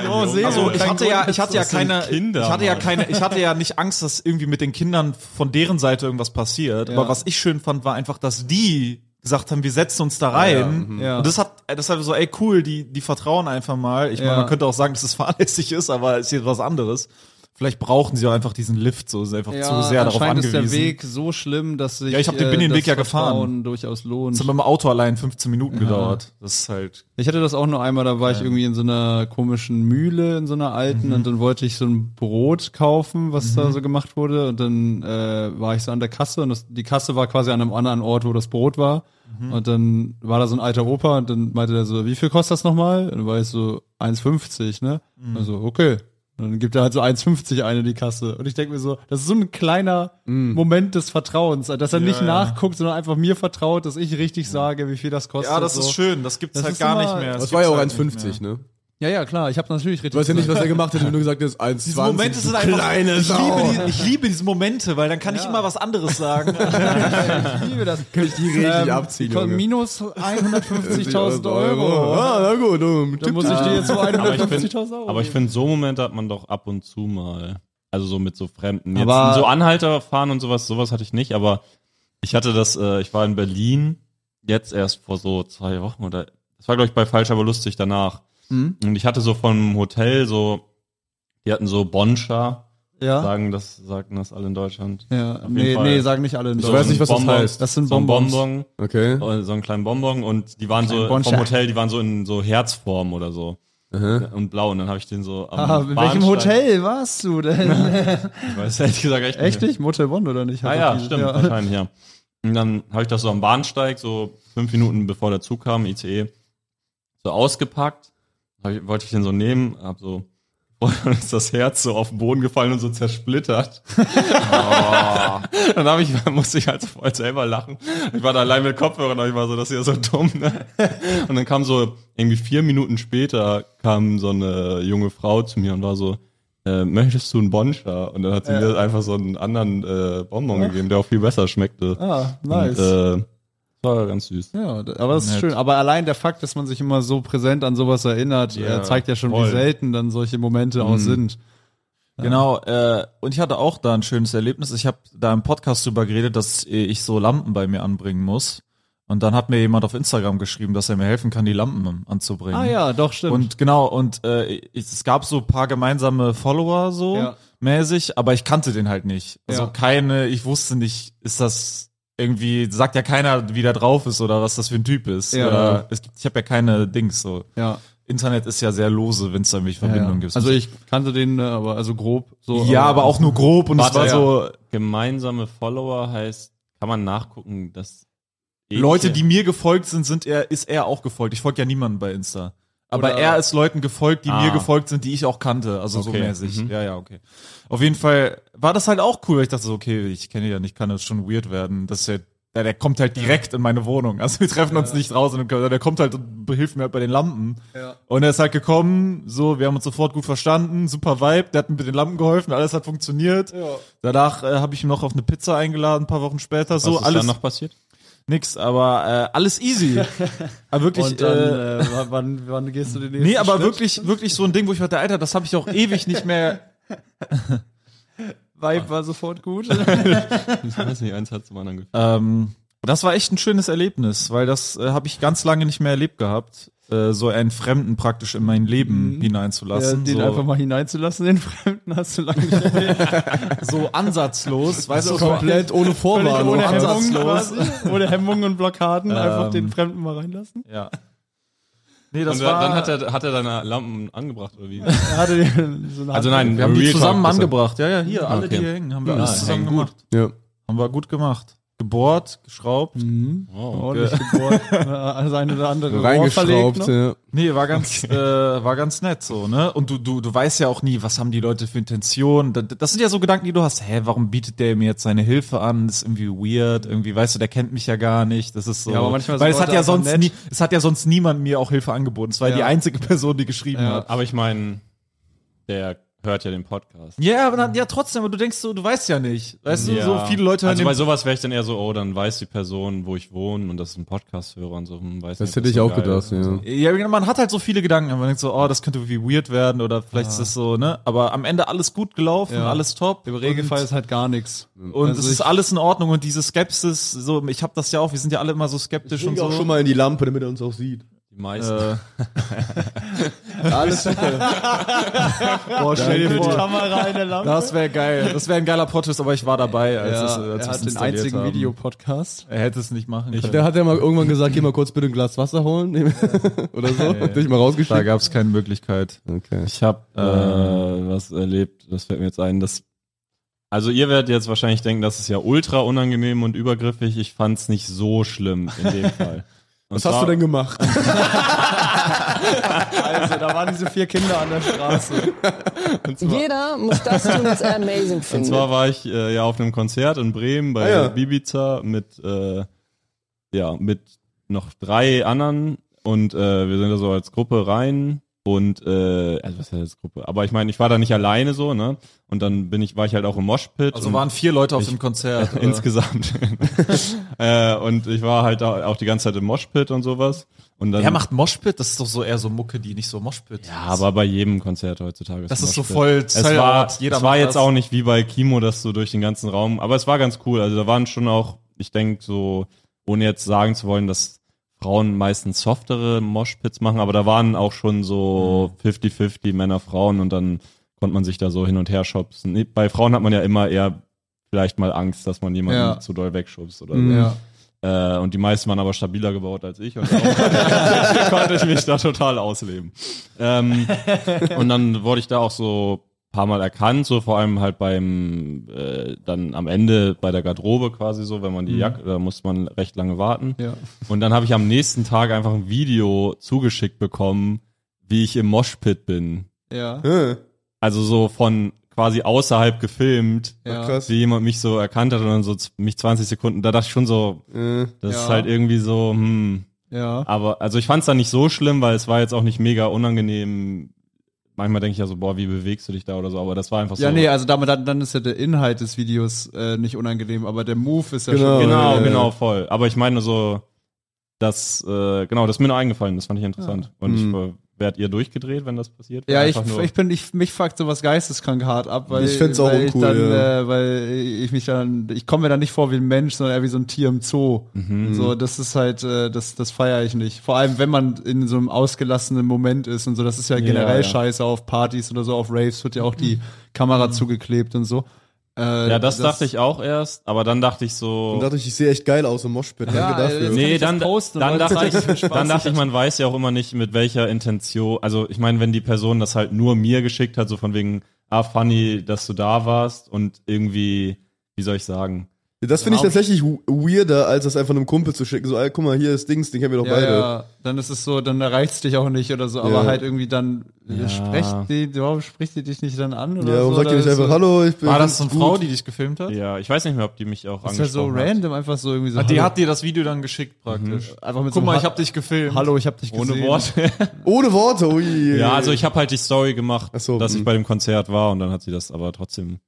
Speaker 4: Oh, Sebo,
Speaker 3: Also,
Speaker 4: ich hatte ja, ich hatte ja
Speaker 3: Das sind
Speaker 4: keine,
Speaker 3: Kinder,
Speaker 4: ich hatte ja
Speaker 3: Mann.
Speaker 4: keine, ich hatte ja nicht Angst, dass irgendwie mit den Kindern von deren Seite irgendwas passiert.
Speaker 2: Ja.
Speaker 4: Aber was ich schön fand, war einfach, dass die gesagt haben, wir setzen uns da rein.
Speaker 2: Ja. mhm.
Speaker 4: Und das hat, das hat so, ey, cool, die, die vertrauen einfach mal. Ich
Speaker 2: Ja.
Speaker 4: meine, man könnte auch sagen, dass es fahrlässig ist, aber es ist jetzt was anderes. Vielleicht brauchen sie auch einfach diesen Lift so, ist einfach zu sehr darauf
Speaker 2: anscheinend
Speaker 4: angewiesen.
Speaker 2: ist der Weg so schlimm, dass sich äh,
Speaker 4: Ja, ich hab den- bin den
Speaker 2: das
Speaker 4: Weg ja gefahren.
Speaker 2: Vertrauen durchaus lohnt.
Speaker 4: Das hat mit dem Auto allein 15 Minuten gedauert. Das ist halt.
Speaker 2: Ich hatte das auch nur einmal, da war ich irgendwie in so einer komischen Mühle, in so einer alten,
Speaker 4: Mhm.
Speaker 2: und dann wollte ich so ein Brot kaufen, was da so gemacht wurde, und dann äh, war ich so an der Kasse, und das, die Kasse war quasi an einem anderen Ort, wo das Brot war,
Speaker 4: Mhm.
Speaker 2: und dann war da so ein alter Opa, und dann meinte der so, wie viel kostet das nochmal? Und dann war ich so, 1,50, ne?
Speaker 4: Mhm.
Speaker 2: Also, okay. Und dann gibt er halt so 1,50 eine in die Kasse. Und ich denke mir so, das ist so ein kleiner
Speaker 4: Mhm.
Speaker 2: Moment des Vertrauens, dass er nicht nachguckt, sondern einfach mir vertraut, dass ich richtig sage, wie viel das kostet.
Speaker 4: Ja, das
Speaker 2: so.
Speaker 4: ist schön. Das gibt's
Speaker 2: Das
Speaker 4: halt
Speaker 2: ist
Speaker 4: gar
Speaker 2: immer-
Speaker 4: nicht mehr.
Speaker 2: Das
Speaker 4: Das
Speaker 1: Das war ja auch
Speaker 4: halt nicht
Speaker 1: 1,50, ne?
Speaker 2: Ja, ja, klar, ich habe natürlich richtig.
Speaker 1: Ich weiß ja nicht,
Speaker 2: gesagt.
Speaker 1: was er gemacht hätte, wenn du gesagt hättest, 1,20.
Speaker 4: Diese Momente
Speaker 1: du
Speaker 4: sind einfach.
Speaker 1: Kleine
Speaker 4: ich,
Speaker 1: Sau.
Speaker 4: liebe die, ich liebe diese Momente, weil dann kann ich immer was anderes sagen.
Speaker 2: ich liebe das.
Speaker 1: Kann ich die richtig abziehen,
Speaker 2: Ähm, von
Speaker 1: Junge.
Speaker 2: Minus 150.000 Euro.
Speaker 1: Ah, na gut. Um,
Speaker 2: Da muss ich dir jetzt so
Speaker 3: Aber ich
Speaker 2: 150.000
Speaker 3: finde,
Speaker 2: Euro.
Speaker 3: aber ich finde, so Momente hat man doch ab und zu mal. Also so mit so Fremden. Jetzt
Speaker 2: Aber-
Speaker 3: so Anhalter fahren und sowas, sowas hatte ich nicht, aber ich hatte das, äh, ich war in Berlin, jetzt erst vor so zwei Wochen oder, das war glaube ich bei Falsch, aber lustig danach.
Speaker 2: Mhm.
Speaker 3: Und ich hatte so vom Hotel so, die hatten so Bonscha,
Speaker 2: ja.
Speaker 3: sagen das, sagten das alle in Deutschland.
Speaker 2: ja.
Speaker 3: jeden
Speaker 2: Nee,
Speaker 3: Fall.
Speaker 2: nee, sagen nicht alle. in
Speaker 3: So
Speaker 1: weiß
Speaker 3: ein
Speaker 1: nicht, was das heißt.
Speaker 2: Das sind
Speaker 3: so ein
Speaker 2: Bonbons.
Speaker 3: Bonbon.
Speaker 1: Okay.
Speaker 3: Oh, so einen kleinen Bonbon und die waren so
Speaker 2: Kleinen Bonschein.
Speaker 3: vom Hotel, die waren so in so Herzform oder so
Speaker 1: Aha.
Speaker 3: und blau und dann habe ich den so am
Speaker 2: Ah, in welchem
Speaker 3: Bahnsteig-
Speaker 2: Hotel warst du denn?
Speaker 3: Ich weiß ehrlich gesagt echt,
Speaker 2: Echt
Speaker 3: nicht.
Speaker 2: nicht? Motel Bond oder nicht?
Speaker 3: Ah
Speaker 2: Hat
Speaker 3: ja,
Speaker 2: doch die-
Speaker 3: stimmt, wahrscheinlich ja. Und dann habe ich das so am Bahnsteig so fünf Minuten bevor der Zug kam, ICE, so ausgepackt, hab ich, wollte ich den so nehmen, hab so und dann ist das Herz so auf den Boden gefallen und so zersplittert. Dann hab ich, musste ich halt so voll selber lachen. Ich war da allein mit Kopfhörern, aber ich war so, das ist ja so dumm. Ne? Und dann kam so, irgendwie vier Minuten später kam so eine junge Frau zu mir und war so, äh, möchtest du einen Bonscha? Und dann hat sie mir einfach so einen anderen äh, Bonbon gegeben, der auch viel besser schmeckte.
Speaker 2: Ah, nice.
Speaker 3: Und, äh, war ganz süß.
Speaker 2: Ja, d- aber das ist schön. Aber allein der Fakt, dass man sich immer so präsent an sowas erinnert, äh, zeigt ja schon, wie
Speaker 3: voll.
Speaker 2: selten dann solche Momente auch sind.
Speaker 4: Genau, äh, und ich hatte auch da ein schönes Erlebnis. Ich habe da im Podcast drüber geredet, dass äh, ich so Lampen bei mir anbringen muss. Und dann hat mir jemand auf Instagram geschrieben, dass er mir helfen kann, die Lampen anzubringen.
Speaker 2: Ah ja, doch, stimmt.
Speaker 4: Und genau, und äh, ich, es gab so ein paar gemeinsame Follower so
Speaker 2: Ja.
Speaker 4: mäßig, aber ich kannte den halt nicht. Also
Speaker 2: Ja.
Speaker 4: keine, ich wusste nicht, ist das irgendwie, sagt ja keiner, wie der drauf ist oder was das für ein Typ ist.
Speaker 2: Ja.
Speaker 4: Oder es, gibt- ich habe ja keine Dings so.
Speaker 2: ja.
Speaker 4: Internet ist ja sehr lose, wenn es da irgendwelche
Speaker 2: Ja,
Speaker 4: Verbindungen
Speaker 2: ja.
Speaker 4: gibt.
Speaker 2: Also ich kannte den, äh, aber also grob so.
Speaker 4: ja, aber auch nur grob und es
Speaker 3: Warte,
Speaker 4: war
Speaker 3: ja.
Speaker 4: so
Speaker 3: Gemeinsame Follower heißt, kann man nachgucken, dass
Speaker 4: Leute, die mir gefolgt sind, sind er ist er auch gefolgt. Ich folge ja niemandem bei Insta. Aber
Speaker 2: Oder-
Speaker 4: er ist Leuten gefolgt, die
Speaker 3: Ah.
Speaker 4: mir gefolgt sind, die ich auch kannte, also so
Speaker 3: Okay,
Speaker 4: mäßig.
Speaker 3: mhm.
Speaker 4: Ja, ja, okay. Auf jeden Fall war das halt auch cool, weil ich dachte so, okay, ich kenne ihn ja nicht, kann das schon weird werden, dass er der, der kommt halt direkt in meine Wohnung. Also wir treffen uns nicht draußen, im Keller, der kommt halt und hilft mir halt bei den Lampen. Und er ist halt gekommen, so, wir haben uns sofort gut verstanden, super Vibe, der hat mir mit den Lampen geholfen, alles hat funktioniert. Danach äh, habe ich ihn noch auf eine Pizza eingeladen, ein paar Wochen später, so
Speaker 3: was ist
Speaker 4: alles
Speaker 3: dann noch passiert?
Speaker 4: nix, aber äh, alles easy. aber wirklich,
Speaker 2: Und dann,
Speaker 4: äh,
Speaker 2: äh, w- wann, wann gehst du den nächsten
Speaker 4: nee, aber
Speaker 2: Schritt?
Speaker 4: wirklich, wirklich so ein Ding, wo ich dachte, Alter, das habe ich auch ewig nicht mehr.
Speaker 2: Vibe war sofort gut.
Speaker 3: Ich weiß nicht, eins hat zum anderen geführt.
Speaker 4: Ähm, das war echt ein schönes Erlebnis, weil das äh, habe ich ganz lange nicht mehr erlebt gehabt, äh, so einen Fremden praktisch in mein Leben
Speaker 2: Ja,
Speaker 4: hineinzulassen,
Speaker 2: den einfach mal hineinzulassen, den Fremden hast du lange nicht
Speaker 4: so, so ansatzlos, weißt du, so
Speaker 1: Komplett ohne Vorwarnung.
Speaker 4: ohne
Speaker 1: Ansatz.
Speaker 4: Hemmung. ansatzlos.
Speaker 2: quasi. Ohne Hemmungen und Blockaden einfach den Fremden mal reinlassen.
Speaker 4: Ähm. ja. Nee, das
Speaker 3: Und
Speaker 4: war,
Speaker 3: dann hat er, hat er deine Lampen angebracht oder wie?
Speaker 2: Er hatte den, so eine
Speaker 3: Also
Speaker 2: Hand-
Speaker 3: nein,
Speaker 4: wir haben die
Speaker 3: Real Talk,
Speaker 4: zusammen
Speaker 3: das hat-
Speaker 4: angebracht. Ja, ja, hier, alle,
Speaker 3: Okay.
Speaker 4: die hier hängen, haben wir alles zusammen
Speaker 3: hängen gut.
Speaker 1: Ja.
Speaker 4: gemacht. Haben wir gut gemacht. Gebohrt, geschraubt.
Speaker 3: Wow.
Speaker 4: äh,
Speaker 2: ordentlich gebohrt. Also eine oder andere Rohr verlegt
Speaker 1: Reingeschraubt.
Speaker 2: noch.
Speaker 1: Ja.
Speaker 4: Nee, war ganz, äh, war ganz nett so, ne? Und du, du, du weißt ja auch nie, was haben die Leute für Intentionen. Das, das sind ja so Gedanken, die du hast. Hä, warum bietet der mir jetzt seine Hilfe an? Das ist irgendwie weird. Irgendwie, weißt du, der kennt mich ja gar nicht. Das ist so.
Speaker 2: Ja, aber manchmal sind
Speaker 4: Weil es
Speaker 2: Leute
Speaker 4: hat ja
Speaker 2: einfach
Speaker 4: sonst
Speaker 2: nett.
Speaker 4: nie, es hat ja sonst niemand mir auch Hilfe angeboten. Es war ja.
Speaker 2: Ja.
Speaker 4: die einzige Person, die geschrieben
Speaker 2: Ja.
Speaker 4: hat.
Speaker 3: Aber ich meine, der hört ja den Podcast.
Speaker 4: Ja, aber dann, ja, trotzdem, aber du denkst so, du weißt ja nicht. Weißt du, so viele Leute hören
Speaker 3: Also bei
Speaker 4: den-
Speaker 3: sowas wäre ich dann eher so, oh, dann weiß die Person, wo ich wohne und das ist ein Podcast-Hörer und so. hm, Weiß
Speaker 1: Das
Speaker 3: nicht,
Speaker 1: hätte
Speaker 3: ob
Speaker 1: ich
Speaker 3: so
Speaker 1: auch
Speaker 3: geil
Speaker 1: gedacht,
Speaker 3: ist.
Speaker 1: ja.
Speaker 4: Ja, man hat halt so viele Gedanken, man denkt so, oh, das könnte wie weird werden oder vielleicht ist das so, ne? Aber am Ende alles gut gelaufen,
Speaker 2: Ja.
Speaker 4: alles top.
Speaker 2: Im Regelfall ist halt gar nichts.
Speaker 4: Und
Speaker 2: Also
Speaker 4: es ist
Speaker 2: ich-
Speaker 4: alles in Ordnung und diese Skepsis, so ich habe das ja auch, wir sind ja alle immer so skeptisch und
Speaker 1: Ich
Speaker 4: so.
Speaker 1: auch schon mal in die Lampe, damit er uns auch sieht.
Speaker 3: Die meisten.
Speaker 4: Äh,
Speaker 1: Alles
Speaker 4: boah, stell dir vor.
Speaker 2: Kamera in der Lampe.
Speaker 4: Das wäre geil. Das wäre ein geiler Protest, aber ich war dabei, als es, äh,
Speaker 2: Ja,
Speaker 4: als
Speaker 2: er
Speaker 4: wir's
Speaker 2: hat den
Speaker 4: installiert
Speaker 2: einzigen
Speaker 4: haben.
Speaker 2: Videopodcast.
Speaker 4: Er hätte es nicht machen können.
Speaker 1: Der hat ja mal irgendwann gesagt, geh mal kurz bitte ein Glas Wasser holen. Oder so. Hat dich mal
Speaker 4: da
Speaker 1: rausgeschickt.
Speaker 4: gab es keine Möglichkeit.
Speaker 1: Okay.
Speaker 3: Ich habe äh, was erlebt, das fällt mir jetzt ein, das also ihr werdet jetzt wahrscheinlich denken, das ist ja ultra unangenehm und übergriffig. Ich fand's nicht so schlimm in dem Fall. Und
Speaker 1: Was hast
Speaker 3: zwar-
Speaker 1: du denn gemacht?
Speaker 2: Also, da waren diese vier Kinder an der Straße.
Speaker 6: Jeder muss das tun, was er amazing
Speaker 3: Und
Speaker 6: findet.
Speaker 3: zwar war ich äh, ja auf einem Konzert in Bremen bei
Speaker 1: Ah, ja.
Speaker 3: Bibiza mit äh, ja mit noch drei anderen und äh, wir sind da so als Gruppe rein und äh, also was heißt als Gruppe? Aber ich meine, ich war da nicht alleine so ne und dann bin ich war ich halt auch im Moshpit.
Speaker 4: Also
Speaker 3: und-
Speaker 4: waren vier Leute auf dem Konzert. oder?
Speaker 3: insgesamt. äh, und ich war halt da auch die ganze Zeit im Moshpit und sowas. Und dann,
Speaker 4: Wer macht Moshpit? Das ist doch so eher so Mucke, die nicht so Moshpit
Speaker 3: ja, aber bei jedem Konzert heutzutage.
Speaker 4: Das ist so
Speaker 3: Moshpit.
Speaker 4: voll
Speaker 3: Es
Speaker 4: Sellout,
Speaker 3: war,
Speaker 4: jeder
Speaker 3: es war
Speaker 4: macht
Speaker 3: jetzt
Speaker 4: das.
Speaker 3: auch nicht wie bei Kimo, dass du durch den ganzen Raum, aber es war ganz cool. Also da waren schon auch, ich denke so, ohne jetzt sagen zu wollen, dass Frauen meistens softere Moshpits machen, aber da waren auch schon so
Speaker 4: Mhm.
Speaker 3: 50-50 Männer, Frauen und dann konnte man sich da so hin und her schubsen. Nee, Bei Frauen hat man ja immer eher vielleicht mal Angst, dass man jemanden
Speaker 2: Ja.
Speaker 3: zu doll wegschubst oder so.
Speaker 4: Mhm.
Speaker 2: Ja.
Speaker 3: Äh, und die meisten waren aber stabiler gebaut als ich. Und darum konnte ich mich da total ausleben. Ähm, und dann wurde ich da auch so ein paar Mal erkannt, so vor allem halt beim, äh, dann am Ende bei der Garderobe quasi so, wenn man die Jacke, da muss man recht lange warten.
Speaker 2: Mhm. Ja.
Speaker 3: Und dann habe ich am nächsten Tag einfach ein Video zugeschickt bekommen, wie ich im Moshpit bin.
Speaker 2: Ja.
Speaker 3: Also so von quasi außerhalb gefilmt,
Speaker 2: Ja.
Speaker 1: Krass.
Speaker 3: wie jemand mich so erkannt hat und dann so z- mich 20 Sekunden, da dachte ich schon so,
Speaker 1: Äh,
Speaker 3: das
Speaker 2: Ja.
Speaker 3: ist halt irgendwie so, hm.
Speaker 2: ja.
Speaker 3: Aber, also ich fand's dann nicht so schlimm, weil es war jetzt auch nicht mega unangenehm. Manchmal denke ich ja so, boah, wie bewegst du dich da oder so, aber das war einfach
Speaker 2: Ja,
Speaker 3: so.
Speaker 2: nee, also damit, dann, dann ist ja der Inhalt des Videos äh, nicht unangenehm, aber der Move ist ja
Speaker 1: Genau.
Speaker 2: schon.
Speaker 3: genau,
Speaker 1: äh,
Speaker 3: genau, voll. Aber ich meine so, das, äh, genau, das ist mir nur eingefallen, das fand ich interessant. Und ich, äh, werdet ihr durchgedreht, wenn das passiert?
Speaker 2: Mhm. Ja, ich,
Speaker 3: Einfach nur-
Speaker 2: ich bin, ich, mich fuckt sowas geisteskrank hart ab, weil
Speaker 1: Ich find's auch
Speaker 2: weil
Speaker 1: uncool,
Speaker 2: ich dann,
Speaker 1: ja.
Speaker 2: äh, weil ich mich dann, ich komme mir dann nicht vor wie ein Mensch, sondern eher wie so ein Tier im Zoo. So, das ist halt, äh, das, das feiere ich nicht. Vor allem, wenn man in so einem ausgelassenen Moment ist und so, das ist ja generell
Speaker 3: ja.
Speaker 2: scheiße auf Partys oder so, auf Raves wird ja auch die Kamera zugeklebt und so. Äh,
Speaker 3: ja, das, dachte ich auch erst, aber dann dachte ich so.
Speaker 1: Dann dachte ich, ich sehe echt geil aus im Moshpit.
Speaker 2: Ja,
Speaker 1: Danke dafür.
Speaker 2: äh,
Speaker 3: Nee,
Speaker 2: Jetzt kann
Speaker 3: dann,
Speaker 2: ich das posten,
Speaker 3: dann,
Speaker 2: Leute.
Speaker 3: dachte ich, dann dachte ich, man weiß ja auch immer nicht, mit welcher Intention. Also ich meine, wenn die Person das halt nur mir geschickt hat, so von wegen, ah, funny, dass du da warst und irgendwie, wie soll ich sagen?
Speaker 1: Das finde ich tatsächlich w- weirder, als das einfach einem Kumpel zu schicken. So, ey, guck mal, hier ist Dings, den kennen wir doch
Speaker 2: Ja,
Speaker 1: beide.
Speaker 2: ja, dann ist es so, dann erreicht's dich auch nicht oder so, aber
Speaker 1: Ja.
Speaker 2: halt irgendwie dann äh,
Speaker 3: Ja.
Speaker 2: sprecht die, warum spricht die dich nicht dann an oder
Speaker 1: Ja,
Speaker 2: so?
Speaker 1: warum sagt ihr
Speaker 2: Dann
Speaker 1: nicht
Speaker 2: ist
Speaker 1: einfach,
Speaker 2: so,
Speaker 1: hallo, ich bin
Speaker 4: War das so eine
Speaker 1: gut.
Speaker 4: Frau, die dich gefilmt hat? Ah,
Speaker 3: Ja, ich weiß nicht mehr, ob die mich auch
Speaker 2: Das ist ja so
Speaker 3: angesprochen hat.
Speaker 2: random, einfach so
Speaker 3: Ah,
Speaker 2: irgendwie so.
Speaker 4: Die
Speaker 2: hallo.
Speaker 4: hat dir das Video dann geschickt praktisch.
Speaker 2: Einfach mit so
Speaker 4: Guck mal,
Speaker 2: einem
Speaker 4: ich hab dich gefilmt.
Speaker 2: Hallo, ich hab dich gesehen.
Speaker 3: Ohne Worte.
Speaker 1: Ohne Worte, ui.
Speaker 3: ja, also ich habe halt die Story gemacht,
Speaker 1: Ach so,
Speaker 3: dass ich
Speaker 1: mh.
Speaker 3: bei dem Konzert war und dann hat sie das aber trotzdem.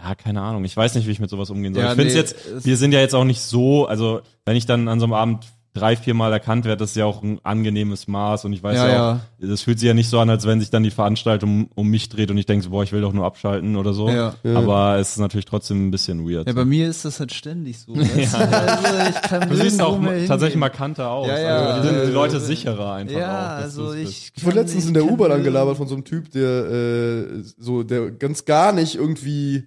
Speaker 3: Ja, keine Ahnung. Ich weiß nicht, wie ich mit sowas umgehen soll.
Speaker 2: Ja,
Speaker 3: ich finde
Speaker 2: nee,
Speaker 3: jetzt,
Speaker 2: es-
Speaker 3: wir sind ja jetzt auch nicht so, also wenn ich dann an so einem Abend drei, vier Mal erkannt werde, das ist ja auch ein angenehmes Maß und ich weiß
Speaker 2: Ja,
Speaker 3: ja, auch, das fühlt sich ja nicht so an, als wenn sich dann die Veranstaltung um mich dreht und ich denke so, boah, ich will doch nur abschalten oder so.
Speaker 2: Ja.
Speaker 3: Aber es ist natürlich trotzdem ein bisschen weird.
Speaker 2: Ja, bei mir ist das halt ständig so. weißt du? Also, ich kann
Speaker 3: du siehst
Speaker 2: nirgendwo
Speaker 3: auch
Speaker 2: mehr hingehen.
Speaker 3: tatsächlich markanter aus.
Speaker 2: Ja, ja.
Speaker 3: Also, die sind die
Speaker 2: Äh,
Speaker 3: Leute sicherer einfach auch.
Speaker 2: Ja,
Speaker 3: Das
Speaker 2: also
Speaker 3: ist-
Speaker 2: ich.
Speaker 1: Ich wurde
Speaker 2: kann-
Speaker 1: letztens
Speaker 2: ich
Speaker 1: in der
Speaker 2: kann
Speaker 1: U-Bahn
Speaker 2: nirgendwo-
Speaker 1: angelabert von so einem Typ, der äh, so, der ganz gar nicht irgendwie,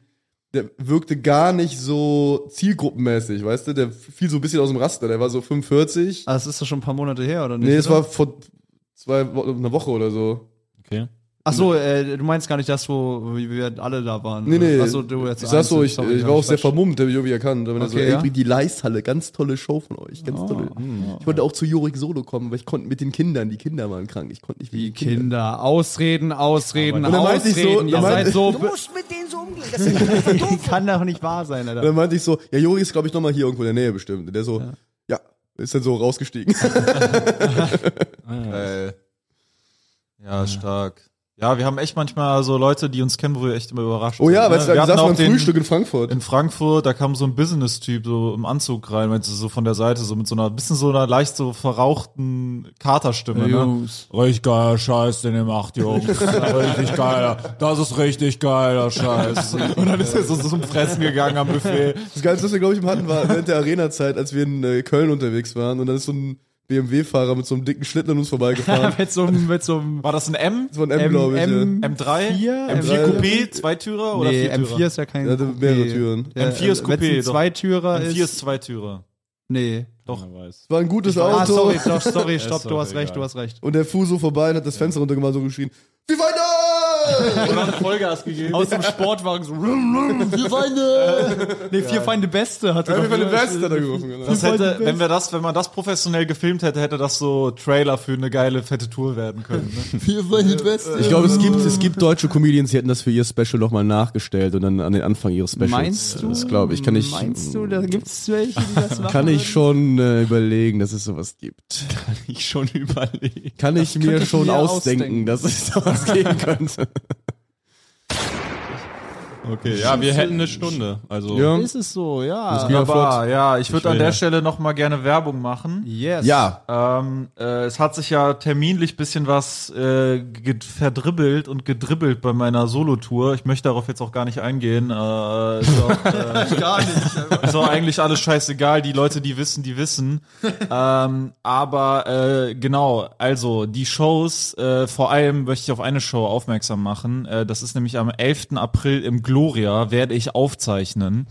Speaker 1: der wirkte gar nicht so zielgruppenmäßig, weißt du? Der fiel so ein bisschen aus dem Raster. Der war so 45.
Speaker 2: Ah, das ist doch schon ein paar Monate her, oder nicht?
Speaker 1: nee, es
Speaker 2: oder?
Speaker 1: war vor zwei Wo einer Woche oder so.
Speaker 3: Okay.
Speaker 2: Ach so, äh, du meinst gar nicht das, wo wir alle da waren.
Speaker 1: Nee, nee.
Speaker 2: Ach so, du jetzt.
Speaker 1: ich saß so,
Speaker 2: einzeln.
Speaker 1: ich,
Speaker 2: Sorry,
Speaker 1: ich
Speaker 2: hab
Speaker 1: war auch
Speaker 2: mich
Speaker 1: sehr
Speaker 2: falsch-
Speaker 1: vermummt, der mich irgendwie erkannt. Da war der so,
Speaker 2: Okay,
Speaker 1: ey,
Speaker 2: ja. Ah, hm.
Speaker 1: bringt die Leishalle, ganz tolle Show von euch, ganz tolle. Ich wollte auch zu Jorik Solo kommen, aber ich konnte mit den Kindern, die Kinder waren krank, ich konnte nicht mit
Speaker 2: Die
Speaker 1: den Kindern.
Speaker 2: Kinder, Ausreden, Ausreden,
Speaker 1: Und dann meinte ich so-
Speaker 2: Ausreden. Ihr
Speaker 1: dann meinte-
Speaker 2: seid so.
Speaker 7: Du
Speaker 2: be-
Speaker 7: musst mit denen so umgehen. Das sind einfach doof.
Speaker 2: Kann doch nicht wahr sein,
Speaker 1: Und
Speaker 2: Alter.
Speaker 1: dann meinte ich so, ja, Jorik ist, glaube ich, nochmal hier irgendwo in der Nähe bestimmt. Und der so, ja, ist dann so rausgestiegen.
Speaker 4: Geil. Ja, stark. Ja, wir haben echt manchmal so Leute, die uns kennen, wo wir echt immer überrascht
Speaker 1: oh ja,
Speaker 4: sind.
Speaker 1: weißt du, da
Speaker 4: ne? wir hatten
Speaker 1: saß
Speaker 4: auch
Speaker 1: man
Speaker 4: den,
Speaker 1: Frühstück in Frankfurt.
Speaker 4: in Frankfurt, da kam so ein Business-Typ so im Anzug rein, meinst du, so von der Seite, so mit so einer, bisschen so einer leicht so verrauchten Katerstimme, ne?
Speaker 2: Jungs.
Speaker 4: Richtig geiler Scheiß, den ihr macht, Jungs. richtig geiler. Das ist richtig geiler Scheiß. Und dann ist er so, so zum Fressen gegangen am Buffet.
Speaker 1: Das Geilste, was wir, glaube ich, hatten, war während der Arena-Zeit, als wir in äh, Köln unterwegs waren. Und dann ist so ein BMW-Fahrer mit so einem dicken Schlitten an uns vorbeigefahren.
Speaker 2: mit so einem, mit so einem
Speaker 4: War das ein M?
Speaker 1: Das war ein M, glaube ich.
Speaker 2: M-
Speaker 1: ja.
Speaker 4: M3?
Speaker 2: Vier? äh,
Speaker 4: M4
Speaker 1: M3?
Speaker 4: Coupé, Zweitürer oder
Speaker 2: Nee,
Speaker 4: Viertürer?
Speaker 2: M4 ist ja kein. äh,
Speaker 1: Der hatte mehrere Türen.
Speaker 4: M4 ist
Speaker 2: Wenn
Speaker 4: Coupé,
Speaker 2: es ein
Speaker 4: doch.
Speaker 2: Zweitürer
Speaker 4: M4 ist
Speaker 2: ist.
Speaker 4: Zweitürer.
Speaker 2: Nee.
Speaker 4: Doch.
Speaker 3: Wer weiß.
Speaker 1: War ein gutes Auto.
Speaker 2: Ah, sorry, doch, sorry,
Speaker 3: Ist
Speaker 2: stopp,
Speaker 3: doch
Speaker 2: du hast
Speaker 3: egal.
Speaker 2: recht, du hast recht.
Speaker 1: Und der fuhr so vorbei und hat das Fenster runtergemacht und so geschrien, wie weiter!
Speaker 3: Vollgas gegeben.
Speaker 2: Aus dem Sportwagen so. vier Feinde! Nee, vier Feinde Beste hat er.
Speaker 1: Ja, wie
Speaker 2: doch
Speaker 1: viele
Speaker 2: gesagt.
Speaker 1: Beste hat er gerufen. genau.
Speaker 4: Das hätte, wenn wir das, wenn man das professionell gefilmt hätte, hätte das so Trailer für eine geile fette Tour werden können. Ne?
Speaker 1: Ich glaube, es gibt, es gibt deutsche Comedians, die hätten das für ihr Special nochmal nachgestellt und dann an den Anfang ihres Specials.
Speaker 2: Meinst du?
Speaker 1: Das glaube ich. Kann ich,
Speaker 2: Meinst du, da gibt's welche, die das machen?
Speaker 1: kann ich schon äh, überlegen, dass es sowas gibt.
Speaker 3: Ich schon überlegt.
Speaker 1: Kann ich mir
Speaker 2: könnte ich
Speaker 1: schon
Speaker 2: mir
Speaker 1: ausdenken,
Speaker 2: ausdenken.
Speaker 1: dass es sowas geben könnte.
Speaker 3: Okay, ja, wir hätten eine Stunde. Also
Speaker 1: Ja.
Speaker 2: Ist es so, ja.
Speaker 1: geht- Ja,
Speaker 4: Aber ja, ich würde an
Speaker 3: will,
Speaker 4: der
Speaker 3: ja.
Speaker 4: Stelle noch mal gerne Werbung machen.
Speaker 2: Yes.
Speaker 1: Ja,
Speaker 4: Ähm, äh, es hat sich ja terminlich bisschen was äh, ged- verdribbelt und gedribbelt bei meiner Solo-Tour. Ich möchte darauf jetzt auch gar nicht eingehen. Äh, ist auch, äh, gar nicht. Ist auch eigentlich alles scheißegal. Die Leute, die wissen, die wissen. ähm, aber äh, genau, also die Shows, äh, vor allem möchte ich auf eine Show aufmerksam machen. Äh, das ist nämlich am 11. April im Gloria, werde ich aufzeichnen.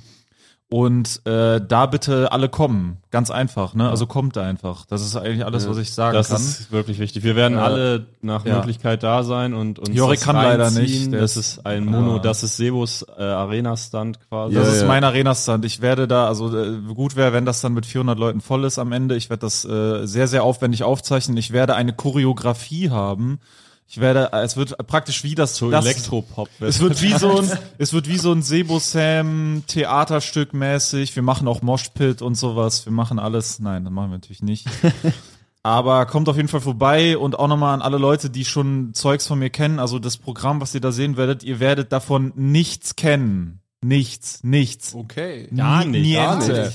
Speaker 4: Und äh, da bitte alle kommen. Ganz einfach, ne? Also kommt einfach. Das ist eigentlich alles, was ich sagen
Speaker 3: das
Speaker 4: kann.
Speaker 3: ist wirklich wichtig. Wir werden alle nach
Speaker 4: ja.
Speaker 3: Möglichkeit da sein und uns
Speaker 4: Jorik
Speaker 3: das
Speaker 4: kann leider
Speaker 3: reinziehen.
Speaker 4: nicht. Der
Speaker 3: Das
Speaker 4: ist-
Speaker 3: ist ein Mono,
Speaker 4: Ah.
Speaker 3: das ist Sebos äh, Arena-Stunt quasi.
Speaker 4: das
Speaker 1: Ja,
Speaker 4: ist
Speaker 1: ja.
Speaker 4: mein Arena-Stand. Ich werde da, also äh, gut wäre, wenn das dann mit 400 Leuten voll ist am Ende. Ich werde das äh, sehr, sehr aufwendig aufzeichnen. Ich werde eine Choreografie haben. Ich werde, äh, es wird praktisch wie das,
Speaker 3: so
Speaker 4: das
Speaker 3: Elektropop.
Speaker 4: Es wird wie so ein, es wird wie so ein Sebo Sam Theaterstück mäßig. Wir machen auch Moshpit und sowas. Wir machen alles. Nein, das machen wir natürlich nicht. Aber kommt auf jeden Fall vorbei und auch nochmal an alle Leute, die schon Zeugs von mir kennen. Also das Programm, was ihr da sehen werdet, ihr werdet davon nichts kennen. Nichts, nichts.
Speaker 2: Okay.
Speaker 3: Gar nicht.
Speaker 4: Niente.
Speaker 1: Gar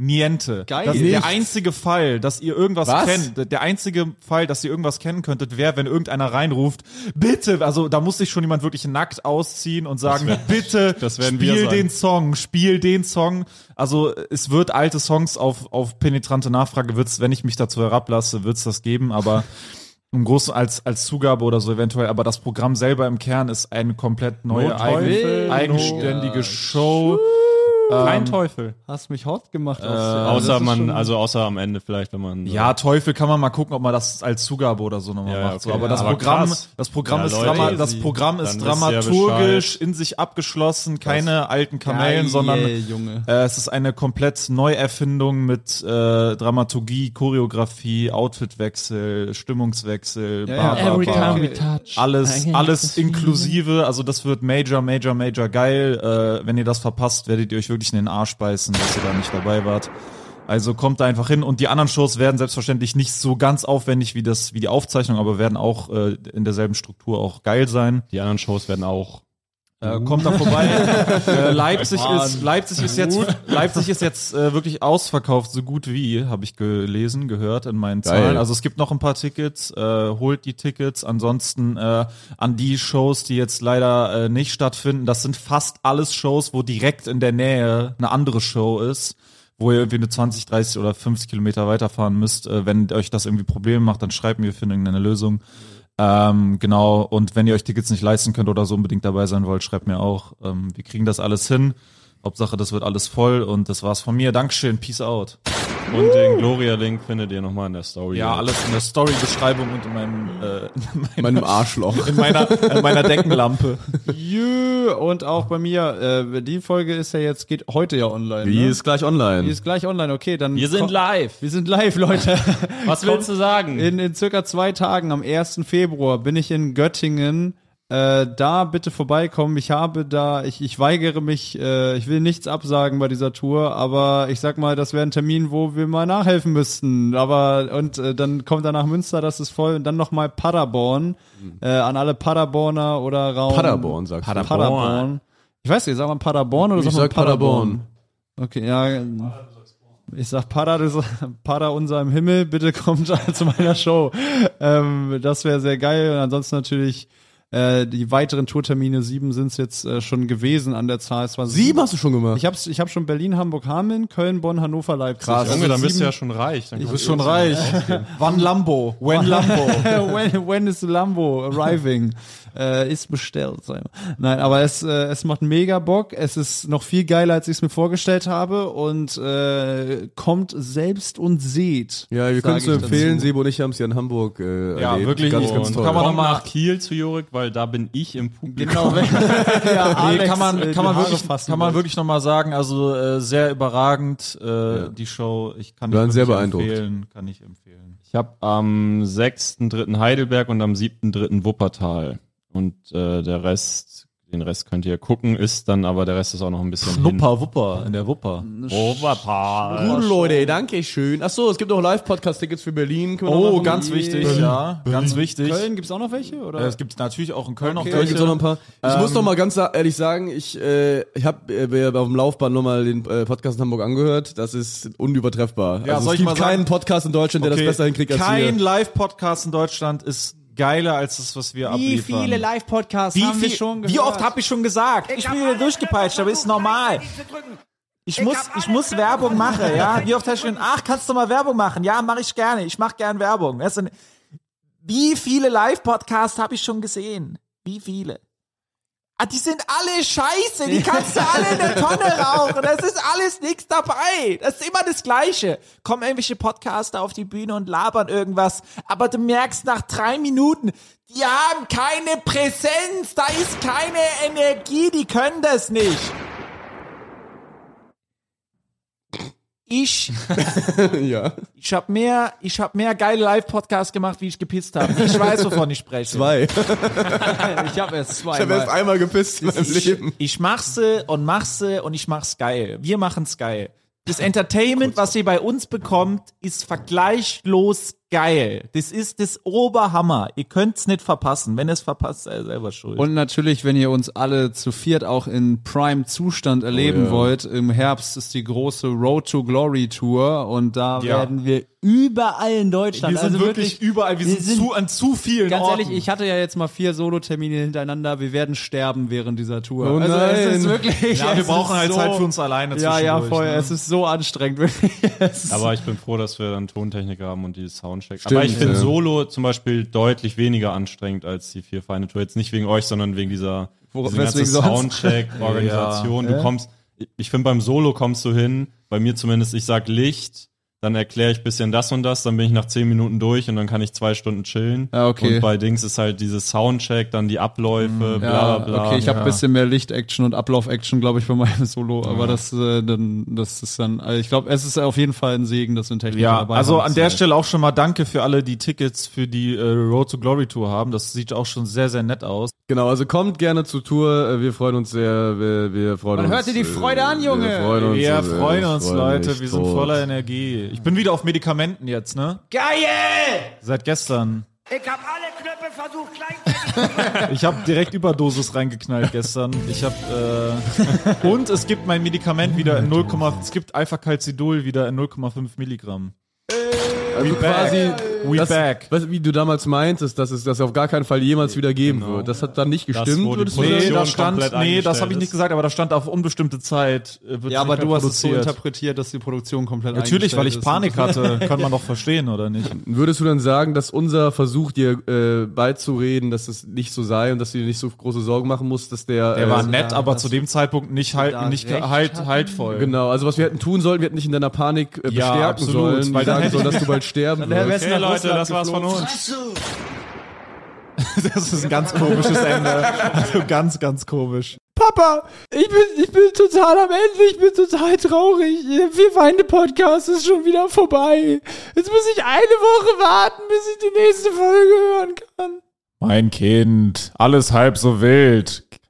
Speaker 4: Niente.
Speaker 2: Geil.
Speaker 4: Das, der
Speaker 1: Nichts.
Speaker 4: einzige Fall, dass ihr irgendwas
Speaker 1: Was?
Speaker 4: kennt, der einzige Fall, dass ihr irgendwas kennen könntet, wäre, wenn irgendeiner reinruft, bitte, also da muss sich schon jemand wirklich nackt ausziehen und sagen, bitte,
Speaker 3: das werden wir
Speaker 4: spiel
Speaker 3: sein.
Speaker 4: den Song, spiel den Song. Also es wird alte Songs auf, auf penetrante Nachfrage, wird's, wenn ich mich dazu herablasse, wird's das geben, aber im Großen als, als Zugabe oder so eventuell, aber das Programm selber im Kern ist eine komplett neue, eigen,
Speaker 2: Teufel,
Speaker 4: eigenständige Show.
Speaker 3: Kein Teufel.
Speaker 2: Hast mich hot gemacht.
Speaker 3: Äh, außer man, also außer am Ende vielleicht, wenn man.
Speaker 4: Ja, Teufel kann man mal gucken, ob man das als Zugabe oder so nochmal
Speaker 3: Ja,
Speaker 4: macht. So,
Speaker 3: okay.
Speaker 4: aber
Speaker 3: Ja,
Speaker 4: das
Speaker 3: aber
Speaker 4: Programm,
Speaker 3: krass.
Speaker 4: das Programm
Speaker 3: Ja,
Speaker 4: ist,
Speaker 3: Leute,
Speaker 4: drama das
Speaker 3: easy.
Speaker 4: Programm ist
Speaker 3: Dann wisst ihr
Speaker 4: dramaturgisch in sich abgeschlossen, keine alten Kamellen, sondern äh,
Speaker 2: Junge.
Speaker 4: es ist eine komplett Neuerfindung mit äh, Dramaturgie, Choreografie, Outfitwechsel, Stimmungswechsel,
Speaker 2: Ja, ja.
Speaker 4: bla, bla,
Speaker 6: Every
Speaker 4: bla.
Speaker 6: time we touch.
Speaker 4: Alles, alles inklusive, also das wird major, major, major geil. Äh, wenn ihr das verpasst, werdet ihr euch wirklich in den Arsch beißen, dass ihr da nicht dabei wart. Also kommt da einfach hin und die anderen Shows werden selbstverständlich nicht so ganz aufwendig wie das, wie die Aufzeichnung, aber werden auch äh, in derselben Struktur auch geil sein.
Speaker 3: Die anderen Shows werden auch.
Speaker 4: Äh, kommt da vorbei. äh, Leipzig ist Leipzig ist jetzt Leipzig ist jetzt äh, wirklich ausverkauft, so gut wie habe ich gelesen, gehört in meinen
Speaker 1: Geil.
Speaker 4: Zahlen. Also es gibt noch ein paar Tickets, äh, holt die Tickets. Ansonsten äh, an die Shows, die jetzt leider äh, nicht stattfinden, das sind fast alles Shows, wo direkt in der Nähe eine andere Show ist wo ihr irgendwie eine 20, 30 oder 50 Kilometer weiterfahren müsst. Äh, wenn euch das irgendwie Probleme macht, dann schreibt mir, wir finden irgendeine Lösung. Ähm, genau, und wenn ihr euch Tickets nicht leisten könnt oder so unbedingt dabei sein wollt, schreibt mir auch. Ähm, wir kriegen das alles hin. Hauptsache, das wird alles voll und das war's von mir. Dankeschön, peace out.
Speaker 3: Und den Gloria-Link findet ihr nochmal in der Story.
Speaker 4: Ja, alles in der Story-Beschreibung und in meinem äh, in meiner,
Speaker 1: meinem Arschloch.
Speaker 4: in meiner, in meiner Deckenlampe.
Speaker 2: Jö, und auch bei mir, äh, die Folge ist ja jetzt, geht heute ja online.
Speaker 1: Die
Speaker 2: ne?
Speaker 1: ist gleich online.
Speaker 2: die ist gleich online, okay, dann.
Speaker 3: Wir sind
Speaker 2: komm-
Speaker 3: live.
Speaker 2: Wir sind live, Leute.
Speaker 3: Was willst du sagen?
Speaker 2: In, in circa zwei Tagen, am 1. Februar, bin ich in Göttingen. Äh, da bitte vorbeikommen. Ich habe da, ich, ich weigere mich, äh, ich will nichts absagen bei dieser Tour, aber ich sag mal, das wäre ein Termin, wo wir mal nachhelfen müssten. Aber und äh, dann kommt danach Münster, das ist voll, und dann nochmal Paderborn. Äh, an alle Paderborner oder Raum.
Speaker 1: Mhm. Paderborn, sagst du.
Speaker 2: Paderborn. Paderborn. Ich weiß nicht, sagt man Paderborn oder
Speaker 1: Ich
Speaker 2: sagt man
Speaker 1: sag Paderborn.
Speaker 2: Okay, ja. Ich sag Pada, du sag- Pada unser im also Himmel, bitte kommt zu meiner Show. Ähm, das wäre sehr geil. Und ansonsten natürlich Äh, die weiteren Tourtermine, sieben sind es jetzt äh, schon gewesen an der Zahl. Es war
Speaker 1: Sieben hast du schon gemacht.
Speaker 2: Ich habe ich hab schon Berlin, Hamburg, Hameln, Köln, Bonn, Hannover, Leipzig.
Speaker 1: Krass.
Speaker 3: Junge, dann bist du
Speaker 2: sieben-
Speaker 3: ja schon reich. Dann
Speaker 2: Ich-
Speaker 3: kannst
Speaker 2: bist
Speaker 3: du-
Speaker 4: Schon reich. Wann Lambo? When Lambo?
Speaker 2: when, when is Lambo arriving? äh, ist bestellt. Sei mal. Nein, aber es, äh, es macht mega Bock. Es ist noch viel geiler, als ich es mir vorgestellt habe. Und äh, kommt selbst und seht.
Speaker 1: Ja, wir
Speaker 2: sag
Speaker 1: können es nur
Speaker 2: ich dazu.
Speaker 1: empfehlen. Sebo und ich haben es ja in Hamburg äh,
Speaker 3: Ja,
Speaker 1: erlebt.
Speaker 3: wirklich.
Speaker 1: Ganz, ganz
Speaker 3: Und
Speaker 1: toll.
Speaker 3: Kann man
Speaker 4: Komm
Speaker 3: noch mal
Speaker 4: nach
Speaker 3: nach Kiel zu Jurik, weil da bin ich im Publikum.
Speaker 2: Genau. ja,
Speaker 4: Nee,
Speaker 2: Alex,
Speaker 4: kann
Speaker 2: äh,
Speaker 4: man,
Speaker 2: die
Speaker 4: kann man
Speaker 2: Haare
Speaker 4: wirklich,
Speaker 2: fassen
Speaker 4: kann man
Speaker 2: will.
Speaker 4: wirklich nochmal sagen, also äh, sehr überragend, äh, die Show. Ich kann
Speaker 1: Wir waren
Speaker 4: ich
Speaker 1: sehr
Speaker 4: wirklich
Speaker 1: beeindruckt.
Speaker 4: empfehlen, kann ich empfehlen.
Speaker 3: Ich habe am 6.3. Heidelberg und am 7.3. Wuppertal. Und äh, der Rest, den Rest könnt ihr gucken, ist dann aber der Rest ist auch noch ein bisschen
Speaker 4: Wupper, Wupper, in der Wupper.
Speaker 3: hin. Wuppertal.
Speaker 1: Gut, Leute, danke schön. Achso, es gibt noch Live-Podcast-Tickets für Berlin. Können wir noch
Speaker 4: Oh,
Speaker 1: machen?
Speaker 4: ganz wichtig, ja, ganz wichtig.
Speaker 2: Köln gibt's auch noch welche? Oder?
Speaker 4: Äh, Es gibt natürlich auch in Köln auch
Speaker 1: Köln
Speaker 4: welche.
Speaker 1: gibt's auch noch ein paar. Ich
Speaker 4: Ähm,
Speaker 1: muss noch mal ganz sa- ehrlich sagen, ich, äh, ich habe äh, auf dem Laufband noch mal den äh, Podcast in Hamburg angehört. Das ist unübertreffbar.
Speaker 4: Ja,
Speaker 1: also
Speaker 4: soll
Speaker 1: es
Speaker 4: ich
Speaker 1: gibt
Speaker 4: mal sagen?
Speaker 1: keinen Podcast in Deutschland, der
Speaker 4: Okay.
Speaker 1: das besser hinkriegt als wir.
Speaker 4: Kein Live-Podcast in Deutschland ist geiler als das, was wir abliefern.
Speaker 2: Live-Podcasts
Speaker 4: wie, viel, wie oft habe ich schon gesagt? Ich, bin wieder durchgepeitscht, aber ist normal. Ich muss, ich muss Werbung machen, ja. Wie oft hast du schon, ach, kannst du mal Werbung machen? Ja, mache ich gerne. Ich mache gern Werbung. Das sind, wie viele Live-Podcasts habe ich schon gesehen? Wie viele? Ah, die sind alle scheiße. Die kannst du alle in der Tonne rauchen. Das ist alles nichts dabei. Das ist immer das Gleiche. Kommen irgendwelche Podcaster auf die Bühne und labern irgendwas. Aber du merkst nach drei Minuten, die haben keine Präsenz. Da ist keine Energie. Die können das nicht. Ich
Speaker 1: ja.
Speaker 4: ich habe mehr, ich habe mehr geile Live-Podcasts gemacht, wie ich gepisst habe. Ich weiß, wovon ich spreche.
Speaker 1: Zwei. Ich
Speaker 2: Ich habe erst zwei.
Speaker 1: habe erst einmal gepisst in meinem
Speaker 4: Ich,
Speaker 1: Leben.
Speaker 4: ich mach's sie und mach's sie und ich mach's geil. Wir machen's geil. Das Entertainment, was ihr bei uns bekommt, ist vergleichlos geil. Das ist das Oberhammer. Ihr könnt's nicht verpassen. Wenn ihr es verpasst, seid ihr selber schuld.
Speaker 2: Und natürlich, wenn ihr uns alle zu viert auch in Prime-Zustand
Speaker 4: Oh
Speaker 2: erleben wollt, im Herbst ist die große Road to Glory Tour und da
Speaker 4: Ja.
Speaker 2: werden wir überall in Deutschland. also
Speaker 4: überall. Wir,
Speaker 2: wir sind-
Speaker 4: an zu vielen
Speaker 2: Ganz ehrlich, ich hatte ja jetzt mal vier Solo-Termine hintereinander. Wir werden sterben während dieser Tour.
Speaker 1: Oh
Speaker 2: es ist
Speaker 1: nein.
Speaker 2: wirklich.
Speaker 4: ja, wir
Speaker 2: es
Speaker 4: brauchen
Speaker 2: ist
Speaker 4: halt
Speaker 2: so,
Speaker 4: Zeit für uns alleine
Speaker 2: Ja, ja,
Speaker 4: zwischendurch,
Speaker 2: voll.
Speaker 4: ne?
Speaker 2: Es ist so anstrengend. wirklich. Es ist-
Speaker 3: Aber ich bin froh, dass wir dann Tontechniker haben und die Soundcheck.
Speaker 1: Stimmt,
Speaker 3: Aber ich finde
Speaker 1: ja.
Speaker 3: Solo zum Beispiel deutlich weniger anstrengend als die vier Feine Tour. Jetzt nicht wegen euch, sondern wegen dieser
Speaker 2: Worauf-
Speaker 3: diesem ganzen
Speaker 2: weswegen sonst?
Speaker 3: Soundcheck-Organisation. Du kommst, ich finde beim Solo kommst du hin, bei mir zumindest, ich sag Licht, dann erkläre ich bisschen das und das, dann bin ich nach zehn Minuten durch und dann kann ich zwei Stunden chillen.
Speaker 2: Ah, okay. Mhm.
Speaker 3: Und bei Dings ist halt dieses Soundcheck, dann die Abläufe, bla bla
Speaker 2: Ja,
Speaker 3: bla.
Speaker 2: okay, ich habe ein bisschen mehr Licht-Action und Ablauf-Action, glaube ich, bei meinem Solo, aber das, äh, dann, das ist dann, also ich glaube, es ist auf jeden Fall ein Segen, dass wir einen Techniker
Speaker 4: Ja,
Speaker 2: dabei
Speaker 4: also
Speaker 2: haben.
Speaker 4: an der Stelle auch schon mal danke für alle, die Tickets für die äh, Road to Glory Tour haben. Das sieht auch schon sehr, sehr nett aus.
Speaker 1: Genau, also kommt gerne zur Tour. äh, Wir freuen uns sehr. Wir, wir freuen Man uns.
Speaker 2: hört dir die
Speaker 1: äh,
Speaker 2: Freude an, Junge.
Speaker 1: Wir freuen uns.
Speaker 4: wir
Speaker 1: äh,
Speaker 4: freuen uns,
Speaker 1: freuen
Speaker 4: Leute.
Speaker 1: mich
Speaker 4: Wir sind
Speaker 1: tot.
Speaker 4: voller Energie. Ich bin wieder auf Medikamenten jetzt, ne?
Speaker 7: Geil!
Speaker 4: Seit gestern.
Speaker 7: Ich hab alle Knöpfe versucht, gleichzeitig.
Speaker 4: Ich habe direkt Überdosis reingeknallt gestern. Ich habe äh, und es gibt mein Medikament wieder in 0, es gibt Alpha-Calcidol wieder in 0,5 Milligramm.
Speaker 1: Also quasi,
Speaker 4: We
Speaker 1: das,
Speaker 4: back.
Speaker 1: Was, wie du damals meintest, dass es das auf gar keinen Fall jemals wieder geben
Speaker 4: Genau.
Speaker 1: wird. Das hat dann nicht
Speaker 3: Das,
Speaker 1: gestimmt.
Speaker 3: wo die
Speaker 1: würdest du
Speaker 3: Produktion
Speaker 1: sagen?
Speaker 4: Nee, da stand,
Speaker 3: komplett
Speaker 4: nee, das
Speaker 3: eingestellt
Speaker 4: habe ich nicht
Speaker 3: ist.
Speaker 4: gesagt, aber da stand auf unbestimmte Zeit. äh, wird
Speaker 2: ja, aber
Speaker 4: nicht mehr
Speaker 2: du hast es so
Speaker 4: produziert.
Speaker 2: interpretiert, dass die Produktion komplett
Speaker 4: Natürlich, weil ich
Speaker 2: eingestellt
Speaker 4: Panik hatte. Kann man doch verstehen, oder nicht?
Speaker 1: würdest du dann sagen, dass unser Versuch, dir äh, beizureden, dass es nicht so sei und dass du dir nicht so große Sorgen machen musst, dass der.
Speaker 4: Der
Speaker 1: äh,
Speaker 4: war nett,
Speaker 2: da-
Speaker 4: aber
Speaker 2: dass
Speaker 4: zu dem Zeitpunkt nicht halt,
Speaker 2: da
Speaker 4: nicht
Speaker 2: recht
Speaker 4: halt,
Speaker 2: hatten.
Speaker 4: haltvoll.
Speaker 1: Genau, also was wir hätten tun sollen, wir hätten dich in deiner Panik äh,
Speaker 4: Ja,
Speaker 1: bestärken
Speaker 4: absolut,
Speaker 1: sollen,
Speaker 4: weil
Speaker 1: weil
Speaker 4: dann
Speaker 1: sagen
Speaker 4: hätte
Speaker 1: sollen,
Speaker 4: ich-
Speaker 1: dass du bald sterben
Speaker 2: Dann
Speaker 1: wirst.
Speaker 2: wär's-
Speaker 3: Okay,
Speaker 2: nach
Speaker 3: Leute,
Speaker 2: Russland
Speaker 3: das war's von uns.
Speaker 4: Das ist ein ganz komisches Ende. Also ganz, ganz komisch.
Speaker 8: Papa, ich bin, ich bin total am Ende, ich bin total traurig. Wir Feinde Podcast ist schon wieder vorbei. Jetzt muss ich eine Woche warten, bis ich die nächste Folge hören kann.
Speaker 4: Mein Kind, alles halb so wild.